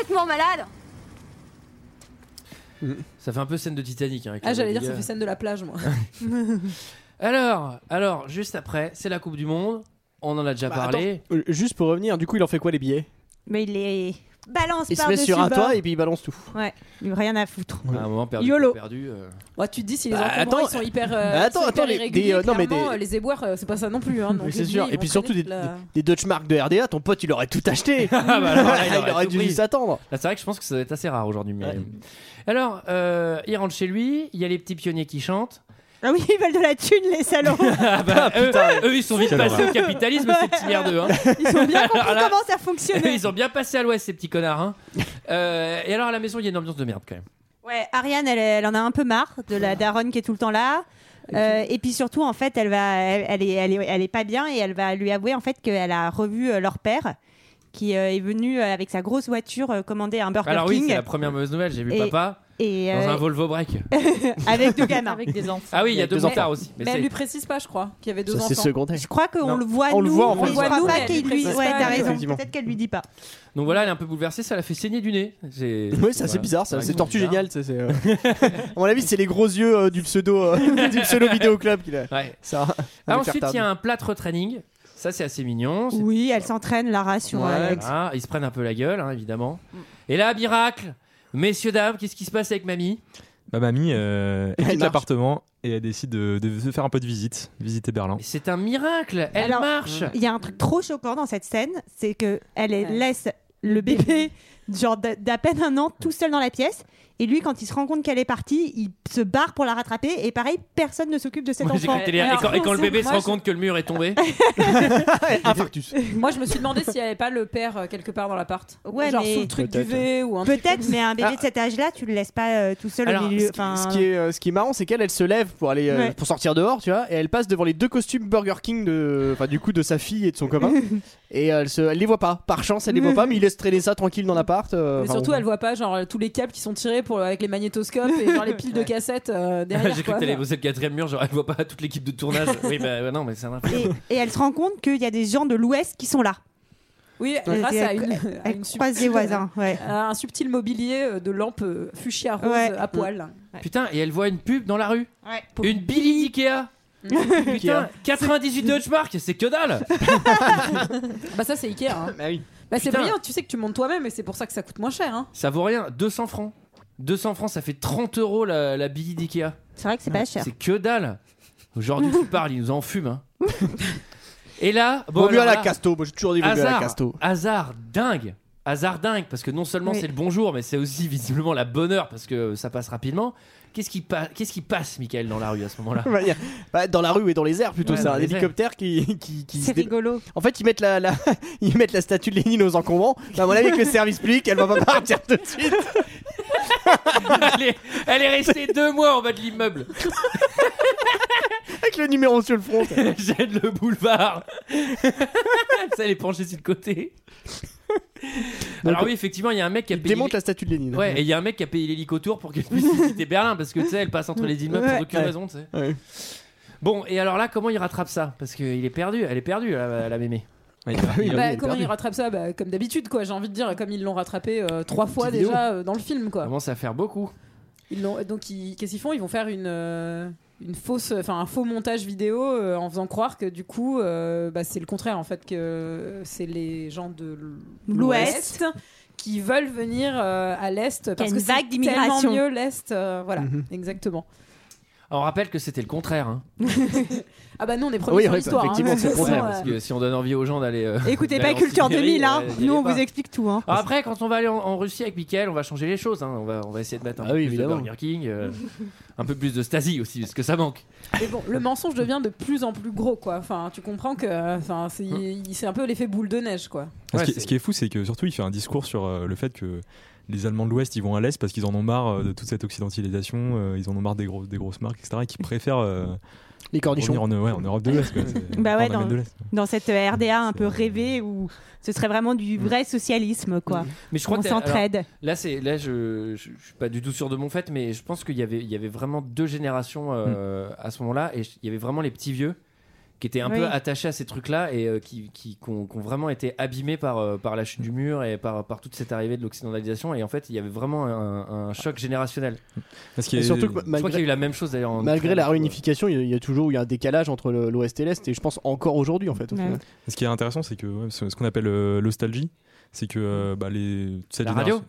Speaker 12: souvent malade.
Speaker 1: Ça fait un peu scène de Titanic. hein, avec
Speaker 11: Ah,
Speaker 1: la
Speaker 11: j'allais dire,
Speaker 1: Lady
Speaker 11: ça
Speaker 1: Gaga.
Speaker 11: fait scène de la plage, moi.
Speaker 1: Alors, alors, juste après, c'est la Coupe du Monde. On en a déjà parlé.
Speaker 6: Euh, Juste pour revenir, du coup, il en fait quoi les billets
Speaker 7: Mais il les balance
Speaker 6: Il se
Speaker 7: par
Speaker 6: met sur un
Speaker 7: dessus bord.
Speaker 6: toit et puis il balance tout.
Speaker 7: Ouais, il a rien à foutre.
Speaker 1: À Ah, un moment perdu.
Speaker 7: YOLO.
Speaker 1: perdu euh.
Speaker 11: Ouais, tu te dis si les
Speaker 6: Bah,
Speaker 11: encombrants,
Speaker 6: attends.
Speaker 11: ils sont hyper, euh,
Speaker 6: Bah, attends,
Speaker 11: ils sont hyper
Speaker 6: attends, les- des,
Speaker 11: irréguliers,
Speaker 6: euh, non, mais
Speaker 11: clairement,
Speaker 6: des-
Speaker 11: euh, les éboueurs, euh, c'est pas ça non plus. Hein,
Speaker 6: Mais
Speaker 11: donc
Speaker 6: c'est
Speaker 11: je
Speaker 6: sûr.
Speaker 11: dis,
Speaker 6: Et
Speaker 11: on
Speaker 6: puis surtout, des,
Speaker 11: connaît la-
Speaker 6: des Deutschmark de RDA, ton pote, il aurait tout acheté.
Speaker 1: Ah bah alors là,
Speaker 6: il aurait
Speaker 1: tout
Speaker 6: dû
Speaker 1: pris.
Speaker 6: s'attendre.
Speaker 1: Là, c'est vrai que je pense que ça va être assez rare aujourd'hui. mais-
Speaker 6: Ouais.
Speaker 1: Alors, euh, il rentre chez lui, il y a les petits pionniers qui chantent.
Speaker 7: Ah oui, ils veulent de la thune, les salauds.
Speaker 1: Ah bah, eux, eux, ils sont vite
Speaker 6: Quelle
Speaker 1: passés au
Speaker 6: horreur.
Speaker 1: capitalisme, ces petits merdeux. Hein.
Speaker 7: Ils ont bien
Speaker 1: Alors
Speaker 7: compris
Speaker 1: là-
Speaker 7: comment ça fonctionnait.
Speaker 1: ils ont bien passé à l'ouest, ces petits connards. hein. Euh, et alors, à la maison, il y a une ambiance de merde quand même.
Speaker 7: Ouais, Ariane, elle, elle en a un peu marre de la daronne qui est tout le temps là. Euh, et puis surtout, en fait, elle va, elle, elle est, elle est, elle est pas bien et elle va lui avouer en fait qu'elle a revu euh, leur père, qui euh, est venu euh, avec sa grosse voiture euh, commander un Burger
Speaker 1: Alors, oui,
Speaker 7: King.
Speaker 1: c'est la première mauvaise nouvelle. J'ai vu
Speaker 7: Et-
Speaker 1: papa
Speaker 7: et,
Speaker 1: dans
Speaker 7: euh,
Speaker 1: un Volvo break.
Speaker 7: avec deux gamins.
Speaker 11: Avec des enfants.
Speaker 1: Ah oui, il y a deux
Speaker 6: deux
Speaker 1: motards
Speaker 6: enfants.
Speaker 1: aussi.
Speaker 11: Mais,
Speaker 1: c'est-
Speaker 11: elle lui précise pas, je crois, qu'il y avait deux
Speaker 6: Ça,
Speaker 11: enfants.
Speaker 6: c'est secondaire.
Speaker 7: Je crois qu'on
Speaker 1: Non.
Speaker 7: le voit
Speaker 6: On
Speaker 7: nous,
Speaker 6: le voit, enfin,
Speaker 7: mais
Speaker 6: on
Speaker 7: je
Speaker 11: le
Speaker 7: crois
Speaker 11: voit,
Speaker 7: pas
Speaker 11: nous,
Speaker 7: qu'il
Speaker 11: mais
Speaker 7: lui.
Speaker 11: elle
Speaker 7: Ouais,
Speaker 11: précise
Speaker 7: t'as
Speaker 11: pas,
Speaker 7: raison.
Speaker 6: effectivement.
Speaker 7: Peut-être qu'elle lui dit pas.
Speaker 1: Donc voilà, elle est un peu bouleversée, ça la fait saigner du nez. C'est-
Speaker 6: Oui, ça c'est
Speaker 1: Voilà.
Speaker 6: bizarre, ça.
Speaker 1: Ouais,
Speaker 6: C'est Tortue
Speaker 1: bizarre.
Speaker 6: Géniale. ça, c'est, euh, à mon avis, c'est les gros yeux euh, du pseudo euh, du pseudo vidéo club qu'il a.
Speaker 1: Ouais.
Speaker 6: Ça,
Speaker 1: Ah,
Speaker 6: avec
Speaker 1: ensuite,
Speaker 6: Fertard.
Speaker 1: il y a un plâtre training. Ça, c'est assez mignon. c'est-
Speaker 7: Oui, elle s'entraîne, Lara, sur euh,
Speaker 1: Ouais,
Speaker 7: Alex. Mm.
Speaker 1: voilà, Ah, ils se prennent un peu la gueule, hein, évidemment. Et là, miracle, messieurs, dames, qu'est-ce qui se passe avec mamie
Speaker 8: Ma mamie euh, elle quitte
Speaker 6: marche.
Speaker 8: l'appartement et elle décide de, de se faire un peu de visite, visiter Berlin.
Speaker 1: Mais C'est un miracle, elle
Speaker 7: Alors, euh,
Speaker 1: marche.
Speaker 7: Il y a un truc trop choquant dans cette scène, c'est que elle est-
Speaker 11: Ouais.
Speaker 7: laisse le bébé, genre d- d'à peine un an, tout seul dans la pièce. Et lui, quand il se rend compte qu'elle est partie, il se barre pour la rattraper. Et pareil, personne ne s'occupe de cet
Speaker 1: Moi, j'ai
Speaker 7: enfant.
Speaker 1: cru que t'allais dire,
Speaker 11: Alors,
Speaker 1: et quand, et quand le
Speaker 11: c'est-
Speaker 1: bébé se
Speaker 11: moi,
Speaker 1: rend
Speaker 11: je-
Speaker 1: compte que le mur est tombé,
Speaker 6: Infarctus.
Speaker 11: Moi, je me suis demandé s'il n'y avait pas le père euh, quelque part dans l'appart.
Speaker 7: Ouais,
Speaker 11: Genre
Speaker 7: mais-
Speaker 11: sous le truc du
Speaker 6: Peut-être.
Speaker 11: V E. ou un truc
Speaker 7: Peut-être,
Speaker 11: comme
Speaker 7: mais un bébé de cet âge-là, tu le laisses pas euh, tout seul
Speaker 1: Alors,
Speaker 7: au
Speaker 6: Ce
Speaker 7: milieu.
Speaker 6: qui,
Speaker 7: Enfin,
Speaker 6: ce qui est, euh, ce qui est marrant, c'est qu'elle, elle se lève pour aller euh,
Speaker 7: Ouais.
Speaker 6: pour sortir dehors, tu vois, et elle passe devant les deux costumes Burger King de, enfin, du coup, de sa fille et de son copain, et elle se, elle les voit pas. Par chance, elle les voit pas, mais il laisse traîner ça tranquille dans l'appart. euh,
Speaker 11: Mais
Speaker 6: enfin,
Speaker 11: surtout,
Speaker 6: bon.
Speaker 11: elle voit pas genre tous les câbles qui sont tirés pour, euh, avec les magnétoscopes et genre les piles de cassettes euh, derrière.
Speaker 1: j'ai cru
Speaker 11: quoi.
Speaker 1: que t'allais bosser le quatrième mur, genre elle voit pas toute l'équipe de tournage. oui, bah ouais, non, mais c'est un
Speaker 7: et, et elle se rend compte qu'il y a des gens de l'Ouest qui sont là.
Speaker 11: Oui,
Speaker 7: Elle-
Speaker 11: grâce à
Speaker 7: elle-
Speaker 11: une, à
Speaker 7: Elle
Speaker 11: une
Speaker 7: croise
Speaker 11: subtile-
Speaker 7: des voisins. Ouais.
Speaker 11: à un subtil mobilier euh, de lampes euh, fuchsia rose
Speaker 7: Ouais.
Speaker 11: à poil.
Speaker 1: Putain, et elle voit une pub dans la rue.
Speaker 7: Ouais.
Speaker 1: Une Billy d'Ikea. Putain, 98 Deutsche Mark, c'est que dalle.
Speaker 11: Bah ça c'est Ikea. hein.
Speaker 6: Bah oui.
Speaker 11: Bah c'est
Speaker 1: Putain.
Speaker 11: brillant, tu sais que tu montes toi-même et c'est pour ça que ça coûte moins cher. hein.
Speaker 1: Ça vaut rien, 200 francs. 200 francs, ça fait 30 euros la, la Billy d'Ikea.
Speaker 7: C'est vrai que c'est pas cher.
Speaker 1: C'est que dalle. Aujourd'hui, tu parles, il nous en fume. hein. Et là, bon,
Speaker 6: Vaut mieux
Speaker 1: alors
Speaker 6: à la
Speaker 1: là,
Speaker 6: casto. Moi, j'ai toujours dit vaut mieux à la
Speaker 1: hasard,
Speaker 6: casto.
Speaker 1: hasard dingue. Hasard dingue, parce que non seulement
Speaker 7: Oui.
Speaker 1: c'est le bonjour, mais c'est aussi visiblement la bonne heure, parce que ça passe rapidement. Qu'est-ce qui, pa- qu'est-ce qui passe, Michael, dans la rue à ce moment-là
Speaker 6: Bah, y a- bah, dans la rue et dans les airs plutôt
Speaker 1: Ouais,
Speaker 6: c'est
Speaker 1: dans
Speaker 6: un
Speaker 1: les airs.
Speaker 6: hélicoptère qui, qui, qui se
Speaker 7: C'est
Speaker 6: dé-
Speaker 7: rigolo.
Speaker 6: en fait ils mettent la, la- ils mettent la statue de Lénine aux encombrants bah, à mon avis que le service public elle va pas partir tout de suite
Speaker 1: elle, est, elle est restée deux mois en bas de l'immeuble.
Speaker 6: avec le numéro sur le front
Speaker 1: Jette le boulevard. ça, elle est penchée sur le côté. Alors oui, effectivement, il y a un mec qui a
Speaker 6: il
Speaker 1: payé...
Speaker 6: démonte la statue de Lénine
Speaker 1: Ouais, et il y a un mec qui a payé l'hélico-tour pour qu'elle puisse visiter Berlin parce que tu sais, elle passe entre les immeubles sans
Speaker 6: Ouais.
Speaker 1: aucune
Speaker 6: Ouais.
Speaker 1: raison, tu sais.
Speaker 6: Ouais.
Speaker 1: Bon, et alors là, comment il rattrape ça Parce qu'il est perdu, elle est perdue, la, la mémé.
Speaker 6: Ah. oui,
Speaker 11: Bah,
Speaker 6: elle est
Speaker 11: comment
Speaker 6: perdue.
Speaker 11: ils rattrapent ça Bah, Comme d'habitude, quoi. J'ai envie de dire, comme ils l'ont rattrapé euh, trois fois
Speaker 6: vidéo.
Speaker 11: déjà euh, dans le film,
Speaker 1: Ça
Speaker 11: quoi.
Speaker 1: commence à faire beaucoup.
Speaker 11: Ils l'ont- euh, donc, ils- qu'est-ce qu'ils font Ils vont faire une, euh, une fausse, enfin un faux montage vidéo euh, en faisant croire que du coup, euh, bah, c'est le contraire en fait, que euh, c'est les gens de l'Ouest
Speaker 7: L'Ouest.
Speaker 11: qui veulent venir euh, à l'Est parce
Speaker 7: une
Speaker 11: que
Speaker 7: vague
Speaker 11: c'est tellement
Speaker 7: d'immigration.
Speaker 11: mieux l'Est. euh, voilà,
Speaker 6: Mhm.
Speaker 11: exactement.
Speaker 1: Alors, on rappelle que c'était le contraire. hein.
Speaker 11: Ah bah nous on est premiers
Speaker 6: Oui,
Speaker 11: sur
Speaker 6: ouais,
Speaker 11: l'histoire.
Speaker 6: effectivement,
Speaker 11: hein.
Speaker 6: c'est le
Speaker 11: De toute
Speaker 6: contraire,
Speaker 11: façon,
Speaker 1: Parce
Speaker 11: euh,
Speaker 1: que si on donne envie aux gens d'aller. euh,
Speaker 7: Écoutez
Speaker 1: d'aller
Speaker 7: pas
Speaker 1: en
Speaker 7: Culture
Speaker 1: Sibérie,
Speaker 7: 2000,
Speaker 1: euh,
Speaker 7: hein.
Speaker 1: y
Speaker 7: Nous,
Speaker 1: allez
Speaker 7: on
Speaker 1: pas.
Speaker 7: vous explique tout. Hein.
Speaker 1: Alors après, quand on va aller en, en Russie avec Michael, on va changer les choses. hein. On, va, on va essayer de mettre un
Speaker 6: Ah
Speaker 1: peu
Speaker 6: oui,
Speaker 1: plus
Speaker 6: évidemment.
Speaker 1: de Burger King, euh, un peu plus de Stasi aussi, parce que ça manque.
Speaker 11: Mais bon, le mensonge devient de plus en plus gros, quoi. Enfin, tu comprends que, euh, enfin, c'est
Speaker 6: Hein.
Speaker 11: il- c'est un peu l'effet boule de neige, quoi.
Speaker 8: Ce,
Speaker 1: Ouais,
Speaker 8: qui,
Speaker 1: c'est-
Speaker 8: ce qui est fou, c'est que surtout, il fait un discours sur euh, le fait que les Allemands de l'Ouest, ils vont à l'Est parce qu'ils en ont marre euh, de toute cette occidentalisation, euh, ils en ont marre des, gros- des grosses marques, etc. Et qu'ils préfèrent euh,
Speaker 6: les cornichons
Speaker 8: revenir en, ouais, en Europe de l'Est. quoi. C'est-
Speaker 7: Bah ouais,
Speaker 8: enfin, en
Speaker 7: dans-
Speaker 8: Amérique de l'Est.
Speaker 7: Dans cette euh, RDA un
Speaker 8: C'est-
Speaker 7: peu rêvée où ce serait vraiment du vrai socialisme, quoi.
Speaker 1: Mais je crois
Speaker 7: On
Speaker 1: que t'as- alors,
Speaker 7: s'entraide.
Speaker 1: Là, c'est là, je, je, je suis pas du tout sûr de mon fait, mais je pense qu'il y avait, il y avait vraiment deux générations euh, à ce moment-là, et je- il y avait vraiment les petits vieux qui étaient un
Speaker 13: Oui.
Speaker 1: peu attachés à ces trucs-là et euh, qui, qui, qui ont, qui ont vraiment été abîmés par, euh, par la chute du mur et par, par toute cette arrivée de l'occidentalisation. Et en fait, il y avait vraiment un, un choc générationnel.
Speaker 8: Parce
Speaker 6: qu'il y a- Et surtout que
Speaker 1: je crois
Speaker 6: malgré-
Speaker 1: qu'il y a eu la même chose d'ailleurs. en
Speaker 6: Malgré
Speaker 1: Ukraine.
Speaker 6: la réunification, il y a- il y, a toujours eu un décalage entre le- l'Ouest et l'Est, et je pense encore aujourd'hui en fait. au
Speaker 1: Ouais.
Speaker 6: final.
Speaker 8: Ce qui est intéressant, c'est que ouais, ce ce qu'on appelle euh, l'ostalgie, c'est que euh, bah, les. cette
Speaker 1: La
Speaker 8: génération-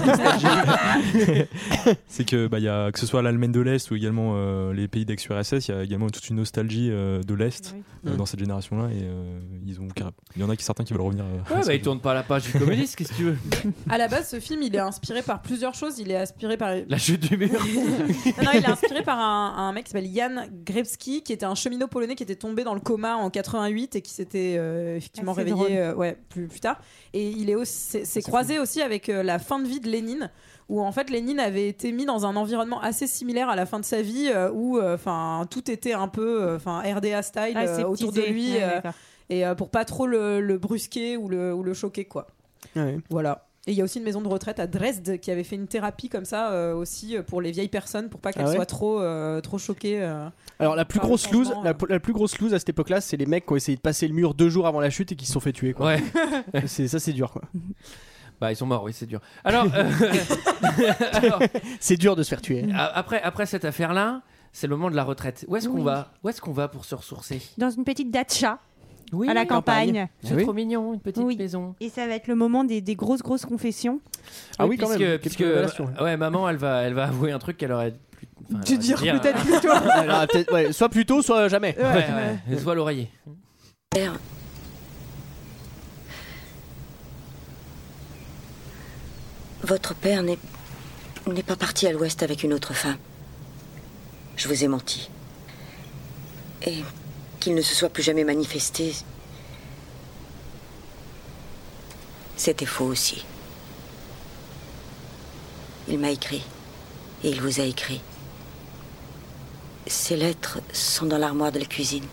Speaker 8: c'est que bah, il y a, que ce soit l'Allemagne de l'Est ou également euh, les pays d'ex-URSS, il y a également toute une nostalgie euh, de l'Est euh,
Speaker 1: Mm.
Speaker 8: dans cette génération-là. Et euh, ils ont, carré- il y en a qui certains qui veulent revenir. euh,
Speaker 1: Ouais,
Speaker 8: à ce
Speaker 1: bah, ils
Speaker 8: que-
Speaker 1: tournent pas la page du communisme, qu'est-ce que tu veux
Speaker 11: À la base, ce film, il est inspiré par plusieurs choses. Il est inspiré par.
Speaker 1: La chute du mur.
Speaker 11: Non, non, il est inspiré par un, un mec qui s'appelle Jan Grebski, qui était un cheminot polonais qui était tombé dans le coma en 88 et qui s'était euh, effectivement
Speaker 13: Ah, c'est drôle.
Speaker 11: réveillé euh, ouais, plus, plus tard. Et il est aussi, c'est, c'est croisé aussi avec euh, la fin de vie de Lénine, où en fait Lénine avait été mis dans un environnement assez similaire à la fin de sa vie, euh, où enfin tout était un peu euh, enfin RDA style
Speaker 7: Ah,
Speaker 11: euh,
Speaker 7: c'est
Speaker 11: autour de
Speaker 7: teasé.
Speaker 11: lui,
Speaker 7: Ouais,
Speaker 11: euh,
Speaker 7: d'accord.
Speaker 11: et euh, pour pas trop le, le brusquer ou le, ou le choquer quoi. Voilà. Et il y a aussi une maison de retraite à Dresde qui avait fait une thérapie comme ça euh, aussi euh, pour les vieilles personnes pour pas qu'elles
Speaker 6: Ah ouais
Speaker 11: soient trop, euh, trop choquées. euh.
Speaker 6: Alors la plus
Speaker 11: Par le
Speaker 6: grosse loose,
Speaker 7: hein.
Speaker 6: la, la plus grosse loose à cette époque-là, c'est les mecs qui ont essayé de passer le mur deux jours avant la chute et qui se sont fait tuer. Quoi.
Speaker 1: Ouais.
Speaker 6: c'est ça, c'est dur quoi.
Speaker 1: Bah, ils sont morts, oui, c'est dur. Alors, euh,
Speaker 6: c'est dur de se faire tuer.
Speaker 1: a- après, après cette affaire-là, c'est le moment de la retraite. Où est-ce qu'on
Speaker 7: Oui.
Speaker 1: va Où est-ce qu'on va pour se ressourcer
Speaker 7: Dans une petite datcha. à la campagne.
Speaker 1: Campagne. C'est Oui. trop mignon, une petite maison.
Speaker 7: Et ça va être le moment des, des grosses, grosses confessions. Ah
Speaker 1: puisque, Puisque, euh, ouais, maman, elle va, elle va avouer un truc qu'elle aurait plus. enfin,
Speaker 7: Tu
Speaker 1: elle aurait
Speaker 7: dire
Speaker 1: dû dire
Speaker 7: peut-être
Speaker 1: euh,
Speaker 7: plus tôt.
Speaker 6: Alors, ah, peut-être, ouais, soit plus tôt, soit jamais.
Speaker 1: Ouais, ouais, Soit l'oreiller.
Speaker 2: Père.
Speaker 14: Votre père n'est n'est pas parti à l'ouest avec une autre femme. Je vous ai menti. Et qu'il ne se soit plus jamais manifesté, c'était faux aussi. Il m'a écrit et il vous a écrit. Ces lettres sont dans l'armoire de la cuisine.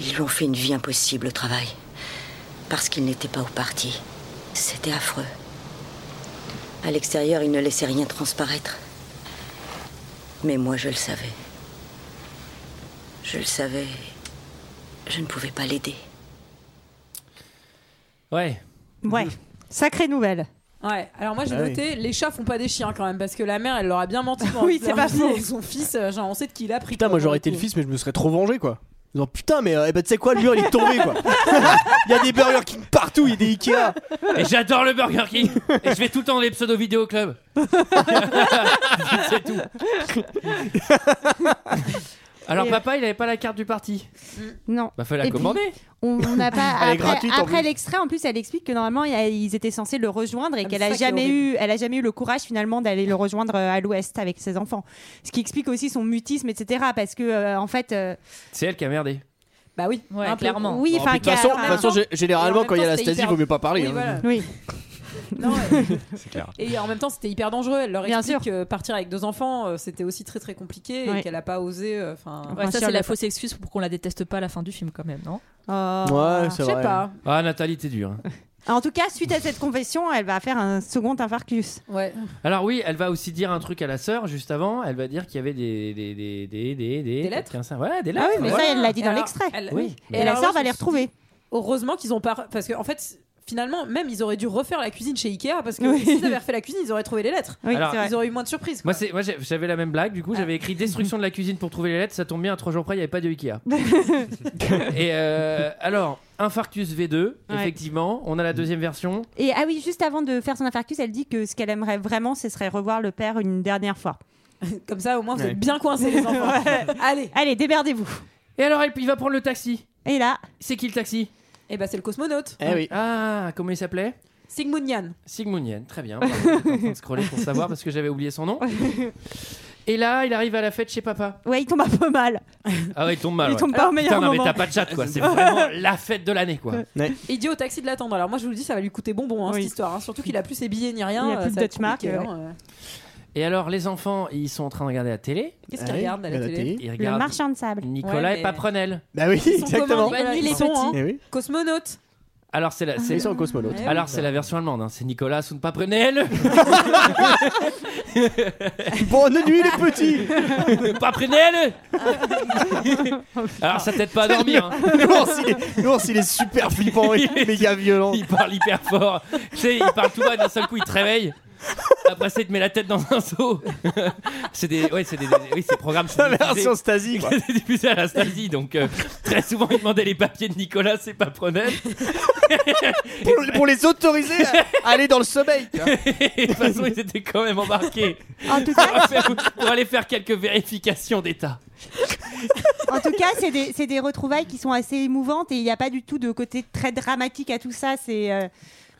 Speaker 14: Ils lui ont fait une vie impossible au travail. Parce qu'il n'était pas au parti. C'était affreux. À l'extérieur, il ne laissait rien transparaître. Mais moi, je le savais. Je le savais. Je ne pouvais pas l'aider.
Speaker 1: Ouais.
Speaker 7: Ouais. Sacrée nouvelle.
Speaker 11: Ouais, alors moi j'ai
Speaker 7: Ah oui.
Speaker 11: noté les chats font pas des chiens quand même parce que la mère elle leur a bien menti. pendant
Speaker 7: Oui,
Speaker 11: toute
Speaker 7: c'est
Speaker 11: leur
Speaker 7: pas
Speaker 11: vie
Speaker 7: faux.
Speaker 11: avec Son fils, euh, genre on sait de qui il a pris.
Speaker 6: Putain,
Speaker 11: quoi,
Speaker 6: moi
Speaker 11: pour
Speaker 6: j'aurais été le
Speaker 11: coup.
Speaker 6: fils, mais je me serais trop vengé quoi. En disant, putain, mais euh, eh ben, tu sais quoi, le mur il est tombé quoi. Il y a des Burger King partout, il y a des Ikea. Ah,
Speaker 1: Et j'adore le Burger King. Et je vais tout le temps dans les pseudo vidéo club. c'est tout. Alors
Speaker 7: Et, euh,
Speaker 1: papa, il avait pas la carte du parti.
Speaker 7: Non.
Speaker 1: Bah, fallait la
Speaker 7: Et puis,
Speaker 1: commander.
Speaker 7: on on n'a pas.
Speaker 1: Elle est
Speaker 7: après
Speaker 1: gratuite, en
Speaker 7: après
Speaker 1: plus.
Speaker 7: l'extrait, en plus, elle explique que normalement, il y a- ils étaient censés le rejoindre et
Speaker 11: mais
Speaker 7: qu'elle
Speaker 11: c'est
Speaker 7: a
Speaker 11: ça qui est
Speaker 7: jamais
Speaker 11: horrible.
Speaker 7: eu, elle a jamais eu le courage finalement d'aller le rejoindre euh, à l'Ouest avec ses enfants. Ce qui explique aussi son mutisme, etc. Parce que euh, en fait, euh,
Speaker 1: C'est elle qui a merdé.
Speaker 11: Bah oui,
Speaker 7: Ouais,
Speaker 11: un peu.
Speaker 7: clairement. Oui,
Speaker 6: Oh,
Speaker 7: enfin,
Speaker 6: puis de toute façon,
Speaker 7: qu'à-
Speaker 6: de toute façon, gé- généralement,
Speaker 11: Et en même
Speaker 6: quand il y a
Speaker 11: temps,
Speaker 6: la
Speaker 11: c'était
Speaker 6: stasie,
Speaker 11: hyper-
Speaker 6: vaut mieux pas parler,
Speaker 11: Oui,
Speaker 6: hein.
Speaker 11: voilà.
Speaker 7: Oui.
Speaker 8: C'est clair.
Speaker 11: Et en même temps, c'était hyper dangereux. Elle leur
Speaker 7: Bien
Speaker 11: explique que partir avec deux enfants, euh, c'était aussi très très compliqué
Speaker 9: Ouais.
Speaker 11: et qu'elle a pas osé. euh, Enfin,
Speaker 1: Hein.
Speaker 9: Ouais, ça, c'est la fausse excuse pour qu'on la déteste pas à la fin du film, quand même, non
Speaker 1: Ouais,
Speaker 7: c'est Je sais vrai. pas.
Speaker 1: Ah Nathalie, t'es dure. hein.
Speaker 7: Oh. en tout cas, suite à cette confession, elle va faire un second infarctus.
Speaker 11: Ouais.
Speaker 1: Alors oui, elle va aussi dire un truc à la sœur juste avant. Elle va dire qu'il y avait des des des des des des,
Speaker 11: lettres
Speaker 1: quelqu'un, ça. Ouais, des lettres.
Speaker 7: Ah oui, mais
Speaker 1: voilà.
Speaker 7: ça, elle l'a dit dans
Speaker 11: Alors,
Speaker 7: l'extrait.
Speaker 11: elle-
Speaker 1: Oui.
Speaker 7: Et la
Speaker 11: alors, moi,
Speaker 7: sœur va
Speaker 11: je
Speaker 7: les
Speaker 11: me suis
Speaker 7: retrouver.
Speaker 11: dit, Heureusement qu'ils ont pas. Parce qu'en en fait, finalement, même ils auraient dû refaire la cuisine chez Ikea parce que
Speaker 7: Oui.
Speaker 11: s'ils avaient refait la cuisine, ils auraient trouvé les lettres.
Speaker 1: Oui, Alors- c'est vrai.
Speaker 11: ils auraient eu moins de surprises.
Speaker 1: Moi, c'est- moi, j'ai- j'avais la même blague, du
Speaker 7: Ah.
Speaker 1: coup, j'avais écrit destruction de la cuisine pour trouver les lettres. Ça tombe bien, à trois jours près, il n'y avait pas de Ikea. et euh, alors, Infarctus V2, effectivement, on a la deuxième version.
Speaker 7: Et ah oui, juste avant de faire son infarctus, elle dit que ce qu'elle aimerait vraiment, ce serait revoir le père une dernière fois.
Speaker 11: Comme ça, au moins,
Speaker 1: vous êtes Ouais. bien
Speaker 11: coincés, les enfants. Allez,
Speaker 7: allez, déberdez-vous.
Speaker 1: Et alors, elle- il va prendre le taxi.
Speaker 7: Et là
Speaker 1: C'est qui le taxi
Speaker 11: Eh ben, c'est le cosmonaute.
Speaker 1: Ah, comment il s'appelait
Speaker 11: Sigmund Yann.
Speaker 1: Sigmund Yann, très bien. Pardon, j'étais en train de scroller pour savoir parce que j'avais oublié son nom. Et là, il arrive à la fête chez papa.
Speaker 7: Ouais, il tombe un peu mal.
Speaker 1: Ah ouais, il tombe mal.
Speaker 7: Il
Speaker 1: ouais.
Speaker 7: tombe pas au meilleur
Speaker 1: Putain, non, mais
Speaker 7: moment.
Speaker 1: t'as pas de chat, quoi. C'est vraiment la fête de l'année, quoi.
Speaker 11: Il dit au taxi de l'attendre. Alors, moi, je vous le dis, ça va lui coûter bonbon, hein, cette histoire. hein. Surtout qu'il a plus ses billets ni rien.
Speaker 7: Il a
Speaker 11: euh,
Speaker 7: plus de
Speaker 11: ça va être
Speaker 7: Deutschmark,
Speaker 11: compliqué,
Speaker 7: ouais.
Speaker 11: hein, euh.
Speaker 1: Et alors, les enfants, ils sont en train de regarder la télé.
Speaker 11: Qu'est-ce
Speaker 6: Ah
Speaker 11: qu'ils Ouais, regardent à la à la télé télé.
Speaker 1: Ils
Speaker 7: Le
Speaker 1: regardent
Speaker 7: marchand de sable.
Speaker 1: Nicolas
Speaker 11: Ouais,
Speaker 1: et
Speaker 11: mais-
Speaker 1: Paprenel.
Speaker 6: Bah oui,
Speaker 11: Ils sont exactement. commandes, Nicolas, ils sont, hein.
Speaker 6: Eh oui.
Speaker 11: Cosmonaute.
Speaker 1: Alors c'est la, c'est...
Speaker 6: Ils sont en cosmonaute. Ouais,
Speaker 1: Alors
Speaker 6: oui.
Speaker 1: c'est la version allemande. hein. C'est Nicolas ou ne pas prenez-le.
Speaker 6: Bonne nuit les petits.
Speaker 1: pas prenez-le. Alors ça t'aide pas à dormir. hein.
Speaker 6: L'ours, il est- l'ours, il est super flippant et méga violent.
Speaker 1: Il parle hyper fort. Tu sais, il parle tout bas d'un seul coup, il te réveille. Après ça, il te met la tête dans un seau. c'est des, ouais, c'est des, des- oui, ces programmes. sont
Speaker 6: La version
Speaker 1: diffusés-
Speaker 6: Stasi, quoi.
Speaker 1: C'est diffusé à la Stasi, donc euh, très souvent il demandait les papiers de Nicolas, c'est pas prenel.
Speaker 6: pour, pour les autoriser à aller dans le sommeil. tu vois.
Speaker 1: Et de toute façon, ils étaient quand même embarqués.
Speaker 7: En tout cas-
Speaker 1: pour, aller faire- pour aller faire quelques vérifications d'état.
Speaker 7: En tout cas, c'est des, c'est des retrouvailles qui sont assez émouvantes et il n'y a pas du tout de côté très dramatique à tout ça. C'est euh,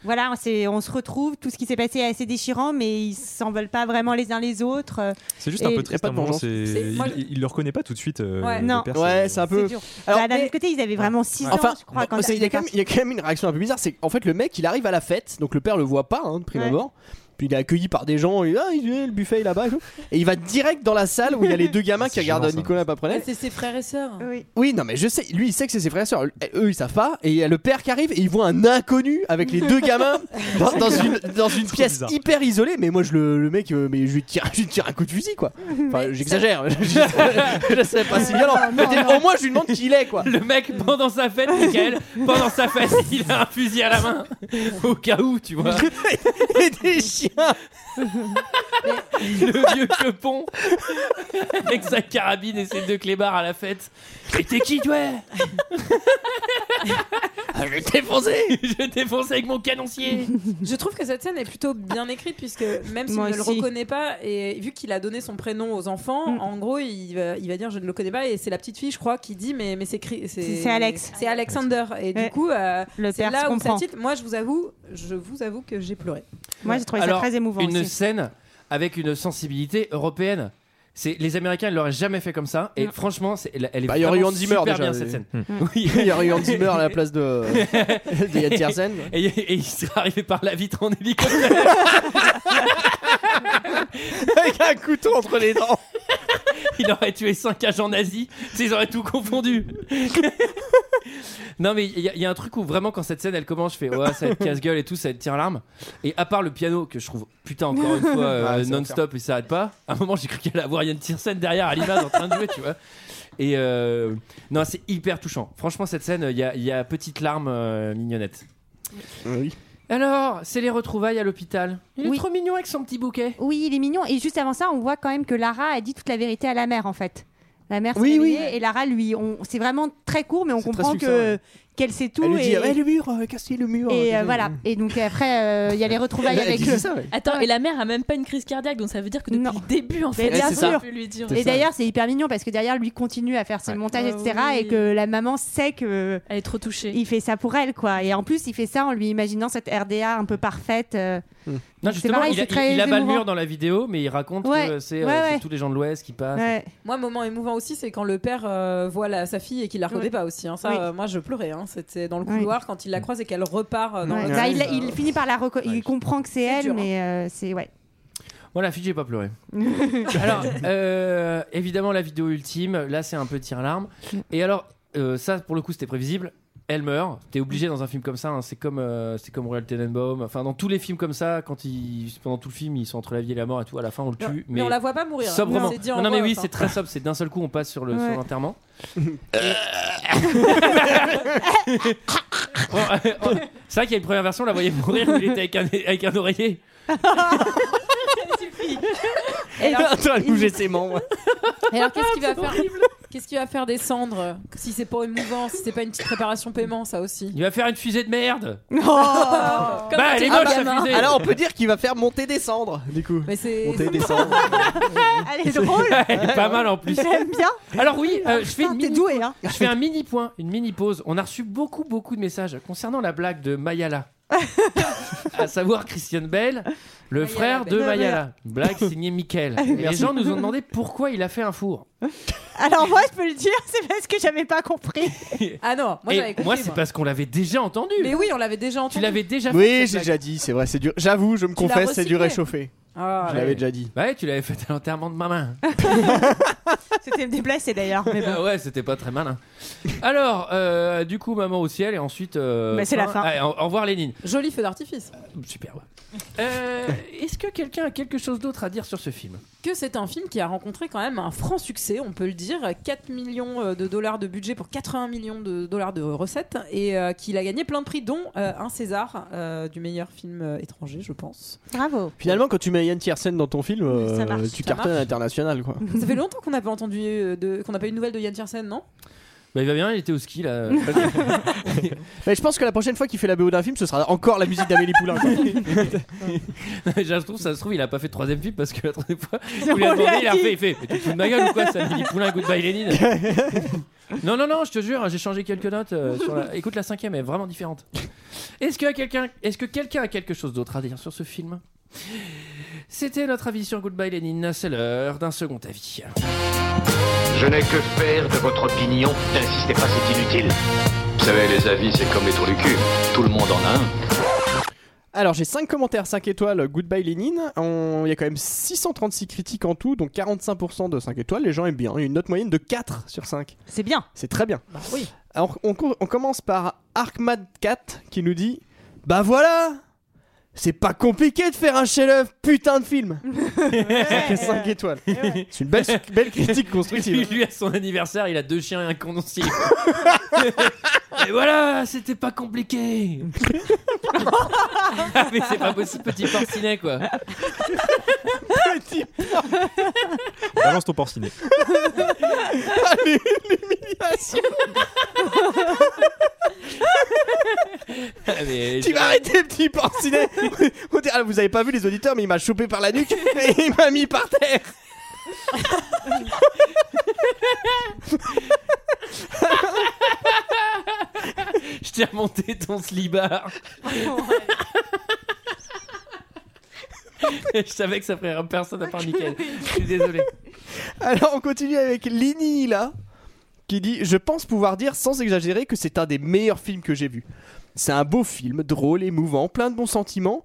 Speaker 7: voilà, c'est on se retrouve, tout ce qui s'est passé est assez déchirant, mais ils s'en veulent pas vraiment les uns les autres. euh,
Speaker 8: C'est juste
Speaker 7: et-
Speaker 8: un peu triste. à un moment, c'est-
Speaker 7: C'est-
Speaker 8: Il
Speaker 7: moi,
Speaker 8: il- il le reconnaît pas tout de suite. euh,
Speaker 7: Ouais.
Speaker 8: le
Speaker 7: Non.
Speaker 8: perso.
Speaker 6: Ouais, c'est un peu.
Speaker 7: dur. Bah, D'un autre côté, ils avaient vraiment 6 ans, je crois.
Speaker 6: non,
Speaker 7: quand
Speaker 6: c'est- il, y a quand même, il y a quand même une réaction un peu bizarre. C'est en fait, le mec il arrive à la fête, donc le père le voit pas hein, de prime
Speaker 7: Ouais.
Speaker 6: abord. Puis il est accueilli par des gens, et, ah, il est le buffet est là-bas. Et, tout. Et il va direct dans la salle où il y a les deux gamins qui regardent Nicolas Paprenel.
Speaker 13: C'est ses frères et sœurs.
Speaker 7: Oui.
Speaker 6: Oui, non, mais je sais, lui il sait que c'est ses frères et sœurs. Eux ils savent pas. Et il y a le père qui arrive et il voit un inconnu avec les deux gamins dans, dans une, dans une pièce
Speaker 8: bizarre.
Speaker 6: hyper isolée. Mais moi, je le, le mec, euh, mais je lui, tire, je lui tire un coup de fusil quoi. Enfin, j'exagère, je, je sais pas si violent.
Speaker 1: Non, non,
Speaker 6: Peut-être-
Speaker 1: non.
Speaker 6: Au moins, je lui demande qui il est quoi.
Speaker 1: Le mec pendant sa fête, Michael, pendant sa fête, il a un fusil à la main. Au cas où, tu vois.
Speaker 6: Et des chiens
Speaker 1: Le vieux quepon avec sa carabine et ses deux clébards à la fête. Et t'es qui, toi Ah,
Speaker 6: Je vais te défoncer
Speaker 1: Je vais te défoncer avec mon canoncier
Speaker 11: Je trouve que cette scène est plutôt bien écrite puisque même s'il
Speaker 7: Moi
Speaker 11: ne le
Speaker 7: aussi. Mm.
Speaker 11: reconnaît pas et vu qu'il a donné son prénom aux enfants, en gros il va, il va dire je ne le connais pas et c'est la petite fille je crois qui dit mais mais c'est cri-
Speaker 7: C'est Alex.
Speaker 11: c'est Alexander et du
Speaker 7: Ouais.
Speaker 11: coup euh,
Speaker 7: Le
Speaker 11: c'est
Speaker 7: père se
Speaker 11: là où
Speaker 7: comprend.
Speaker 11: ça titre. Moi je vous avoue je vous avoue que j'ai pleuré.
Speaker 7: Moi, j'ai trouvé ça
Speaker 1: Alors,
Speaker 7: très émouvant
Speaker 1: Une
Speaker 7: aussi.
Speaker 1: scène avec une sensibilité européenne. C'est, les Américains ne l'auraient jamais fait comme ça. Et
Speaker 7: Non. Mm.
Speaker 1: franchement, c'est, elle, elle est
Speaker 6: Bah, il y aurait eu
Speaker 1: vraiment
Speaker 6: Hans Zimmer
Speaker 1: super
Speaker 6: déjà.
Speaker 1: bien cette scène.
Speaker 6: Hmm.
Speaker 1: Oui.
Speaker 6: Il y aurait eu Hans Zimmer à la place de, de Yann Tiersen.
Speaker 1: Et, et il serait arrivé par la vitre en hélicoptère.
Speaker 6: Avec un couteau entre les dents.
Speaker 1: Il aurait tué 5 agents nazis. Tu sais, Ils auraient tout confondu. non, mais il y, a- il y a un truc où vraiment, quand cette scène elle commence, je fais Ouais, ça va être casse-gueule et tout, ça va être tire-larme. Et à part le piano, que je trouve putain, encore une fois, euh,
Speaker 6: Ouais, Ah, c'est
Speaker 1: non-stop et ça arrête pas, à un moment j'ai cru qu'elle allait avoir Yann Tiersen derrière à l'image en train de jouer, tu vois. Et euh, non, c'est hyper touchant. Franchement, cette scène, il y a, il y a petite larme euh, mignonnette.
Speaker 6: Ah Oui.
Speaker 1: Alors, c'est les retrouvailles à l'hôpital. Il est trop mignon avec son petit bouquet.
Speaker 7: Oui, il est mignon. Et juste avant ça, on voit quand même que Lara a dit toute la vérité à la mère, en fait. La mère s'est
Speaker 6: Oui, oui.
Speaker 7: réveillée et Lara, lui, on... c'est vraiment très court, mais on comprend
Speaker 6: succinct,
Speaker 7: que
Speaker 6: ouais.
Speaker 7: qu'elle sait tout.
Speaker 6: Elle lui
Speaker 7: et...
Speaker 6: dit ah, ouais, le mur, euh, cassez le mur.
Speaker 7: Et euh,
Speaker 6: Cassez-
Speaker 7: voilà. Et donc après, euh, il y a les retrouvailles
Speaker 6: Elle
Speaker 7: avec
Speaker 6: disait
Speaker 7: le.
Speaker 6: ça, ouais.
Speaker 9: Attends, et la mère a même pas une crise cardiaque, donc ça veut dire que depuis le début, en
Speaker 7: Mais
Speaker 9: fait,
Speaker 7: bien
Speaker 9: on
Speaker 7: sûr.
Speaker 9: peut lui dire.
Speaker 7: Et d'ailleurs, c'est hyper mignon parce que derrière, lui continue à faire ses montages,
Speaker 9: Ah
Speaker 7: etc.
Speaker 9: oui.
Speaker 7: Et que la maman sait que.
Speaker 9: Elle est trop touchée.
Speaker 7: Il fait ça pour elle, quoi. Et en plus, il fait ça en lui imaginant cette RDA un peu parfaite. euh.
Speaker 1: Non,
Speaker 7: C'est
Speaker 1: justement,
Speaker 7: pareil,
Speaker 1: il, a,
Speaker 7: c'est très
Speaker 1: il- il abat le
Speaker 7: émouvant.
Speaker 1: mur dans la vidéo, mais il raconte
Speaker 7: Ouais,
Speaker 1: que c'est euh,
Speaker 7: ouais,
Speaker 1: c'est
Speaker 7: ouais.
Speaker 1: tous les gens de l'ouest qui passent.
Speaker 11: Moi moment émouvant aussi c'est quand le père euh, voit la- sa fille et qu'il la reconnaît
Speaker 7: Ouais.
Speaker 11: pas aussi. hein. Ça
Speaker 7: Oui.
Speaker 11: euh, moi je pleurais. hein. C'était dans le
Speaker 7: Oui.
Speaker 11: couloir quand il la croise et qu'elle repart euh, dans
Speaker 7: Ouais.
Speaker 11: le.
Speaker 7: Bah, il, il finit par la reco- il comprend que c'est elle,
Speaker 11: dur, hein.
Speaker 7: mais euh, c'est ouais.
Speaker 1: Moi, la fille, j'ai pas pleuré. alors, euh, évidemment, la vidéo ultime, là, c'est un peu tir-larme. Et alors, euh, ça, pour le coup, c'était prévisible. Elle meurt. T'es obligé dans un film comme ça. hein. C'est comme, euh, c'est comme Royal Tenenbaum. Enfin, dans tous les films comme ça, quand ils, pendant tout le film, ils sont entre la vie et la mort et tout. À la fin, on le tue.
Speaker 11: mais on la voit pas mourir, hein.
Speaker 1: Sobrement.
Speaker 11: C'est dit en
Speaker 1: non, non, mais
Speaker 11: voix
Speaker 1: oui,
Speaker 11: off, hein.
Speaker 1: c'est très sobre. C'est d'un seul coup, on passe sur le sur
Speaker 11: Ouais.
Speaker 1: l'enterrement. Bon, euh, euh, c'est vrai qu'il y a une première version, on la voyait mourir, mais il était avec un, avec un oreiller.
Speaker 11: Et alors-
Speaker 6: Attends, elle bougeait ses membres.
Speaker 11: Et alors qu'est-ce qu'il va faire Qu'est-ce qu'il va faire des cendres Si c'est pas émouvant, si c'est pas une petite préparation paiement, ça aussi.
Speaker 1: Il va faire une fusée de merde.
Speaker 11: Comme
Speaker 1: bah,
Speaker 11: un
Speaker 1: elle est
Speaker 11: petit
Speaker 1: moche,
Speaker 11: gamin.
Speaker 1: la fusée.
Speaker 6: Alors on peut dire qu'il va faire monter des cendres, du coup.
Speaker 11: Mais c'est.
Speaker 6: Monter des cendres.
Speaker 7: Elle est drôle.
Speaker 1: Elle est pas mal en plus.
Speaker 7: J'aime bien.
Speaker 1: Alors oui, euh, je fais une
Speaker 7: T'es
Speaker 1: mini
Speaker 7: doué, hein.
Speaker 1: je fais un mini point, une mini pause. On a reçu beaucoup beaucoup de messages concernant la blague de Mayala. à savoir Christian Bale, le
Speaker 11: Mayala
Speaker 1: frère de
Speaker 7: Bale.
Speaker 1: Mayala. Blague signée Michael. Et les
Speaker 6: Merci.
Speaker 1: gens nous ont demandé pourquoi il a fait un four.
Speaker 7: Alors moi, je peux le dire, c'est parce que j'avais pas compris.
Speaker 11: Ah non, moi
Speaker 1: Et
Speaker 11: j'avais compris.
Speaker 1: moi, c'est parce qu'on l'avait déjà entendu.
Speaker 11: Mais oui, on l'avait déjà
Speaker 1: Tu
Speaker 11: entendu.
Speaker 1: l'avais déjà fait.
Speaker 6: Oui,
Speaker 1: cette
Speaker 6: j'ai
Speaker 1: blague.
Speaker 6: déjà dit, c'est vrai, c'est dur. J'avoue, je me
Speaker 11: Tu l'as
Speaker 6: confesse, c'est dur
Speaker 11: recyclé.
Speaker 6: réchauffé.
Speaker 11: Ah,
Speaker 6: Je l'avais déjà dit.
Speaker 1: Bah ouais, tu l'avais fait à l'enterrement de maman.
Speaker 7: C'était déplacé d'ailleurs, mais bon.
Speaker 1: Ah ouais, c'était pas très malin. Alors, euh, du coup, maman au ciel et ensuite. euh,
Speaker 11: Bah, c'est la fin.
Speaker 1: Allez, au, au revoir Lénine.
Speaker 11: Joli feu d'artifice.
Speaker 1: Super. ouais. Euh, Est-ce que quelqu'un a quelque chose d'autre à dire sur ce film
Speaker 11: que c'est un film qui a rencontré quand même un franc succès, on peut le dire, 4 millions euh, de dollars de budget pour 80 millions de dollars de recettes, et euh, qu'il a gagné plein de prix, dont euh, un César euh, du meilleur film euh, étranger, je pense.
Speaker 7: Bravo.
Speaker 6: Finalement, quand tu mets Yann Tiersen dans ton film, euh,
Speaker 11: Ça marche.
Speaker 6: tu
Speaker 11: Ça
Speaker 6: cartonnes à
Speaker 11: marche.
Speaker 6: l'international, quoi.
Speaker 11: Ça fait longtemps qu'on n'a pas entendu, euh, de- qu'on n'a pas eu de nouvelles de Yann Tiersen, non
Speaker 1: Bah, il va bien, il était au ski là.
Speaker 6: Mais je pense que la prochaine fois qu'il fait la BO d'un film, ce sera encore la musique d'Amélie Poulain. quoi.
Speaker 1: Déjà, je trouve, ça se trouve, il a pas fait de troisième film parce que la troisième fois,
Speaker 6: On
Speaker 1: on lui a
Speaker 6: lui
Speaker 1: demandé,
Speaker 6: a
Speaker 1: il a
Speaker 6: dit.
Speaker 1: fait, il fait, mais tu te fous de ma gueule ou quoi, ça Billy Poulain, goodbye Lénine. non, non, non, je te jure, j'ai changé quelques notes. euh, sur la... Écoute, la cinquième est vraiment différente. Est-ce que quelqu'un est que quelqu'un a quelque chose d'autre à dire sur ce film C'était notre avis sur Goodbye Lénine, c'est l'heure d'un second avis.
Speaker 13: Je n'ai que faire de votre opinion. N'insistez pas, c'est inutile. Vous savez, les avis, c'est comme les trous du cul. Tout le monde en a un.
Speaker 6: Alors, j'ai 5 commentaires 5 étoiles, Goodbye Lénine. On- Il y a quand même 636 critiques en tout, donc 45% de 5 étoiles. Les gens aiment bien. hein. Il y a une note moyenne de 4 sur 5.
Speaker 7: C'est bien.
Speaker 6: C'est très bien.
Speaker 11: oui.
Speaker 6: Alors, on, co- on commence par Arkmad 4 qui nous dit Bah voilà C'est pas compliqué de faire un chef-d'œuvre, putain de film 5 étoiles. C'est une belle, belle critique constructive.
Speaker 1: Lui, à son anniversaire, il a deux chiens et un condensif. et voilà, c'était pas compliqué. Ah, mais c'est pas possible, petit porcinet, quoi.
Speaker 6: petit
Speaker 8: Balance ton porcinet.
Speaker 6: hein. L'humiliation
Speaker 1: Ah,
Speaker 6: Tu
Speaker 1: tu
Speaker 6: vas arrêter, petit porcinet On dirait- ah, Vous avez pas vu les auditeurs, mais il m'a chopé par la nuque et il m'a mis par terre
Speaker 1: Je t'ai remonté ton slibard. Je savais que ça ferait rire personne à part Mickaël. Je suis désolé.
Speaker 6: Alors on continue avec Lini là qui dit je pense pouvoir dire sans exagérer que c'est un des meilleurs films que j'ai vu. C'est un beau film, drôle, émouvant, plein de bons sentiments.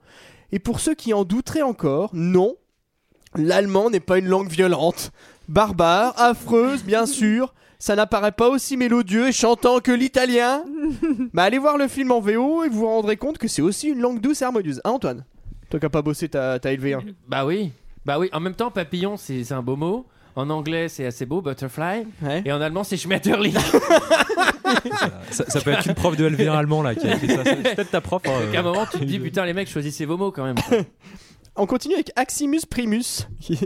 Speaker 6: Et pour ceux qui en douteraient encore, non, l'allemand n'est pas une langue violente, barbare, affreuse bien sûr. Ça n'apparaît pas aussi mélodieux et chantant que l'italien. Mais allez voir le film en VO et vous vous rendrez compte que c'est aussi une langue douce et harmonieuse. Hein Antoine Toi qui n'as pas bossé ta, ta LV1.
Speaker 1: Bah oui. Bah oui, en même temps, papillon, c'est c'est un beau mot. En anglais, c'est assez beau, butterfly. Et en allemand, c'est Schmetterling.
Speaker 8: Ça, ça peut être une prof de LV1 allemand là qui a écrit ça. C'est peut-être ta prof. hein, euh.
Speaker 1: Donc, à un moment, tu te dis, putain, les mecs, choisissez vos mots quand même. quoi.
Speaker 6: On continue avec Aximus Primus qui,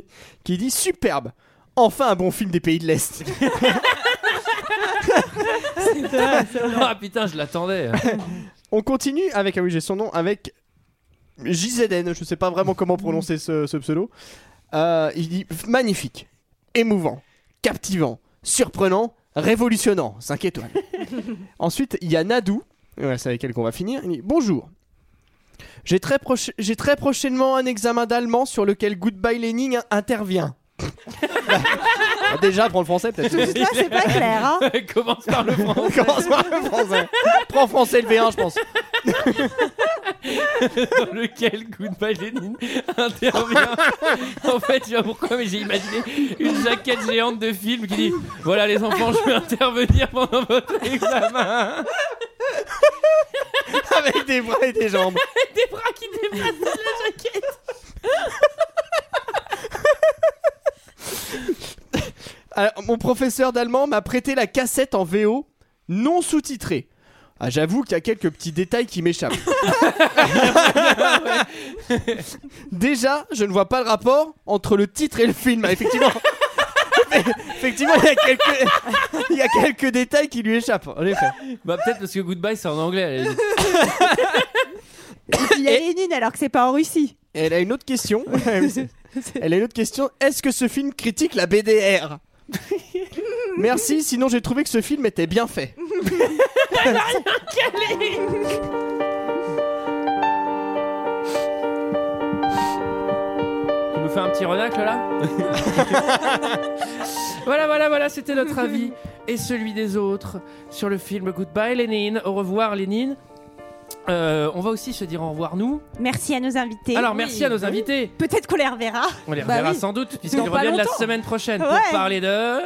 Speaker 6: qui dit superbe. Enfin un bon film des pays de l'Est.
Speaker 1: ah putain, je l'attendais.
Speaker 6: On continue avec ah oui j'ai son nom avec JZN. Je sais pas vraiment comment prononcer ce, ce pseudo. Euh, il dit magnifique, émouvant, captivant, surprenant, révolutionnant. 5 étoiles. Ensuite il y a Nadou. Ouais, c'est avec elle qu'on va finir. Il dit, Bonjour. J'ai très, proche- j'ai très prochainement un examen d'allemand sur lequel Goodbye Lenin intervient. Bah, déjà, prends le français peut-être.
Speaker 1: Tout ça, c'est pas clair, hein. Commence par le français.
Speaker 6: Commence par le français. Prends français le V1, je pense.
Speaker 1: dans lequel Goodbye Lénine intervient. en fait, je sais pas pourquoi, mais j'ai imaginé une jaquette géante de film qui dit Voilà les enfants, je vais intervenir pendant votre examen.
Speaker 6: Avec des bras et des jambes.
Speaker 1: Avec des bras qui dépassent de la jaquette.
Speaker 6: Alors, mon professeur d'allemand m'a prêté la cassette en VO non sous-titrée. Ah, J'avoue qu'il y a quelques petits détails qui m'échappent. Déjà, je ne vois pas le rapport entre le titre et le film. Ah, Effectivement, effectivement, il y a quelques, il y a quelques détails qui lui échappent. En effet.
Speaker 1: Bah, peut-être parce que Goodbye c'est en anglais. à la limite.
Speaker 6: Et puis il y a Lénine alors que c'est pas en Russie. Elle a une autre question. Elle a une autre question. Est-ce que ce film critique la BDR Merci, sinon j'ai trouvé que ce film était bien fait.
Speaker 1: Tu nous fais un petit renacle là Voilà, voilà, voilà, c'était notre avis et celui des autres sur le film Goodbye Lénine. Au revoir Lénine. Euh, on va aussi se dire au revoir, nous.
Speaker 7: Merci à nos invités.
Speaker 1: Alors, merci à nos invités.
Speaker 7: Peut-être qu'on les reverra.
Speaker 1: On les reverra sans doute, puisqu'ils reviennent la semaine prochaine
Speaker 7: Ouais.
Speaker 1: pour parler de.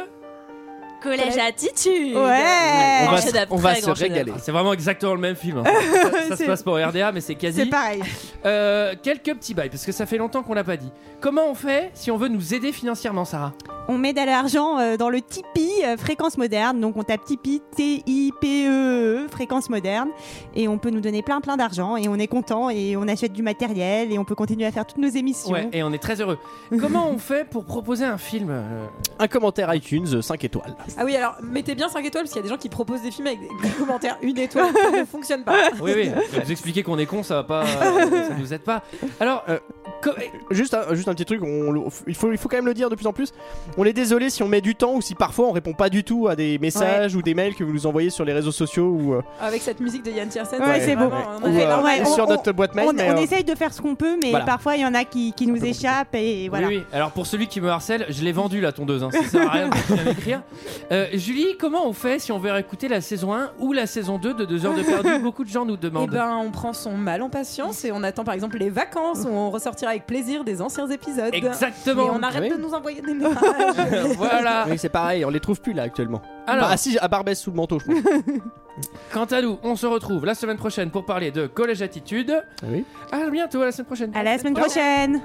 Speaker 9: Collège Attitude
Speaker 7: Ouais.
Speaker 1: on va,
Speaker 9: Grand
Speaker 1: se-
Speaker 9: chef-d'œuvre,
Speaker 1: on va
Speaker 9: très
Speaker 1: se
Speaker 9: grand chef-d'œuvre.
Speaker 1: régaler. C'est vraiment exactement le même film. hein. ça ça se
Speaker 9: C'est-
Speaker 1: passe pour RDA, mais c'est quasi.
Speaker 9: c'est
Speaker 7: pareil.
Speaker 1: Euh, quelques petits bails, parce que ça fait longtemps qu'on l'a pas dit. Comment on fait si on veut nous aider financièrement, Sarah
Speaker 7: On met de l'argent euh, dans le Tipeee euh, Fréquence Moderne. Donc on tape Tipeee, T-I-P-E-E, E Fréquence Moderne. Et on peut nous donner plein plein d'argent. Et on est content. Et on achète du matériel. Et on peut continuer à faire toutes nos émissions.
Speaker 1: Ouais, et on est très heureux. Comment on fait pour proposer un film euh,
Speaker 6: Un commentaire iTunes, euh, 5 étoiles.
Speaker 11: Ah oui, alors mettez bien 5 étoiles parce qu'il y a des gens qui proposent des films avec des commentaires une étoile, ça ne fonctionne pas.
Speaker 1: Oui, oui, vous expliquer qu'on est con, ça va pas. ça nous aide pas. Alors, euh,
Speaker 6: juste, un, juste un petit truc, on le- il, faut, il faut quand même le dire de plus en plus. On est désolé si on met du temps ou si parfois on répond pas du tout à des messages ou des mails que vous nous envoyez sur les réseaux sociaux ou. euh,
Speaker 11: Avec cette musique de Yann Tiersen,
Speaker 6: Ouais, c'est
Speaker 11: vraiment-
Speaker 6: beau.
Speaker 11: on en
Speaker 6: Ou,
Speaker 11: avait
Speaker 6: euh,
Speaker 11: énormément.
Speaker 6: sur notre boîte mail,
Speaker 7: on,
Speaker 6: mais,
Speaker 7: on
Speaker 6: euh,
Speaker 7: essaye de faire ce qu'on peut, mais
Speaker 1: Voilà.
Speaker 7: parfois il y en a qui, qui nous échappent et voilà.
Speaker 1: Oui, oui. Alors pour celui qui me harcèle, je l'ai vendu la tondeuse. Hein. Ça sert à rien de continuer à m'écrire. Euh, Julie, comment on fait si on veut écouter la saison 1 ou la saison 2 de 2 heures de perdu Beaucoup de gens nous
Speaker 11: Eh
Speaker 1: demandent.
Speaker 11: ben, on prend son mal en patience et on attend par exemple les vacances où on ressortira avec plaisir des anciens épisodes.
Speaker 1: Exactement.
Speaker 11: Et on arrête
Speaker 6: Oui.
Speaker 11: de nous envoyer des messages.
Speaker 1: voilà.
Speaker 6: Oui, c'est pareil, on les trouve plus là actuellement.
Speaker 1: Alors-
Speaker 6: Bah, ah, si, à Barbès sous le manteau, je pense.
Speaker 1: Quant à nous, on se retrouve la semaine prochaine pour parler de Collège Attitude.
Speaker 6: Ah oui.
Speaker 1: À bientôt, à la semaine prochaine.
Speaker 7: À la semaine prochaine.